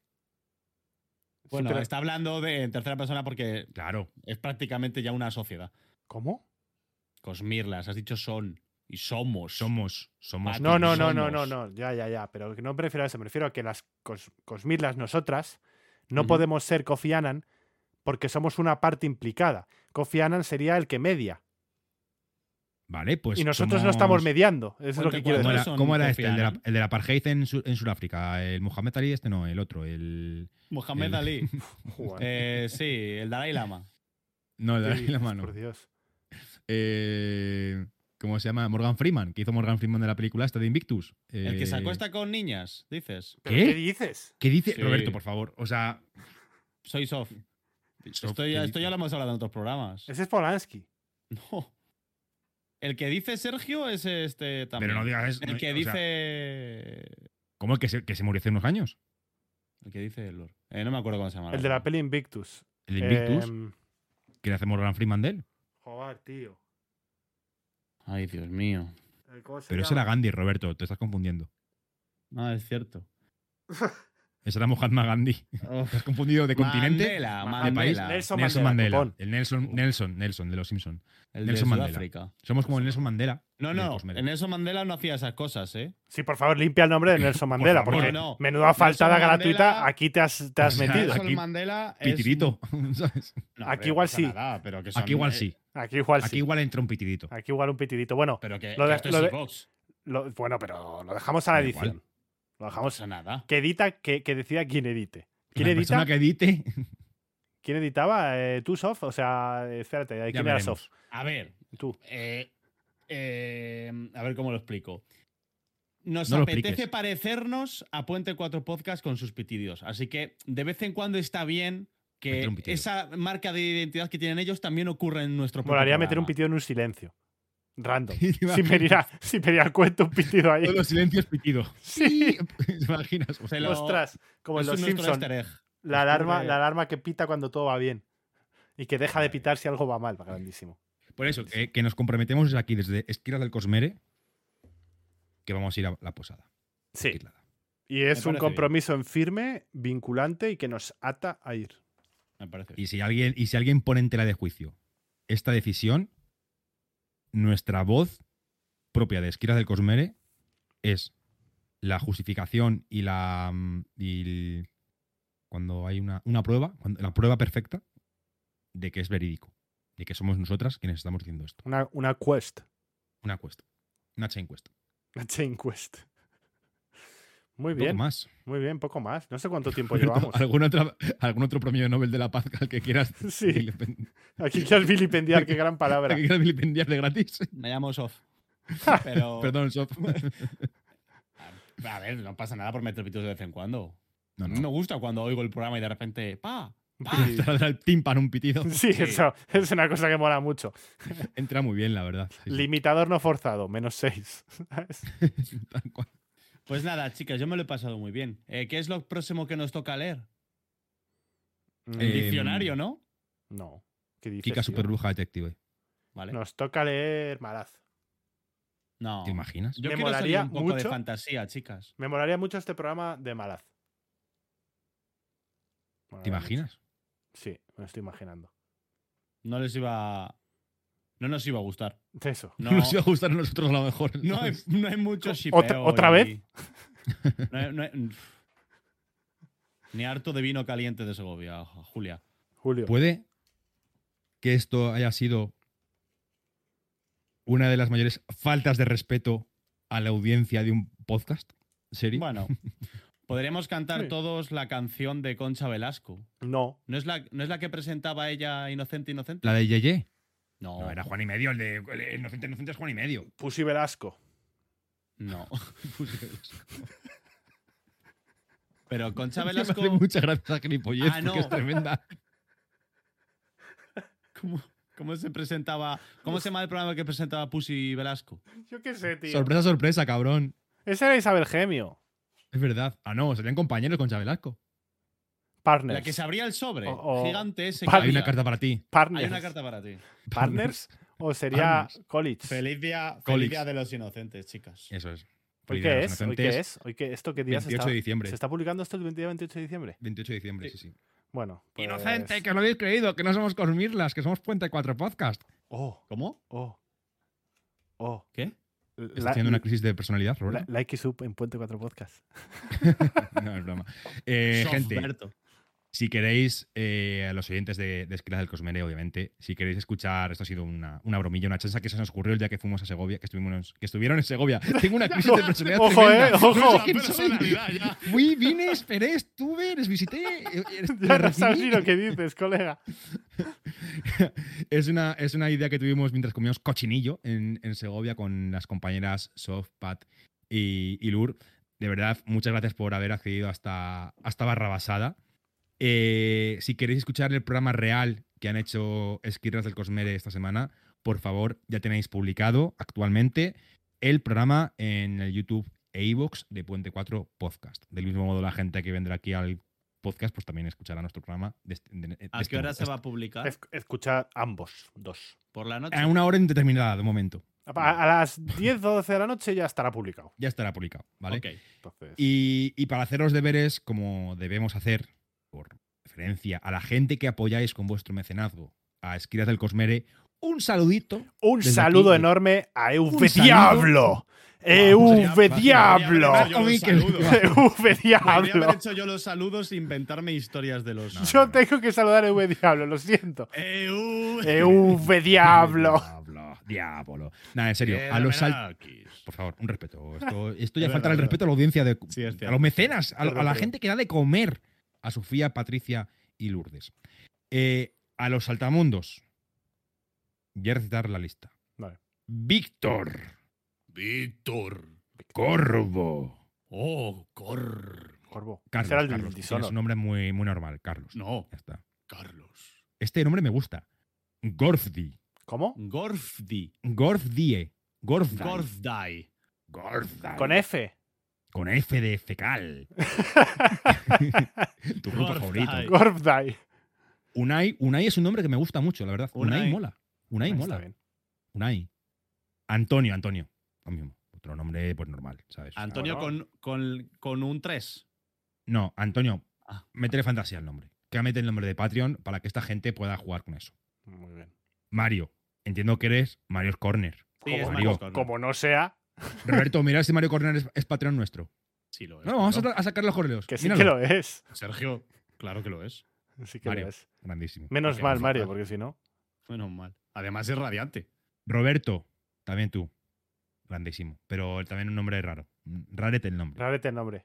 C: Sí,
B: Bueno,
C: pero-
B: está hablando de en tercera persona porque
A: Claro.
B: es prácticamente ya una sociedad.
C: ¿Cómo?
B: Cosmirlas, has dicho son y somos.
A: Somos, somos.
B: Ah,
C: No,
B: que
C: no,
B: no
C: no, no, no,
B: somos.
C: no. Ya, ya, ya. Pero que no me refiero a eso. Me refiero a que las cos- Cosmirlas, nosotras, no
B: Ujú.
C: podemos ser Kofi Annan porque somos una parte implicada. Kofi Annan sería el que media.
A: Vale, pues.
C: y nosotros no estamos mediando. Eso es lo
B: Ponte
C: que quiero
A: ¿Cómo
C: decir.
A: era,
B: son
A: cómo era
B: Kofi
A: este? El de, la,
B: Annan.
A: el de la apartheid en, Sur- en Sudáfrica. El Mohamed Ali, este no, el otro. El.
B: Mohamed
A: El-
B: Ali.
C: Joder,
B: Eh, sí, el Dalai Lama.
A: No, el de
C: sí,
A: la mano.
C: Por Dios.
A: Eh, ¿Cómo se llama? Morgan Freeman. que hizo Morgan Freeman de la película esta de Invictus?
B: El que se
A: Eh,
B: acuesta con niñas, dices.
C: ¿Pero
A: ¿Qué?
C: ¿Qué dices?
A: ¿Qué dice?
B: Sí.
A: Roberto, por favor. O sea.
B: Soy soft.
A: Soft, ¿qué
B: esto, ya,
A: dices?
B: esto ya lo hemos hablado en otros programas.
C: Ese es Polanski.
B: No. El que dice Sergio es este también.
A: Pero no digas eso.
B: El que
A: no- o sea,
B: dice.
A: ¿Cómo el que se, que se murió hace unos años?
B: El que dice el Lord. Eh, no me acuerdo cómo se llama.
C: El de la peli Invictus.
A: El Ah. Invictus.
C: Em,
A: que le hace Morgan Freeman de él.
C: joder, tío.
B: Ay, Dios mío.
C: Eh, ¿cómo se
A: Pero ese
C: llama?
A: era Gandhi, Roberto. Te estás confundiendo.
B: No, es cierto.
A: Ese era Mohamed Gandhi. ¿Te has confundido de continente?
B: Mandela,
C: Mandela.
B: Mandela.
C: Nelson
A: Nelson
C: Mandela,
A: Mandela.
C: copón.
A: El Nelson, Nelson, Nelson, de los Simpsons.
B: El de
A: Nelson Mandela.
B: Sudáfrica.
A: Somos como el Nelson Mandela.
B: No,
A: del
B: no.
A: Cosmere.
B: En Nelson Mandela no hacía esas cosas, ¿eh?
C: Sí, por favor, limpia el nombre de Nelson Mandela,
A: favor.
C: porque
B: No, no.
C: menuda faltada
B: Mandela-
C: gratuita aquí te has, te has
A: O sea,
C: metido.
B: Nelson
A: Ah, aquí-
B: Mandela es.
A: Pitirito. ¿sabes?
B: No,
C: Aquí
B: pero
C: igual
B: pasa
C: sí.
B: nada, pero que son-
A: Aquí igual
B: eh,
A: sí.
C: Aquí igual
A: Aquí
C: sí.
A: igual entra un pitidito.
C: Aquí igual un pitidito. Bueno,
B: Pero que,
C: Lo
B: que
C: de-
B: esto
C: lo
B: es
C: de-
B: Xbox.
C: lo- bueno, pero lo dejamos a la
A: Da igual.
C: edición. Lo
B: No
C: dejamos.
B: pasa nada.
C: Que edita, que, que decida quién edite. ¿Quién
A: La persona
C: edita?
A: que edite.
C: ¿Quién editaba? Eh, ¿Tú, Sof? O sea, eh, espérate, ¿quién
A: Ya
C: era
A: veremos.
C: Sof?
B: A ver,
C: Tú.
B: eh, eh, a ver cómo lo explico. Nos
A: No lo
B: apetece
A: expliques.
B: parecernos a Puente 4 Podcast con sus pitidios. Así que de vez en cuando está bien
A: Meter
B: que
A: un pitido.
B: esa marca de identidad que tienen ellos también ocurra en nuestro propio
C: Molaría meter un
B: programa.
C: pitido en un silencio. Random. sin, venir
A: Imagina-
C: a, sin venir al cuento, un pitido ahí.
A: Todos los silencios pitido.
C: Sí.
A: ¿Te imaginas?
B: Se lo-
C: Ostras, como en
B: Eso
C: los
B: es nuestro
C: Simpsons.
B: easter egg.
C: La alarma,
B: Ocurre-
C: la alarma que pita cuando todo va bien. Y que deja de
A: Madre
C: pitar si algo va mal. Grandísimo.
A: Por eso, eh, que, que nos comprometemos aquí desde Esquira del Cosmere que vamos a ir a la posada.
C: Sí.
A: Esquirlada.
C: Y es
B: Me
C: un
B: parece
C: compromiso en firme, vinculante y que nos ata a ir.
B: Me parece. bien.
A: Y si, alguien, y si alguien pone en tela de juicio esta decisión, nuestra voz propia de Esquira del Cosmere es la justificación y la. mm, y el- cuando hay una, una prueba, cuando- la prueba perfecta de que es verídico, de que somos nosotras quienes estamos diciendo esto.
C: Una, una quest.
A: Una encuesta. Una chain encuesta.
C: Una chain quest. Muy
A: Poco
C: bien,
A: más.
C: muy bien, poco más. No sé cuánto tiempo
A: Alberto,
C: llevamos.
A: ¿algún, otra- algún otro premio Nobel de la Paz al que quieras
C: Sí,
A: vilipen-
C: aquí quieres vilipendiar, qué gran
A: al
C: palabra.
A: que quieras vilipendiar de gratis?
B: Me llamo Sof. Pero.
A: Perdón, Sof.
B: A ver, no pasa nada por meter pitos de vez en cuando.
A: No,
B: A mí me
A: no.
B: gusta cuando oigo el programa y de repente. ¡Pa! ¡Pa!
C: Sí.
A: Te va a dar el tímpano un pitido.
C: Sí, eso es una cosa que mola mucho.
A: Entra muy bien, la verdad. Sí, sí,
C: Limitador no forzado, menos 6.
A: tal cual.
B: Pues nada, chicas, yo me lo he pasado muy bien. Eh, ¿Qué es lo próximo que nos toca leer? El
A: Eh,
B: diccionario, ¿no?
C: no. ¿Qué dices,
A: Kika
C: tío?
A: Superbruja Detective.
B: Vale.
C: Nos toca leer Malaz.
B: No.
A: ¿Te imaginas?
B: Yo
C: Me
B: quiero salir
C: molaría
B: un poco de
C: mucho.
B: fantasía, chicas.
C: Me molaría mucho este programa de Malaz.
A: ¿Te imaginas?
C: Sí, me lo estoy imaginando.
B: No les iba. No nos iba a gustar.
C: Eso.
A: No
B: No,
A: nos iba a gustar a nosotros a lo mejor.
B: no, hay,
A: ¿sabes?
B: no hay mucho shipeo.
C: ¿Otra- otra
B: y-
C: vez?
B: No hay- no hay- Ni harto de vino caliente de Segovia, Julia.
C: Julio.
A: Puede que esto haya sido una de las mayores faltas de respeto a la audiencia de un podcast. ¿Serie?
B: Bueno, podríamos cantar
C: Sí.
B: todos la canción de Concha Velasco.
C: No.
B: ¿No es la, no es la que presentaba ella Inocente, Inocente?
A: ¿La de Yeye?
B: No,
A: No, era Juan y medio. El de el de Inocente, Inocente es Juan y medio.
C: Pussy Velasco.
B: No. Pero Concha Velasco.
A: Me hace mucha gracia esa gilipollez,
B: Ah, no.
A: porque es tremenda.
B: ¿cómo, cómo se presentaba? ¿Cómo se llama el programa que presentaba Pussy Velasco?
C: Yo qué sé, tío.
A: Sorpresa, sorpresa, cabrón.
C: Esa era Isabel Gemio.
A: Es verdad. Ah, no, serían compañeros con Chabelasco.
C: Partners.
B: La que se abría el sobre.
C: O- o-
B: gigante ese. que
C: Hay
A: Hay una
B: había.
A: carta para ti.
C: Partners.
B: Hay una carta para ti.
C: ¿Partners? ¿O sería
A: Partners.
C: College?
B: Feliz día, feliz
A: Colix.
B: día de los inocentes, chicas.
A: Eso es.
C: ¿Hoy
A: Feliz
C: qué
A: día a los
C: es? ¿Hoy qué
A: inocentes.
C: es? ¿Hoy qué? ¿Esto qué día se
A: 28
C: está,
A: de diciembre.
C: se está publicando esto el día 28 de diciembre?
A: 28 de diciembre,
B: Sí.
A: sí, sí.
C: Bueno. pues-
A: Inocente, que os lo habéis creído, que no somos Cosmirlas, que somos Puente 4 Podcast.
C: Oh,
B: ¿Cómo?
C: oh. Oh.
B: ¿Qué?
A: ¿Estás
C: La,
A: teniendo una crisis de personalidad,
C: la-
A: Roberto?
C: like y sub en Puente 4 Podcast.
A: no, es broma. Eh, gente,
B: Sofberto.
A: si queréis, eh, a los oyentes de, de Esquilas del Cosmere, obviamente, si queréis escuchar, esto ha sido una, una bromilla, una chanza que se nos ocurrió el día que fuimos a Segovia, que, estuvimos, que estuvieron en Segovia. Tengo una crisis de personalidad
C: Ojo,
A: tremenda.
C: eh,
A: No sé
C: ojo.
A: quién soy.
B: Personalidad, ya.
A: Fui, vine, esperé, estuve, les visité. eh, eh,
C: Ya
A: les
C: no sabes ni
A: recibí.
C: lo que dices, colega.
A: es, una, es una idea que tuvimos mientras comíamos cochinillo en, en Segovia con las compañeras Sof, Pat y, y Lur. De verdad, muchas gracias por haber accedido hasta, hasta Barrabasada. Eh, si queréis escuchar el programa real que han hecho Esquirras del Cosmere esta semana, por favor, ya tenéis publicado actualmente el programa en el YouTube e iVoox de Puente 4 Podcast. Del mismo modo, la gente que vendrá aquí al podcast, pues también escuchará nuestro programa. de este- de- de
B: ¿A
A: este
B: qué hora
A: modo.
B: se va a publicar?
C: Es- escuchad ambos, dos.
B: ¿Por la noche?
A: A una hora indeterminada, de momento.
C: A, a- a las 10 o 12 de la noche ya estará publicado.
A: Ya estará publicado, ¿vale?
B: Ok.
C: Entonces,
A: Y, y para hacer los deberes, como debemos hacer, por referencia a la gente que apoyáis con vuestro mecenazgo a Esquiras del Cosmere, un saludito.
C: un
A: desde
C: saludo
A: aquí-
C: enorme a EV
A: Un saludo.
C: Diablo. EV Diablo.
A: yo un saludo.
C: EV
B: Podría
C: Diablo.
B: haber hecho yo los saludos e inventarme historias de los.
C: Yo tengo que saludar a EV Diablo, lo siento.
B: Eh, uh,
C: EV Diablo.
A: Diablo, diablo. Nada, en serio,
B: eh,
A: a los sal-
B: Fenomenalkis.
A: Por favor, un respeto. Esto, esto ya
B: Es
A: falta
B: verdad,
A: el
B: es
A: respeto a la audiencia, de,
B: Sí, es
A: a
B: cierto.
A: los mecenas, a,
C: Es
A: a la
C: verdad.
A: gente que da de comer, a Sofía, Patricia y Lourdes. Eh, a los saltamundos. Voy a recitar la lista.
C: Vale.
A: Víctor,
B: Víctor.
A: Corvo.
B: Oh, Cor.
C: Corvo.
A: Carlos,
C: Ese era el del
A: Carlos, es
C: Dishonored.
A: un nombre muy, muy normal, Carlos.
B: No,
A: Ya está.
B: Carlos.
A: Este nombre me gusta. Gorfdi.
C: ¿Cómo?
B: Gorfdi.
A: Gorfdie. Gorfdai.
B: Gorfdai.
A: Gorfdai.
B: E.
C: Con F.
A: Con F de fecal. tu grupo
B: Gorfdai.
A: favorito.
C: Gorfdai.
A: Unai, Unai es un nombre que me gusta mucho, la verdad. Unai,
B: Unai.
A: mola. Unai
C: Está
A: mola.
C: bien.
A: Unai. Antonio, Antonio. Lo mismo. Otro nombre, pues normal, ¿sabes? O sea,
B: Antonio con, con, con un 3.
A: No, Antonio,
B: Ah.
A: métele fantasía al nombre. Que mete el nombre de Patreon para que esta gente pueda jugar con eso.
C: Muy bien.
A: Mario, entiendo que eres Mario Corner.
B: Sí, es
A: Como
B: Mario
A: yo.
B: Corner.
C: Como no sea,
A: Roberto, mira si Mario Corner es, es Patreon nuestro.
B: Sí lo es.
A: No, vamos a,
B: claro.
A: tra- a sacar los correos.
C: Pues Que sí
A: Míralo.
C: que lo es.
B: Sergio, claro que lo es.
C: Sí que lo
A: Mario.
C: es.
A: Grandísimo.
C: Menos
B: Porque
C: mal,
B: no
C: Mario,
B: falta.
C: porque si no.
B: Menos mal. Además es radiante.
A: Roberto, también tú. Grandísimo. Pero también un nombre raro. Rarete el nombre.
C: Rárete el nombre.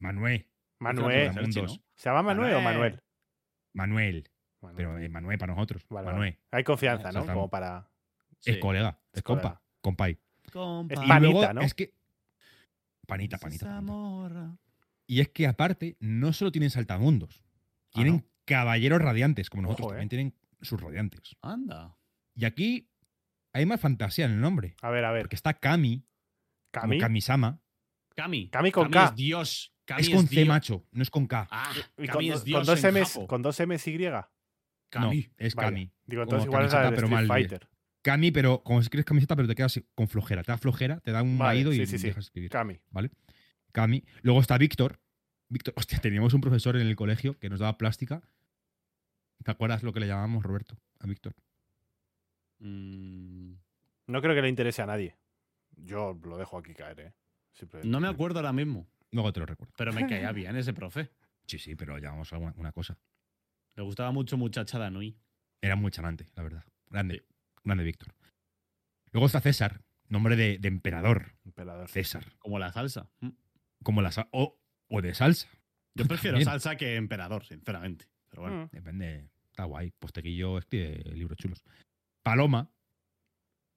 A: Manuel.
C: Manuel.
B: Sergi,
A: Mundos.
B: ¿no?
C: ¿Se llama Manuel o Manuel?
B: Manuel.
A: Manuel.
C: Manuel.
A: Pero eh, Manuel para nosotros.
C: Vale, vale.
A: Manuel.
C: Hay confianza, ¿no?
A: Exactamente.
C: Como para.
A: Es
B: Sí.
A: colega. Es
C: Es colega.
A: compa. Compay.
B: Compa,
C: Es
A: Y
C: Panita,
A: luego
C: ¿no?
A: es que. Panita,
B: esa
A: panita, panita.
B: morra.
A: Y es que aparte, no solo tienen saltamundos. Tienen
C: Ah, ¿no?
A: caballeros radiantes, como nosotros.
C: Ojo, ¿eh?
A: También tienen sus radiantes.
B: Anda.
A: Y aquí hay más fantasía en el nombre.
C: A ver, a ver.
A: Porque está Kami, como
C: Cami.
A: Kamisama.
B: Cami.
C: Cami con K.
B: es Dios. Cami
A: es con
B: es
A: C,
B: Dios.
A: macho, no es con K.
B: Ah,
C: Y con,
B: Cami
C: do-
B: es
C: con
B: Dios.
C: dos
B: en
C: M's,
B: Japo.
C: con dos M's y.
B: Cami.
A: No, es
C: Vale.
A: Kami. Como
C: Digo, entonces igual es
A: camiseta,
C: la del
A: pero
C: Street
A: mal de-
C: Fighter.
A: Cami, pero como escribes camiseta, pero te quedas así, con flojera. Te da flojera, te da un
C: Vale,
A: vaído
C: sí,
A: y
C: sí, sí.
A: dejas de escribir.
C: Cami.
A: Cami. Luego está Víctor. Víctor, hostia, teníamos un profesor en el colegio que nos daba plástica. ¿Te acuerdas lo que le llamábamos, Roberto? A Víctor.
B: Mm,
C: No creo que le interese a nadie. Yo lo dejo aquí caer, ¿eh? Siempre-
B: no me acuerdo ahora mismo,
A: Luego te lo recuerdo.
B: pero me caía bien ese profe.
A: Sí, sí, pero le llamamos alguna una cosa.
B: Le gustaba mucho muchacha Danui.
A: Era muy chanante, la verdad. Grande. Grande Víctor. Luego está César, nombre de, de emperador.
C: Emperador.
A: César.
B: Como la salsa. Mm.
A: Como la sa- o, o de salsa.
B: Yo prefiero
A: También.
B: salsa que emperador, sinceramente. Pero bueno.
C: Pues Mm.
A: Depende. Está guay. Posteguillo escribe libros chulos. Paloma.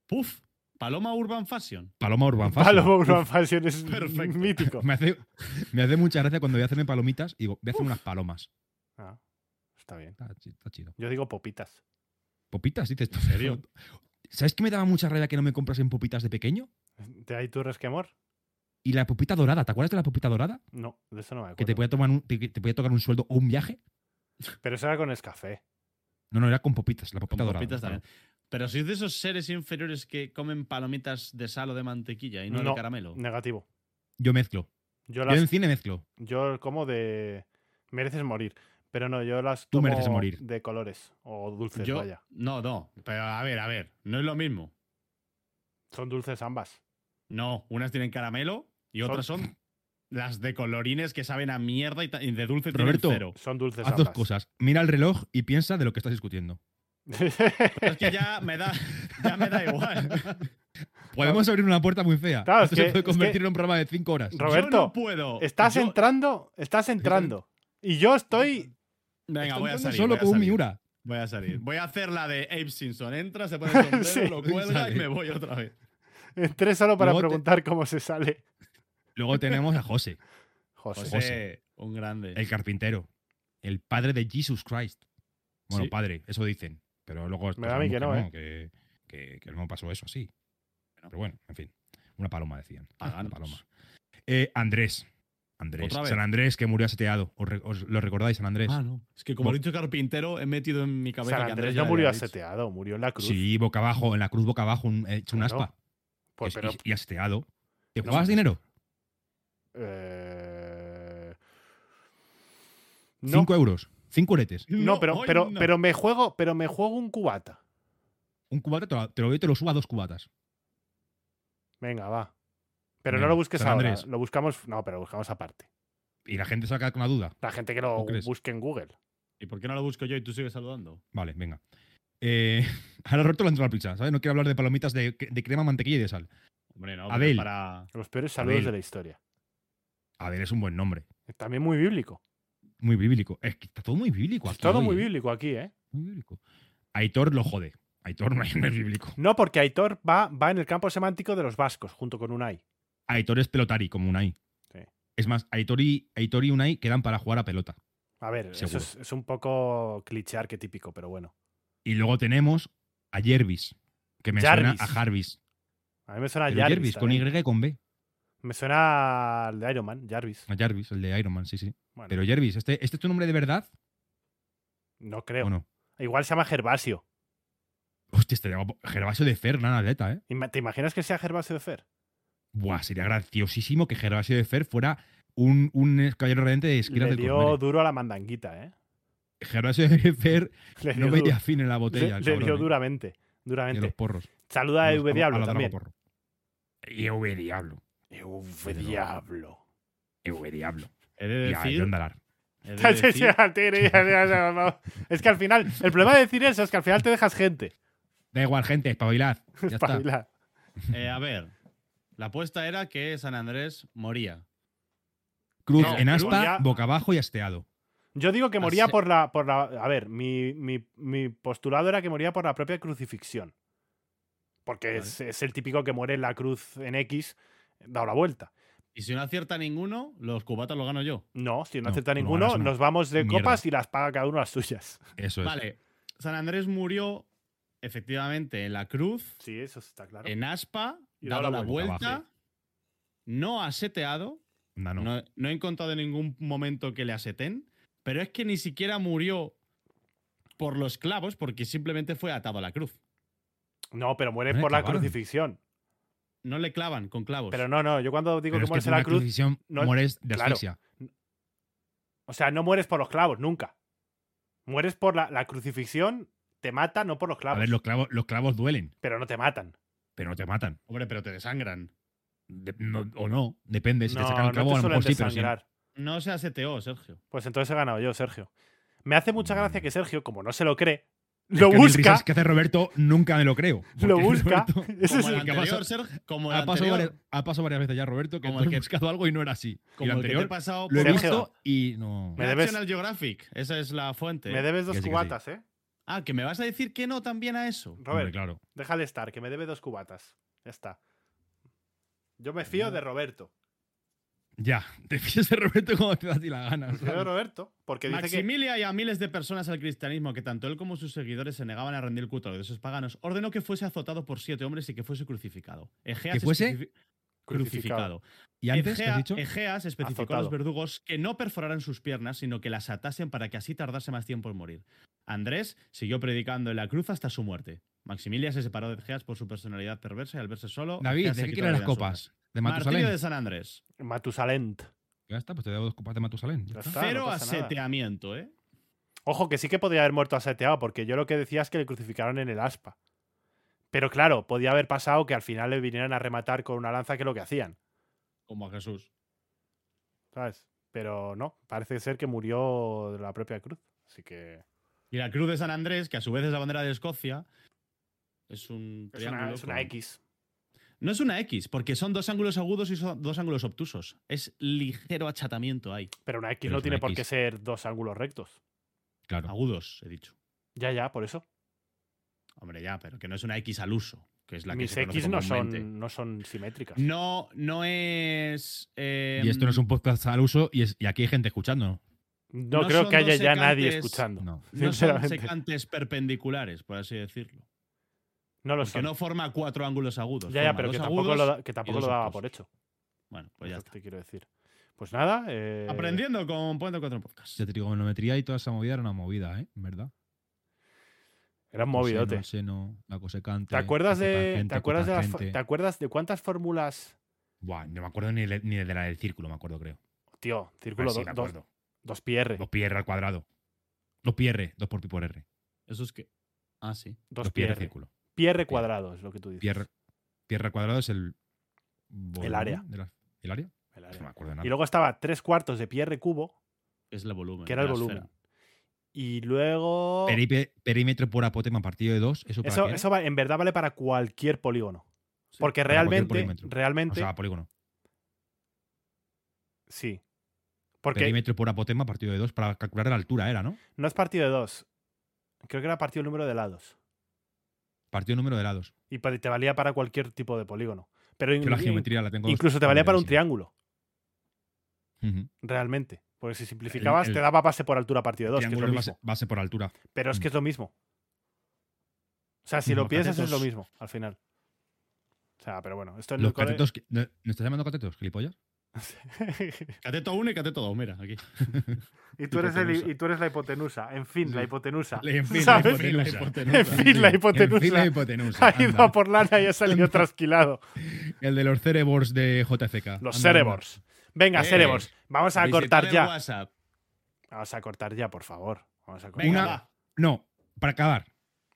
B: Puf. Paloma Urban Fashion.
A: Paloma Urban Fashion.
C: Palo Urban Fashion es
B: Perfecto.
C: mítico.
A: Me hace, me hace mucha gracia cuando voy a hacerme palomitas y digo, voy a hacer unas palomas.
C: Ah, está bien.
A: Está, chi- está chido.
C: Yo digo popitas.
A: Popitas, dices tú.
B: serio?
A: ¿Sabes que me daba mucha rabia que no me comprasen popitas de pequeño?
C: ¿Te hay tu resquemor?
A: Y la popita dorada, ¿te acuerdas de la popita dorada?
C: No, de eso no me acuerdo.
A: Que te podía, tomar un- te, te podía tocar un sueldo o un viaje.
C: Pero eso era con escafé.
A: No, no, era con popitas, la
B: Con
A: popita dorada.
B: papitas
A: claro.
B: también. Pero sois de esos seres inferiores que comen palomitas de sal o de mantequilla y no,
C: No.
B: de caramelo.
C: Negativo.
A: Yo mezclo.
C: Yo
A: Yo en
C: las
A: cine mezclo.
C: yo como de mereces morir, pero no, yo las
A: Tú
C: tomo
A: mereces morir.
C: de colores o dulces,
B: Yo,
C: pues vaya.
B: no, no. Pero a ver, a ver. No es lo mismo.
C: Son dulces ambas.
B: No, unas tienen caramelo y
C: Son-
B: otras son las de colorines que saben a mierda y, ta- y de dulce tienen
A: Roberto.
B: cero.
C: Son dulces
A: Haz
C: ambas.
A: dos cosas. Mira el reloj y piensa de lo que estás discutiendo.
B: Pero es que ya me da, ya me da igual.
A: Podemos abrir una puerta muy fea.
C: Claro,
A: Esto
C: es
A: se
C: que-
A: puede
C: es
A: convertir
C: que-
A: en un programa de cinco horas.
C: Ro- Roberto,
B: Yo no puedo.
C: estás
B: Yo-
C: entrando, estás entrando. Y yo estoy
B: Venga,
A: Estoy
B: voy a
A: entrando
B: salir.
A: solo
B: voy a
A: con un
B: salir,
A: Miura.
B: Voy a salir. Voy a hacer la de Abe Simpson. Entra, se pone el sombrero,
C: Sí.
B: lo cuelga
A: Sale.
B: y me voy otra vez.
C: entré solo para
A: Luego te-
C: preguntar cómo se sale.
A: Luego tenemos a José,
C: José.
B: Pues José, un grande.
A: el carpintero, el padre de Jesus Christ. Bueno,
B: Sí.
A: padre, eso dicen. Pero luego pues,
C: Me da a mí que
A: sabemos
C: no, ¿eh?
A: que que- que no pasó eso así. Pero bueno, en fin. Una paloma decían. Una
B: Paganos.
A: paloma. Eh, Andrés. Andrés.
B: ¿Otra vez?
A: San Andrés que murió aseteado. ¿Os, re- os lo recordáis, San Andrés?
B: Ah, no. Es que como
A: Bo-
B: he dicho carpintero, he metido en mi cabeza
C: San
B: que
C: Andrés
B: ya
C: no
B: le
C: murió
B: había dicho.
C: aseteado, murió en la cruz.
A: Sí, boca abajo, en la cruz boca abajo, un, eh, hecho un
C: Claro.
A: aspa. Es-
C: Pues, pero,
A: y, y aseteado. ¿Te
C: No,
A: jugabas
C: pues-
A: dinero?
C: eh, No,
A: Cinco euros. Cinco uretes.
C: no, pero,
B: hoy
C: pero,
B: no.
C: pero me juego, pero me juego un cubata.
A: Un cubata te lo, te lo doy y te lo subo a dos cubatas.
C: Venga, va. Pero no
A: Venga,
C: lo busques
A: San
C: ahora.
A: Andrés.
C: Lo buscamos. No, pero lo buscamos aparte.
A: Y la gente se va a quedar con la duda.
C: La gente que lo
A: ¿Tú crees?
C: busque en Google.
B: ¿Y por qué no lo busco yo y tú sigues saludando?
A: Vale, venga. Eh, ahora Roberto le entró la pizza, ¿sabes? No quiero hablar de palomitas de, de crema, mantequilla y de sal.
B: Hombre, no,
A: Abel.
B: pero para.
C: Los peores saludos
A: Abel.
C: de la historia.
A: A ver, es un buen nombre.
C: También muy bíblico.
A: Muy bíblico. Es que está todo muy bíblico
C: Es
A: aquí.
C: todo
A: hoy,
C: muy
A: ¿eh?
C: bíblico aquí, ¿eh?
A: Muy bíblico. Aitor lo jode. Aitor no es no es bíblico.
C: No, porque Aitor va, va en el campo semántico de los vascos, junto con Unai.
A: Aitor es pelotari, como Unai.
C: Sí.
A: Es más, Aitor y, Aitor y Unai quedan para jugar a pelota.
C: A ver, eso
A: Seguro.
C: es, es un poco cliché arquetípico, pero bueno.
A: Y luego tenemos a Jervis, que me
C: Jarvis.
A: suena a Jarvis.
C: A mí me suena a
A: Pero
C: Jarvis.
A: Jervis, con
C: también.
A: Y y con B.
C: Me suena al de Iron Man, Jarvis.
A: A Jarvis, el de Iron Man, sí, sí.
C: Bueno,
A: Pero Jervis, ¿este, este es tu nombre de verdad
C: no creo.
A: o no?
C: Igual se llama Gervasio.
A: Hostia, estaría guapo. Gervasio de Fer, nada, atleta, ¿eh?
C: Ima- ¿Te imaginas que sea Gervasio de Fer?
A: Buah, sería graciosísimo que Gervasio de Fer fuera un, un caballero radiante de esquinas
C: Le
A: del
C: dio
A: Cosmere.
C: duro a la mandanguita, ¿eh?
A: Gervasio de Fer
C: Le
A: no
C: dio, du-
A: veía fin en la botella.
C: le-
A: el
C: le
A: cabrón,
C: dio
A: ¿eh?
C: duramente.
A: Y a los
C: Duramente.
A: porros.
C: Saluda a
A: A los-
C: V
A: a
C: Diablo
A: los
C: también.
A: Dragoporro. Y V Diablo.
C: V Diablo.
A: Ewe, diablo.
B: He de
A: Y a
B: decir,
A: Jon Dalar.
B: he de
C: Sí, sí,
B: decir-
C: al tigre, ya, ya, ya, vamos. es que al final, el problema de decir eso es que al final te dejas gente.
A: Da igual, gente, espabilad. Ya está.
C: Espabilad.
B: Eh, a ver, la apuesta era que San Andrés moría.
A: Cruz
C: No,
A: en
C: Cruz
A: aspa,
C: ya-
A: boca abajo y hasteado.
C: Yo digo que moría
B: Así-
C: por la, por la. A ver, mi, mi- mi postulado era que moría por la propia crucifixión. Porque es, es el típico que muere en la cruz en X, dado la vuelta.
B: Y si no acierta ninguno, los cubatas los gano yo.
C: No, si no,
A: No,
C: acepta
A: no
C: ninguno,
A: ganas nada.
C: nos vamos de
A: Mierda.
C: copas y las paga cada uno las suyas.
A: Eso es.
B: Vale, San Andrés murió efectivamente en la cruz,
C: Sí, eso está claro.
B: en aspa,
C: Y
B: dado la vuelta, no aseteado.
A: Anda, no.
B: No, no he encontrado en ningún momento que le aseten, pero es que ni siquiera murió por los clavos porque simplemente fue atado a la cruz.
C: No, pero muere
A: Bueno,
C: por la
A: acabaron.
C: crucifixión.
B: No le clavan con clavos.
C: Pero no, no, yo cuando digo
A: Pues Pero
C: que
A: es que por
C: mueres en la
A: una
C: cruz,
A: crucifixión
C: no-
A: mueres de
C: claro.
A: asfixia.
C: o sea, no mueres por los clavos, nunca. Mueres por la, la crucifixión, te mata, no por los
A: A
C: clavos.
A: ver, los clavos, los clavos duelen,
C: Pero no te matan.
A: pero no te matan.
B: Hombre, pero te desangran.
A: De- no- o no, depende. Si te sacan
C: No,
A: el clavo, a
C: no
A: lo
C: te suelen
A: mejor sí, pero sí.
C: desangrar.
B: No se aseteó, Sergio.
C: Pues entonces he ganado yo, Sergio. Me hace mucha gracia
A: Mm.
C: que Sergio, como no se lo cree,
A: Es
C: lo
A: que a mí
C: busca.
A: risas que hace Roberto, nunca me lo creo.
C: Lo
A: Porque
C: busca.
A: Roberto-
C: Ese es
B: Como
A: el que
B: el
A: ha
B: anterior,
A: pasado-
B: Sergio, como el
A: ha, pasado
B: anterior,
A: varias, ha pasado varias veces ya, Roberto, que
B: Como
A: tú
B: el
A: has
B: que-
A: buscado algo y no era así. Y
B: como
A: el
B: el que te he
A: anterior
B: pasado
A: lo he
B: por
C: Sergio.
A: visto y no.
C: Me debes-
B: National Geographic. Esa es la fuente.
C: Me debes dos
A: este, Que sí, que sí.
C: cubatas, ¿eh?
B: Ah, que me vas a decir que no también a eso.
A: Hombre,
C: Robert,
A: claro.
C: déjale estar, que me debe dos cubatas. Ya está. Yo me fío de Roberto.
A: Ya, te fíes de Roberto como te da a ti la gana.
C: Me fío de Roberto, porque dice que.
B: Maximilia y a miles de personas al cristianismo que tanto él como sus seguidores se negaban a rendir culto a los dioses paganos, ordenó que fuese azotado por siete hombres y que fuese crucificado. Egeas
A: ¿Que fuese?
B: especifi- crucificado.
A: ¿Y antes qué
B: Egea-
A: has dicho?
B: Egeas especificó a
C: Azotado.
B: los verdugos que no perforaran sus piernas, sino que las atasen para que así tardase más tiempo en morir. Andrés siguió predicando en la cruz hasta su muerte. Maximilia se separó de Egeas por su personalidad perversa y al verse solo.
A: David,
B: Egeas se
A: ¿de qué
B: quitó
A: quieres
B: la
A: las
B: vida en su
A: copas? ¿De
B: casa. Martirio
A: Matusalén?
B: de San Andrés.
C: Matusalent.
A: Ya está, pues te doy dos copas de Matusalén. ya
C: Ya
A: está.
C: está,
B: Cero
C: no pasa nada.
B: aseteamiento, ¿eh?
C: Ojo, que sí que podía haber muerto aseteado, porque yo lo que decía es que le crucificaron en el aspa. Pero claro, podía haber pasado que al final le vinieran a rematar con una lanza, que es lo que hacían,
B: Como a Jesús.
C: ¿sabes? Pero no, parece ser que murió de la propia cruz. Así que.
B: Y la Cruz de San Andrés, que a su vez es la bandera de Escocia, es un
C: Es una,
B: triángulo
C: es una
B: con-
C: X.
B: No es una X, porque son dos ángulos agudos y son dos ángulos obtusos. Es ligero achatamiento ahí.
C: Pero una X
A: Pero
C: no
A: es
C: tiene
A: una
C: por
A: X.
C: qué ser dos ángulos rectos.
A: Claro.
B: Agudos, he dicho.
C: Ya, ya, por eso.
B: Hombre, ya, pero que no es una X al uso, que es la que
C: Mis
B: se conoce
C: X no
B: comúnmente.
C: son, no son simétricas.
B: No, no es. eh,
C: Em,
A: Y esto no es un podcast al uso y, es- y aquí hay gente escuchando.
C: No,
B: no
C: creo
B: son
C: que haya
B: dos
C: ya nadie
B: secantes.
C: escuchando. No,
A: No.
B: no son
C: sinceramente.
B: secantes perpendiculares, por así decirlo.
C: lo
B: Porque
C: son.
B: no forma cuatro ángulos agudos.
C: ya, ya,
B: forma
C: pero
B: dos
C: que tampoco,
B: agudos.
C: lo, da- que tampoco
B: dos
C: lo daba
B: obtusos.
C: por hecho.
B: Bueno, pues ya
C: Eso
B: está.
C: te quiero decir. Pues nada. eh,
B: Aprendiendo con Puente Cuatro Podcast.
A: Ya te digo, trigonometría y toda esa movida era una movida, ¿eh? En ¿Verdad?
C: Era un
B: Pues
C: movidote.
A: El seno, la cosecante.
C: ¿Te acuerdas
A: la
C: de
A: cotangente,
C: te acuerdas de, las fo-
A: cotangente.
C: te acuerdas de cuántas fórmulas?
A: Buah, no me acuerdo ni, de- ni de la del círculo, me acuerdo, creo.
C: Tío,
A: Ah,
C: círculo
A: sí,
C: do-
A: me
C: dos-
A: acuerdo.
C: dos pi r,
A: Dos pi r al cuadrado. Dos pi r, dos por pi por r.
B: Eso es que. Ah, sí.
C: dos
A: dos
C: pi
A: pi r
C: r,
A: círculo.
C: pi r cuadrado es lo que tú dices.
A: Pi r, pi R al cuadrado es el. volumen
C: área.
A: de la- ¿El área?
C: El
A: Pues
C: área.
A: no me acuerdo de nada.
C: Y luego estaba tres cuartos de pi r cubo,
B: Es el volumen.
C: que era el
B: la
C: volumen.
B: esfera.
C: Y luego
A: Peripe- perímetro por apotema partido de dos. ¿Eso, para
C: eso,
A: qué?
C: eso va- en verdad vale para cualquier polígono.
B: Sí.
A: para
C: Porque
A: cualquier
C: realmente,
A: polímetro.
C: realmente,
A: O sea, polígono.
C: sí. Porque
A: Perímetro por apotema partido de dos para calcular la altura, era, ¿no?
C: no es partido de dos. Creo que era partido el número de lados.
A: Partido número de lados.
C: Y pa- te valía para cualquier tipo de polígono. Pero
A: Yo la
C: in-
A: geometría la tengo.
C: Mm, incluso te valía para un
A: olvidadísima.
C: triángulo.
A: Ujú.
C: realmente. Porque si simplificabas,
A: el-
C: te daba base por altura partido 2, que es
A: Triángulo
C: lo
A: de
C: mismo.
A: base, base por altura.
C: Pero es que
A: Mm.
C: es lo mismo. O sea, si
A: Los
C: lo piensas, es lo
B: catetos.
C: mismo, al final. O sea, pero bueno, esto en
A: Los
C: el cole-
A: catetos. que- ¿No no estás llamando catetos, gilipollas?
B: Cateto 1 y cateto 2, mira, aquí.
C: y, tú eres el-
B: hipotenusa.
C: y tú eres la hipotenusa. En fin, la hipotenusa.
A: En fin, la
C: ¿Sabes?
A: hipotenusa.
C: En fin, la hipotenusa.
A: En fin, la hipotenusa.
C: Ha ido
A: Anda.
C: a por lana y ha salido trasquilado.
A: El de los cerebors de JFK.
C: Los
A: Anda,
C: cerebors. Venga,
B: Eh,
C: cerebors. Vamos a
B: Visitar
C: cortar
B: el
C: ya.
B: WhatsApp.
C: Vamos a cortar ya, por favor. Vamos a cortar.
B: Venga,
A: Una-
B: va.
A: anda. No, para acabar,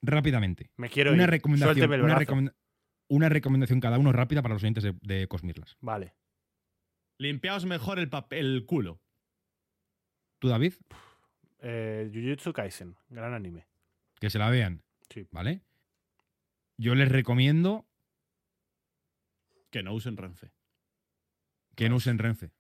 A: rápidamente.
C: Me quiero
A: Una
C: ir.
A: recomendación,
C: Suélteme el
A: una,
C: brazo.
A: recomen- una recomendación cada uno rápida para los oyentes de, de Cosmirlas.
C: Vale.
B: Limpiaos mejor el, pap- el culo.
A: Tú, David,
C: Eh, Jujutsu Kaisen, gran anime.
A: que se la vean.
C: Sí.
A: ¿Vale? Yo les recomiendo
B: Que no usen Renfe.
A: que no usen Renfe,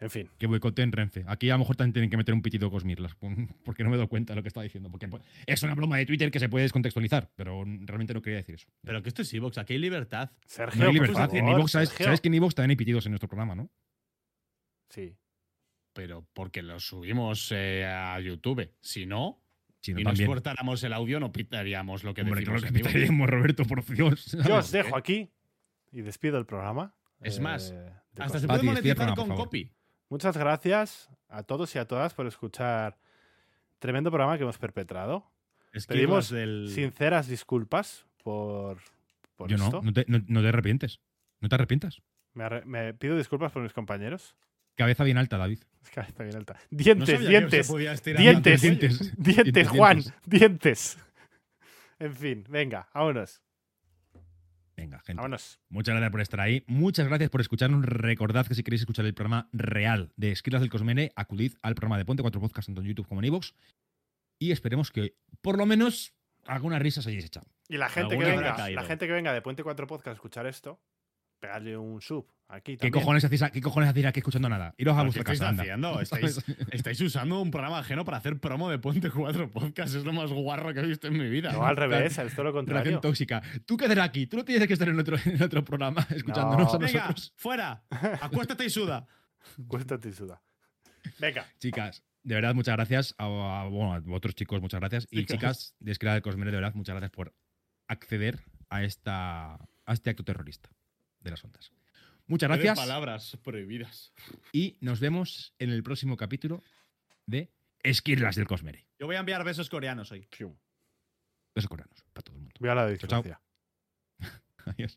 C: En fin,
A: que boicoteen Renfe. Aquí a lo mejor también tienen que meter un pitido Cosmirlas, porque no me doy cuenta de lo que está diciendo. Porque pues, es una broma de Twitter que se puede descontextualizar, pero realmente no quería decir eso.
B: Pero que esto es Evox, aquí hay libertad.
C: Sergio.
A: No hay
C: por
A: libertad.
C: favor,
A: En iVoox, ¿sabes,
C: Sergio.
A: sabes que en Evox también hay pitidos en nuestro programa, ¿no?
C: Sí.
B: Pero porque lo subimos eh, a YouTube. Si no,
A: Sí,
B: y
A: no,
B: nos
A: también.
B: cortáramos el audio, no pitaríamos lo que
A: Hombre, claro
B: decimos.
A: que
B: en vivo.
A: pitaríamos, Roberto, por Dios.
C: Yo
A: ¿sabes?
C: os dejo aquí y despido el programa. eh,
B: Es más,
C: de
B: Hasta
C: cosas.
B: se
A: Pati,
B: puede
A: despide el
B: monetizar
A: programa,
B: con
A: por favor.
B: copy.
C: Muchas gracias a todos y a todas por escuchar tremendo programa que hemos perpetrado. Pedimos
B: Esquivas del.
C: Sinceras disculpas por, por
A: Yo
C: esto.
A: no, no te, no- no te arrepientes. No te arrepientas.
C: Me, arre- me pido disculpas por mis compañeros.
A: Cabeza bien alta, David.
C: Es que está bien alta.
B: No
C: Dientes,
B: sabía que
C: dientes,
B: se podía estirar
C: dientes,
B: tanto el cuello.
A: Dientes.
C: dientes,
A: dientes,
C: Juan,
A: dientes.
C: dientes. En fin, venga, vámonos,
A: Venga, gente.
C: vámonos.
A: Muchas gracias por estar ahí. Muchas gracias por escucharnos. Recordad que si queréis escuchar el programa real de Esquilas del Cosmene, acudid al programa de Ponte 4 Podcast, tanto en YouTube como en iVoox. Y esperemos que por lo menos algunas risas hayáis echado.
C: Y la gente que
B: Alguna habrá
C: venga, la
B: caído.
C: gente que venga de Puente 4 Podcast a escuchar esto, pegadle un sub aquí
A: ¿Qué
C: también.
A: cojones, hacéis, a- ¿Qué cojones hacéis aquí escuchando nada? Iros a
B: ¿Pero
A: vuestra
B: ¿Qué estáis
A: casa. anda.
B: haciendo? Estáis, estáis usando un programa ajeno para hacer promo de Puente 4 Podcast. Es lo más guarro que he visto en mi vida.
C: No, al revés, es todo lo
A: Relación
C: contrario.
A: tóxica. Tú qué haces aquí. Tú no tienes que estar en otro, en otro programa escuchándonos a
C: No.
B: Venga,
A: nosotros.
B: fuera. Acuéstate y suda.
C: Cuéntate y suda. Venga,
A: Chicas, de verdad, muchas gracias. A, a- bueno, a vosotros chicos, muchas gracias. Y
C: Chicas.
A: chicas de Esquela del Cosmere, de verdad, muchas gracias por acceder a, esta, a este acto terrorista de las ondas. Muchas gracias
B: Palabras prohibidas.
A: y nos vemos en el próximo capítulo de Esquirlas del Cosmere.
B: Yo voy a enviar besos coreanos hoy.
C: pium.
A: Besos coreanos para todo el mundo.
C: voy a la
A: Chao, chao.
C: distancia.
A: Adiós.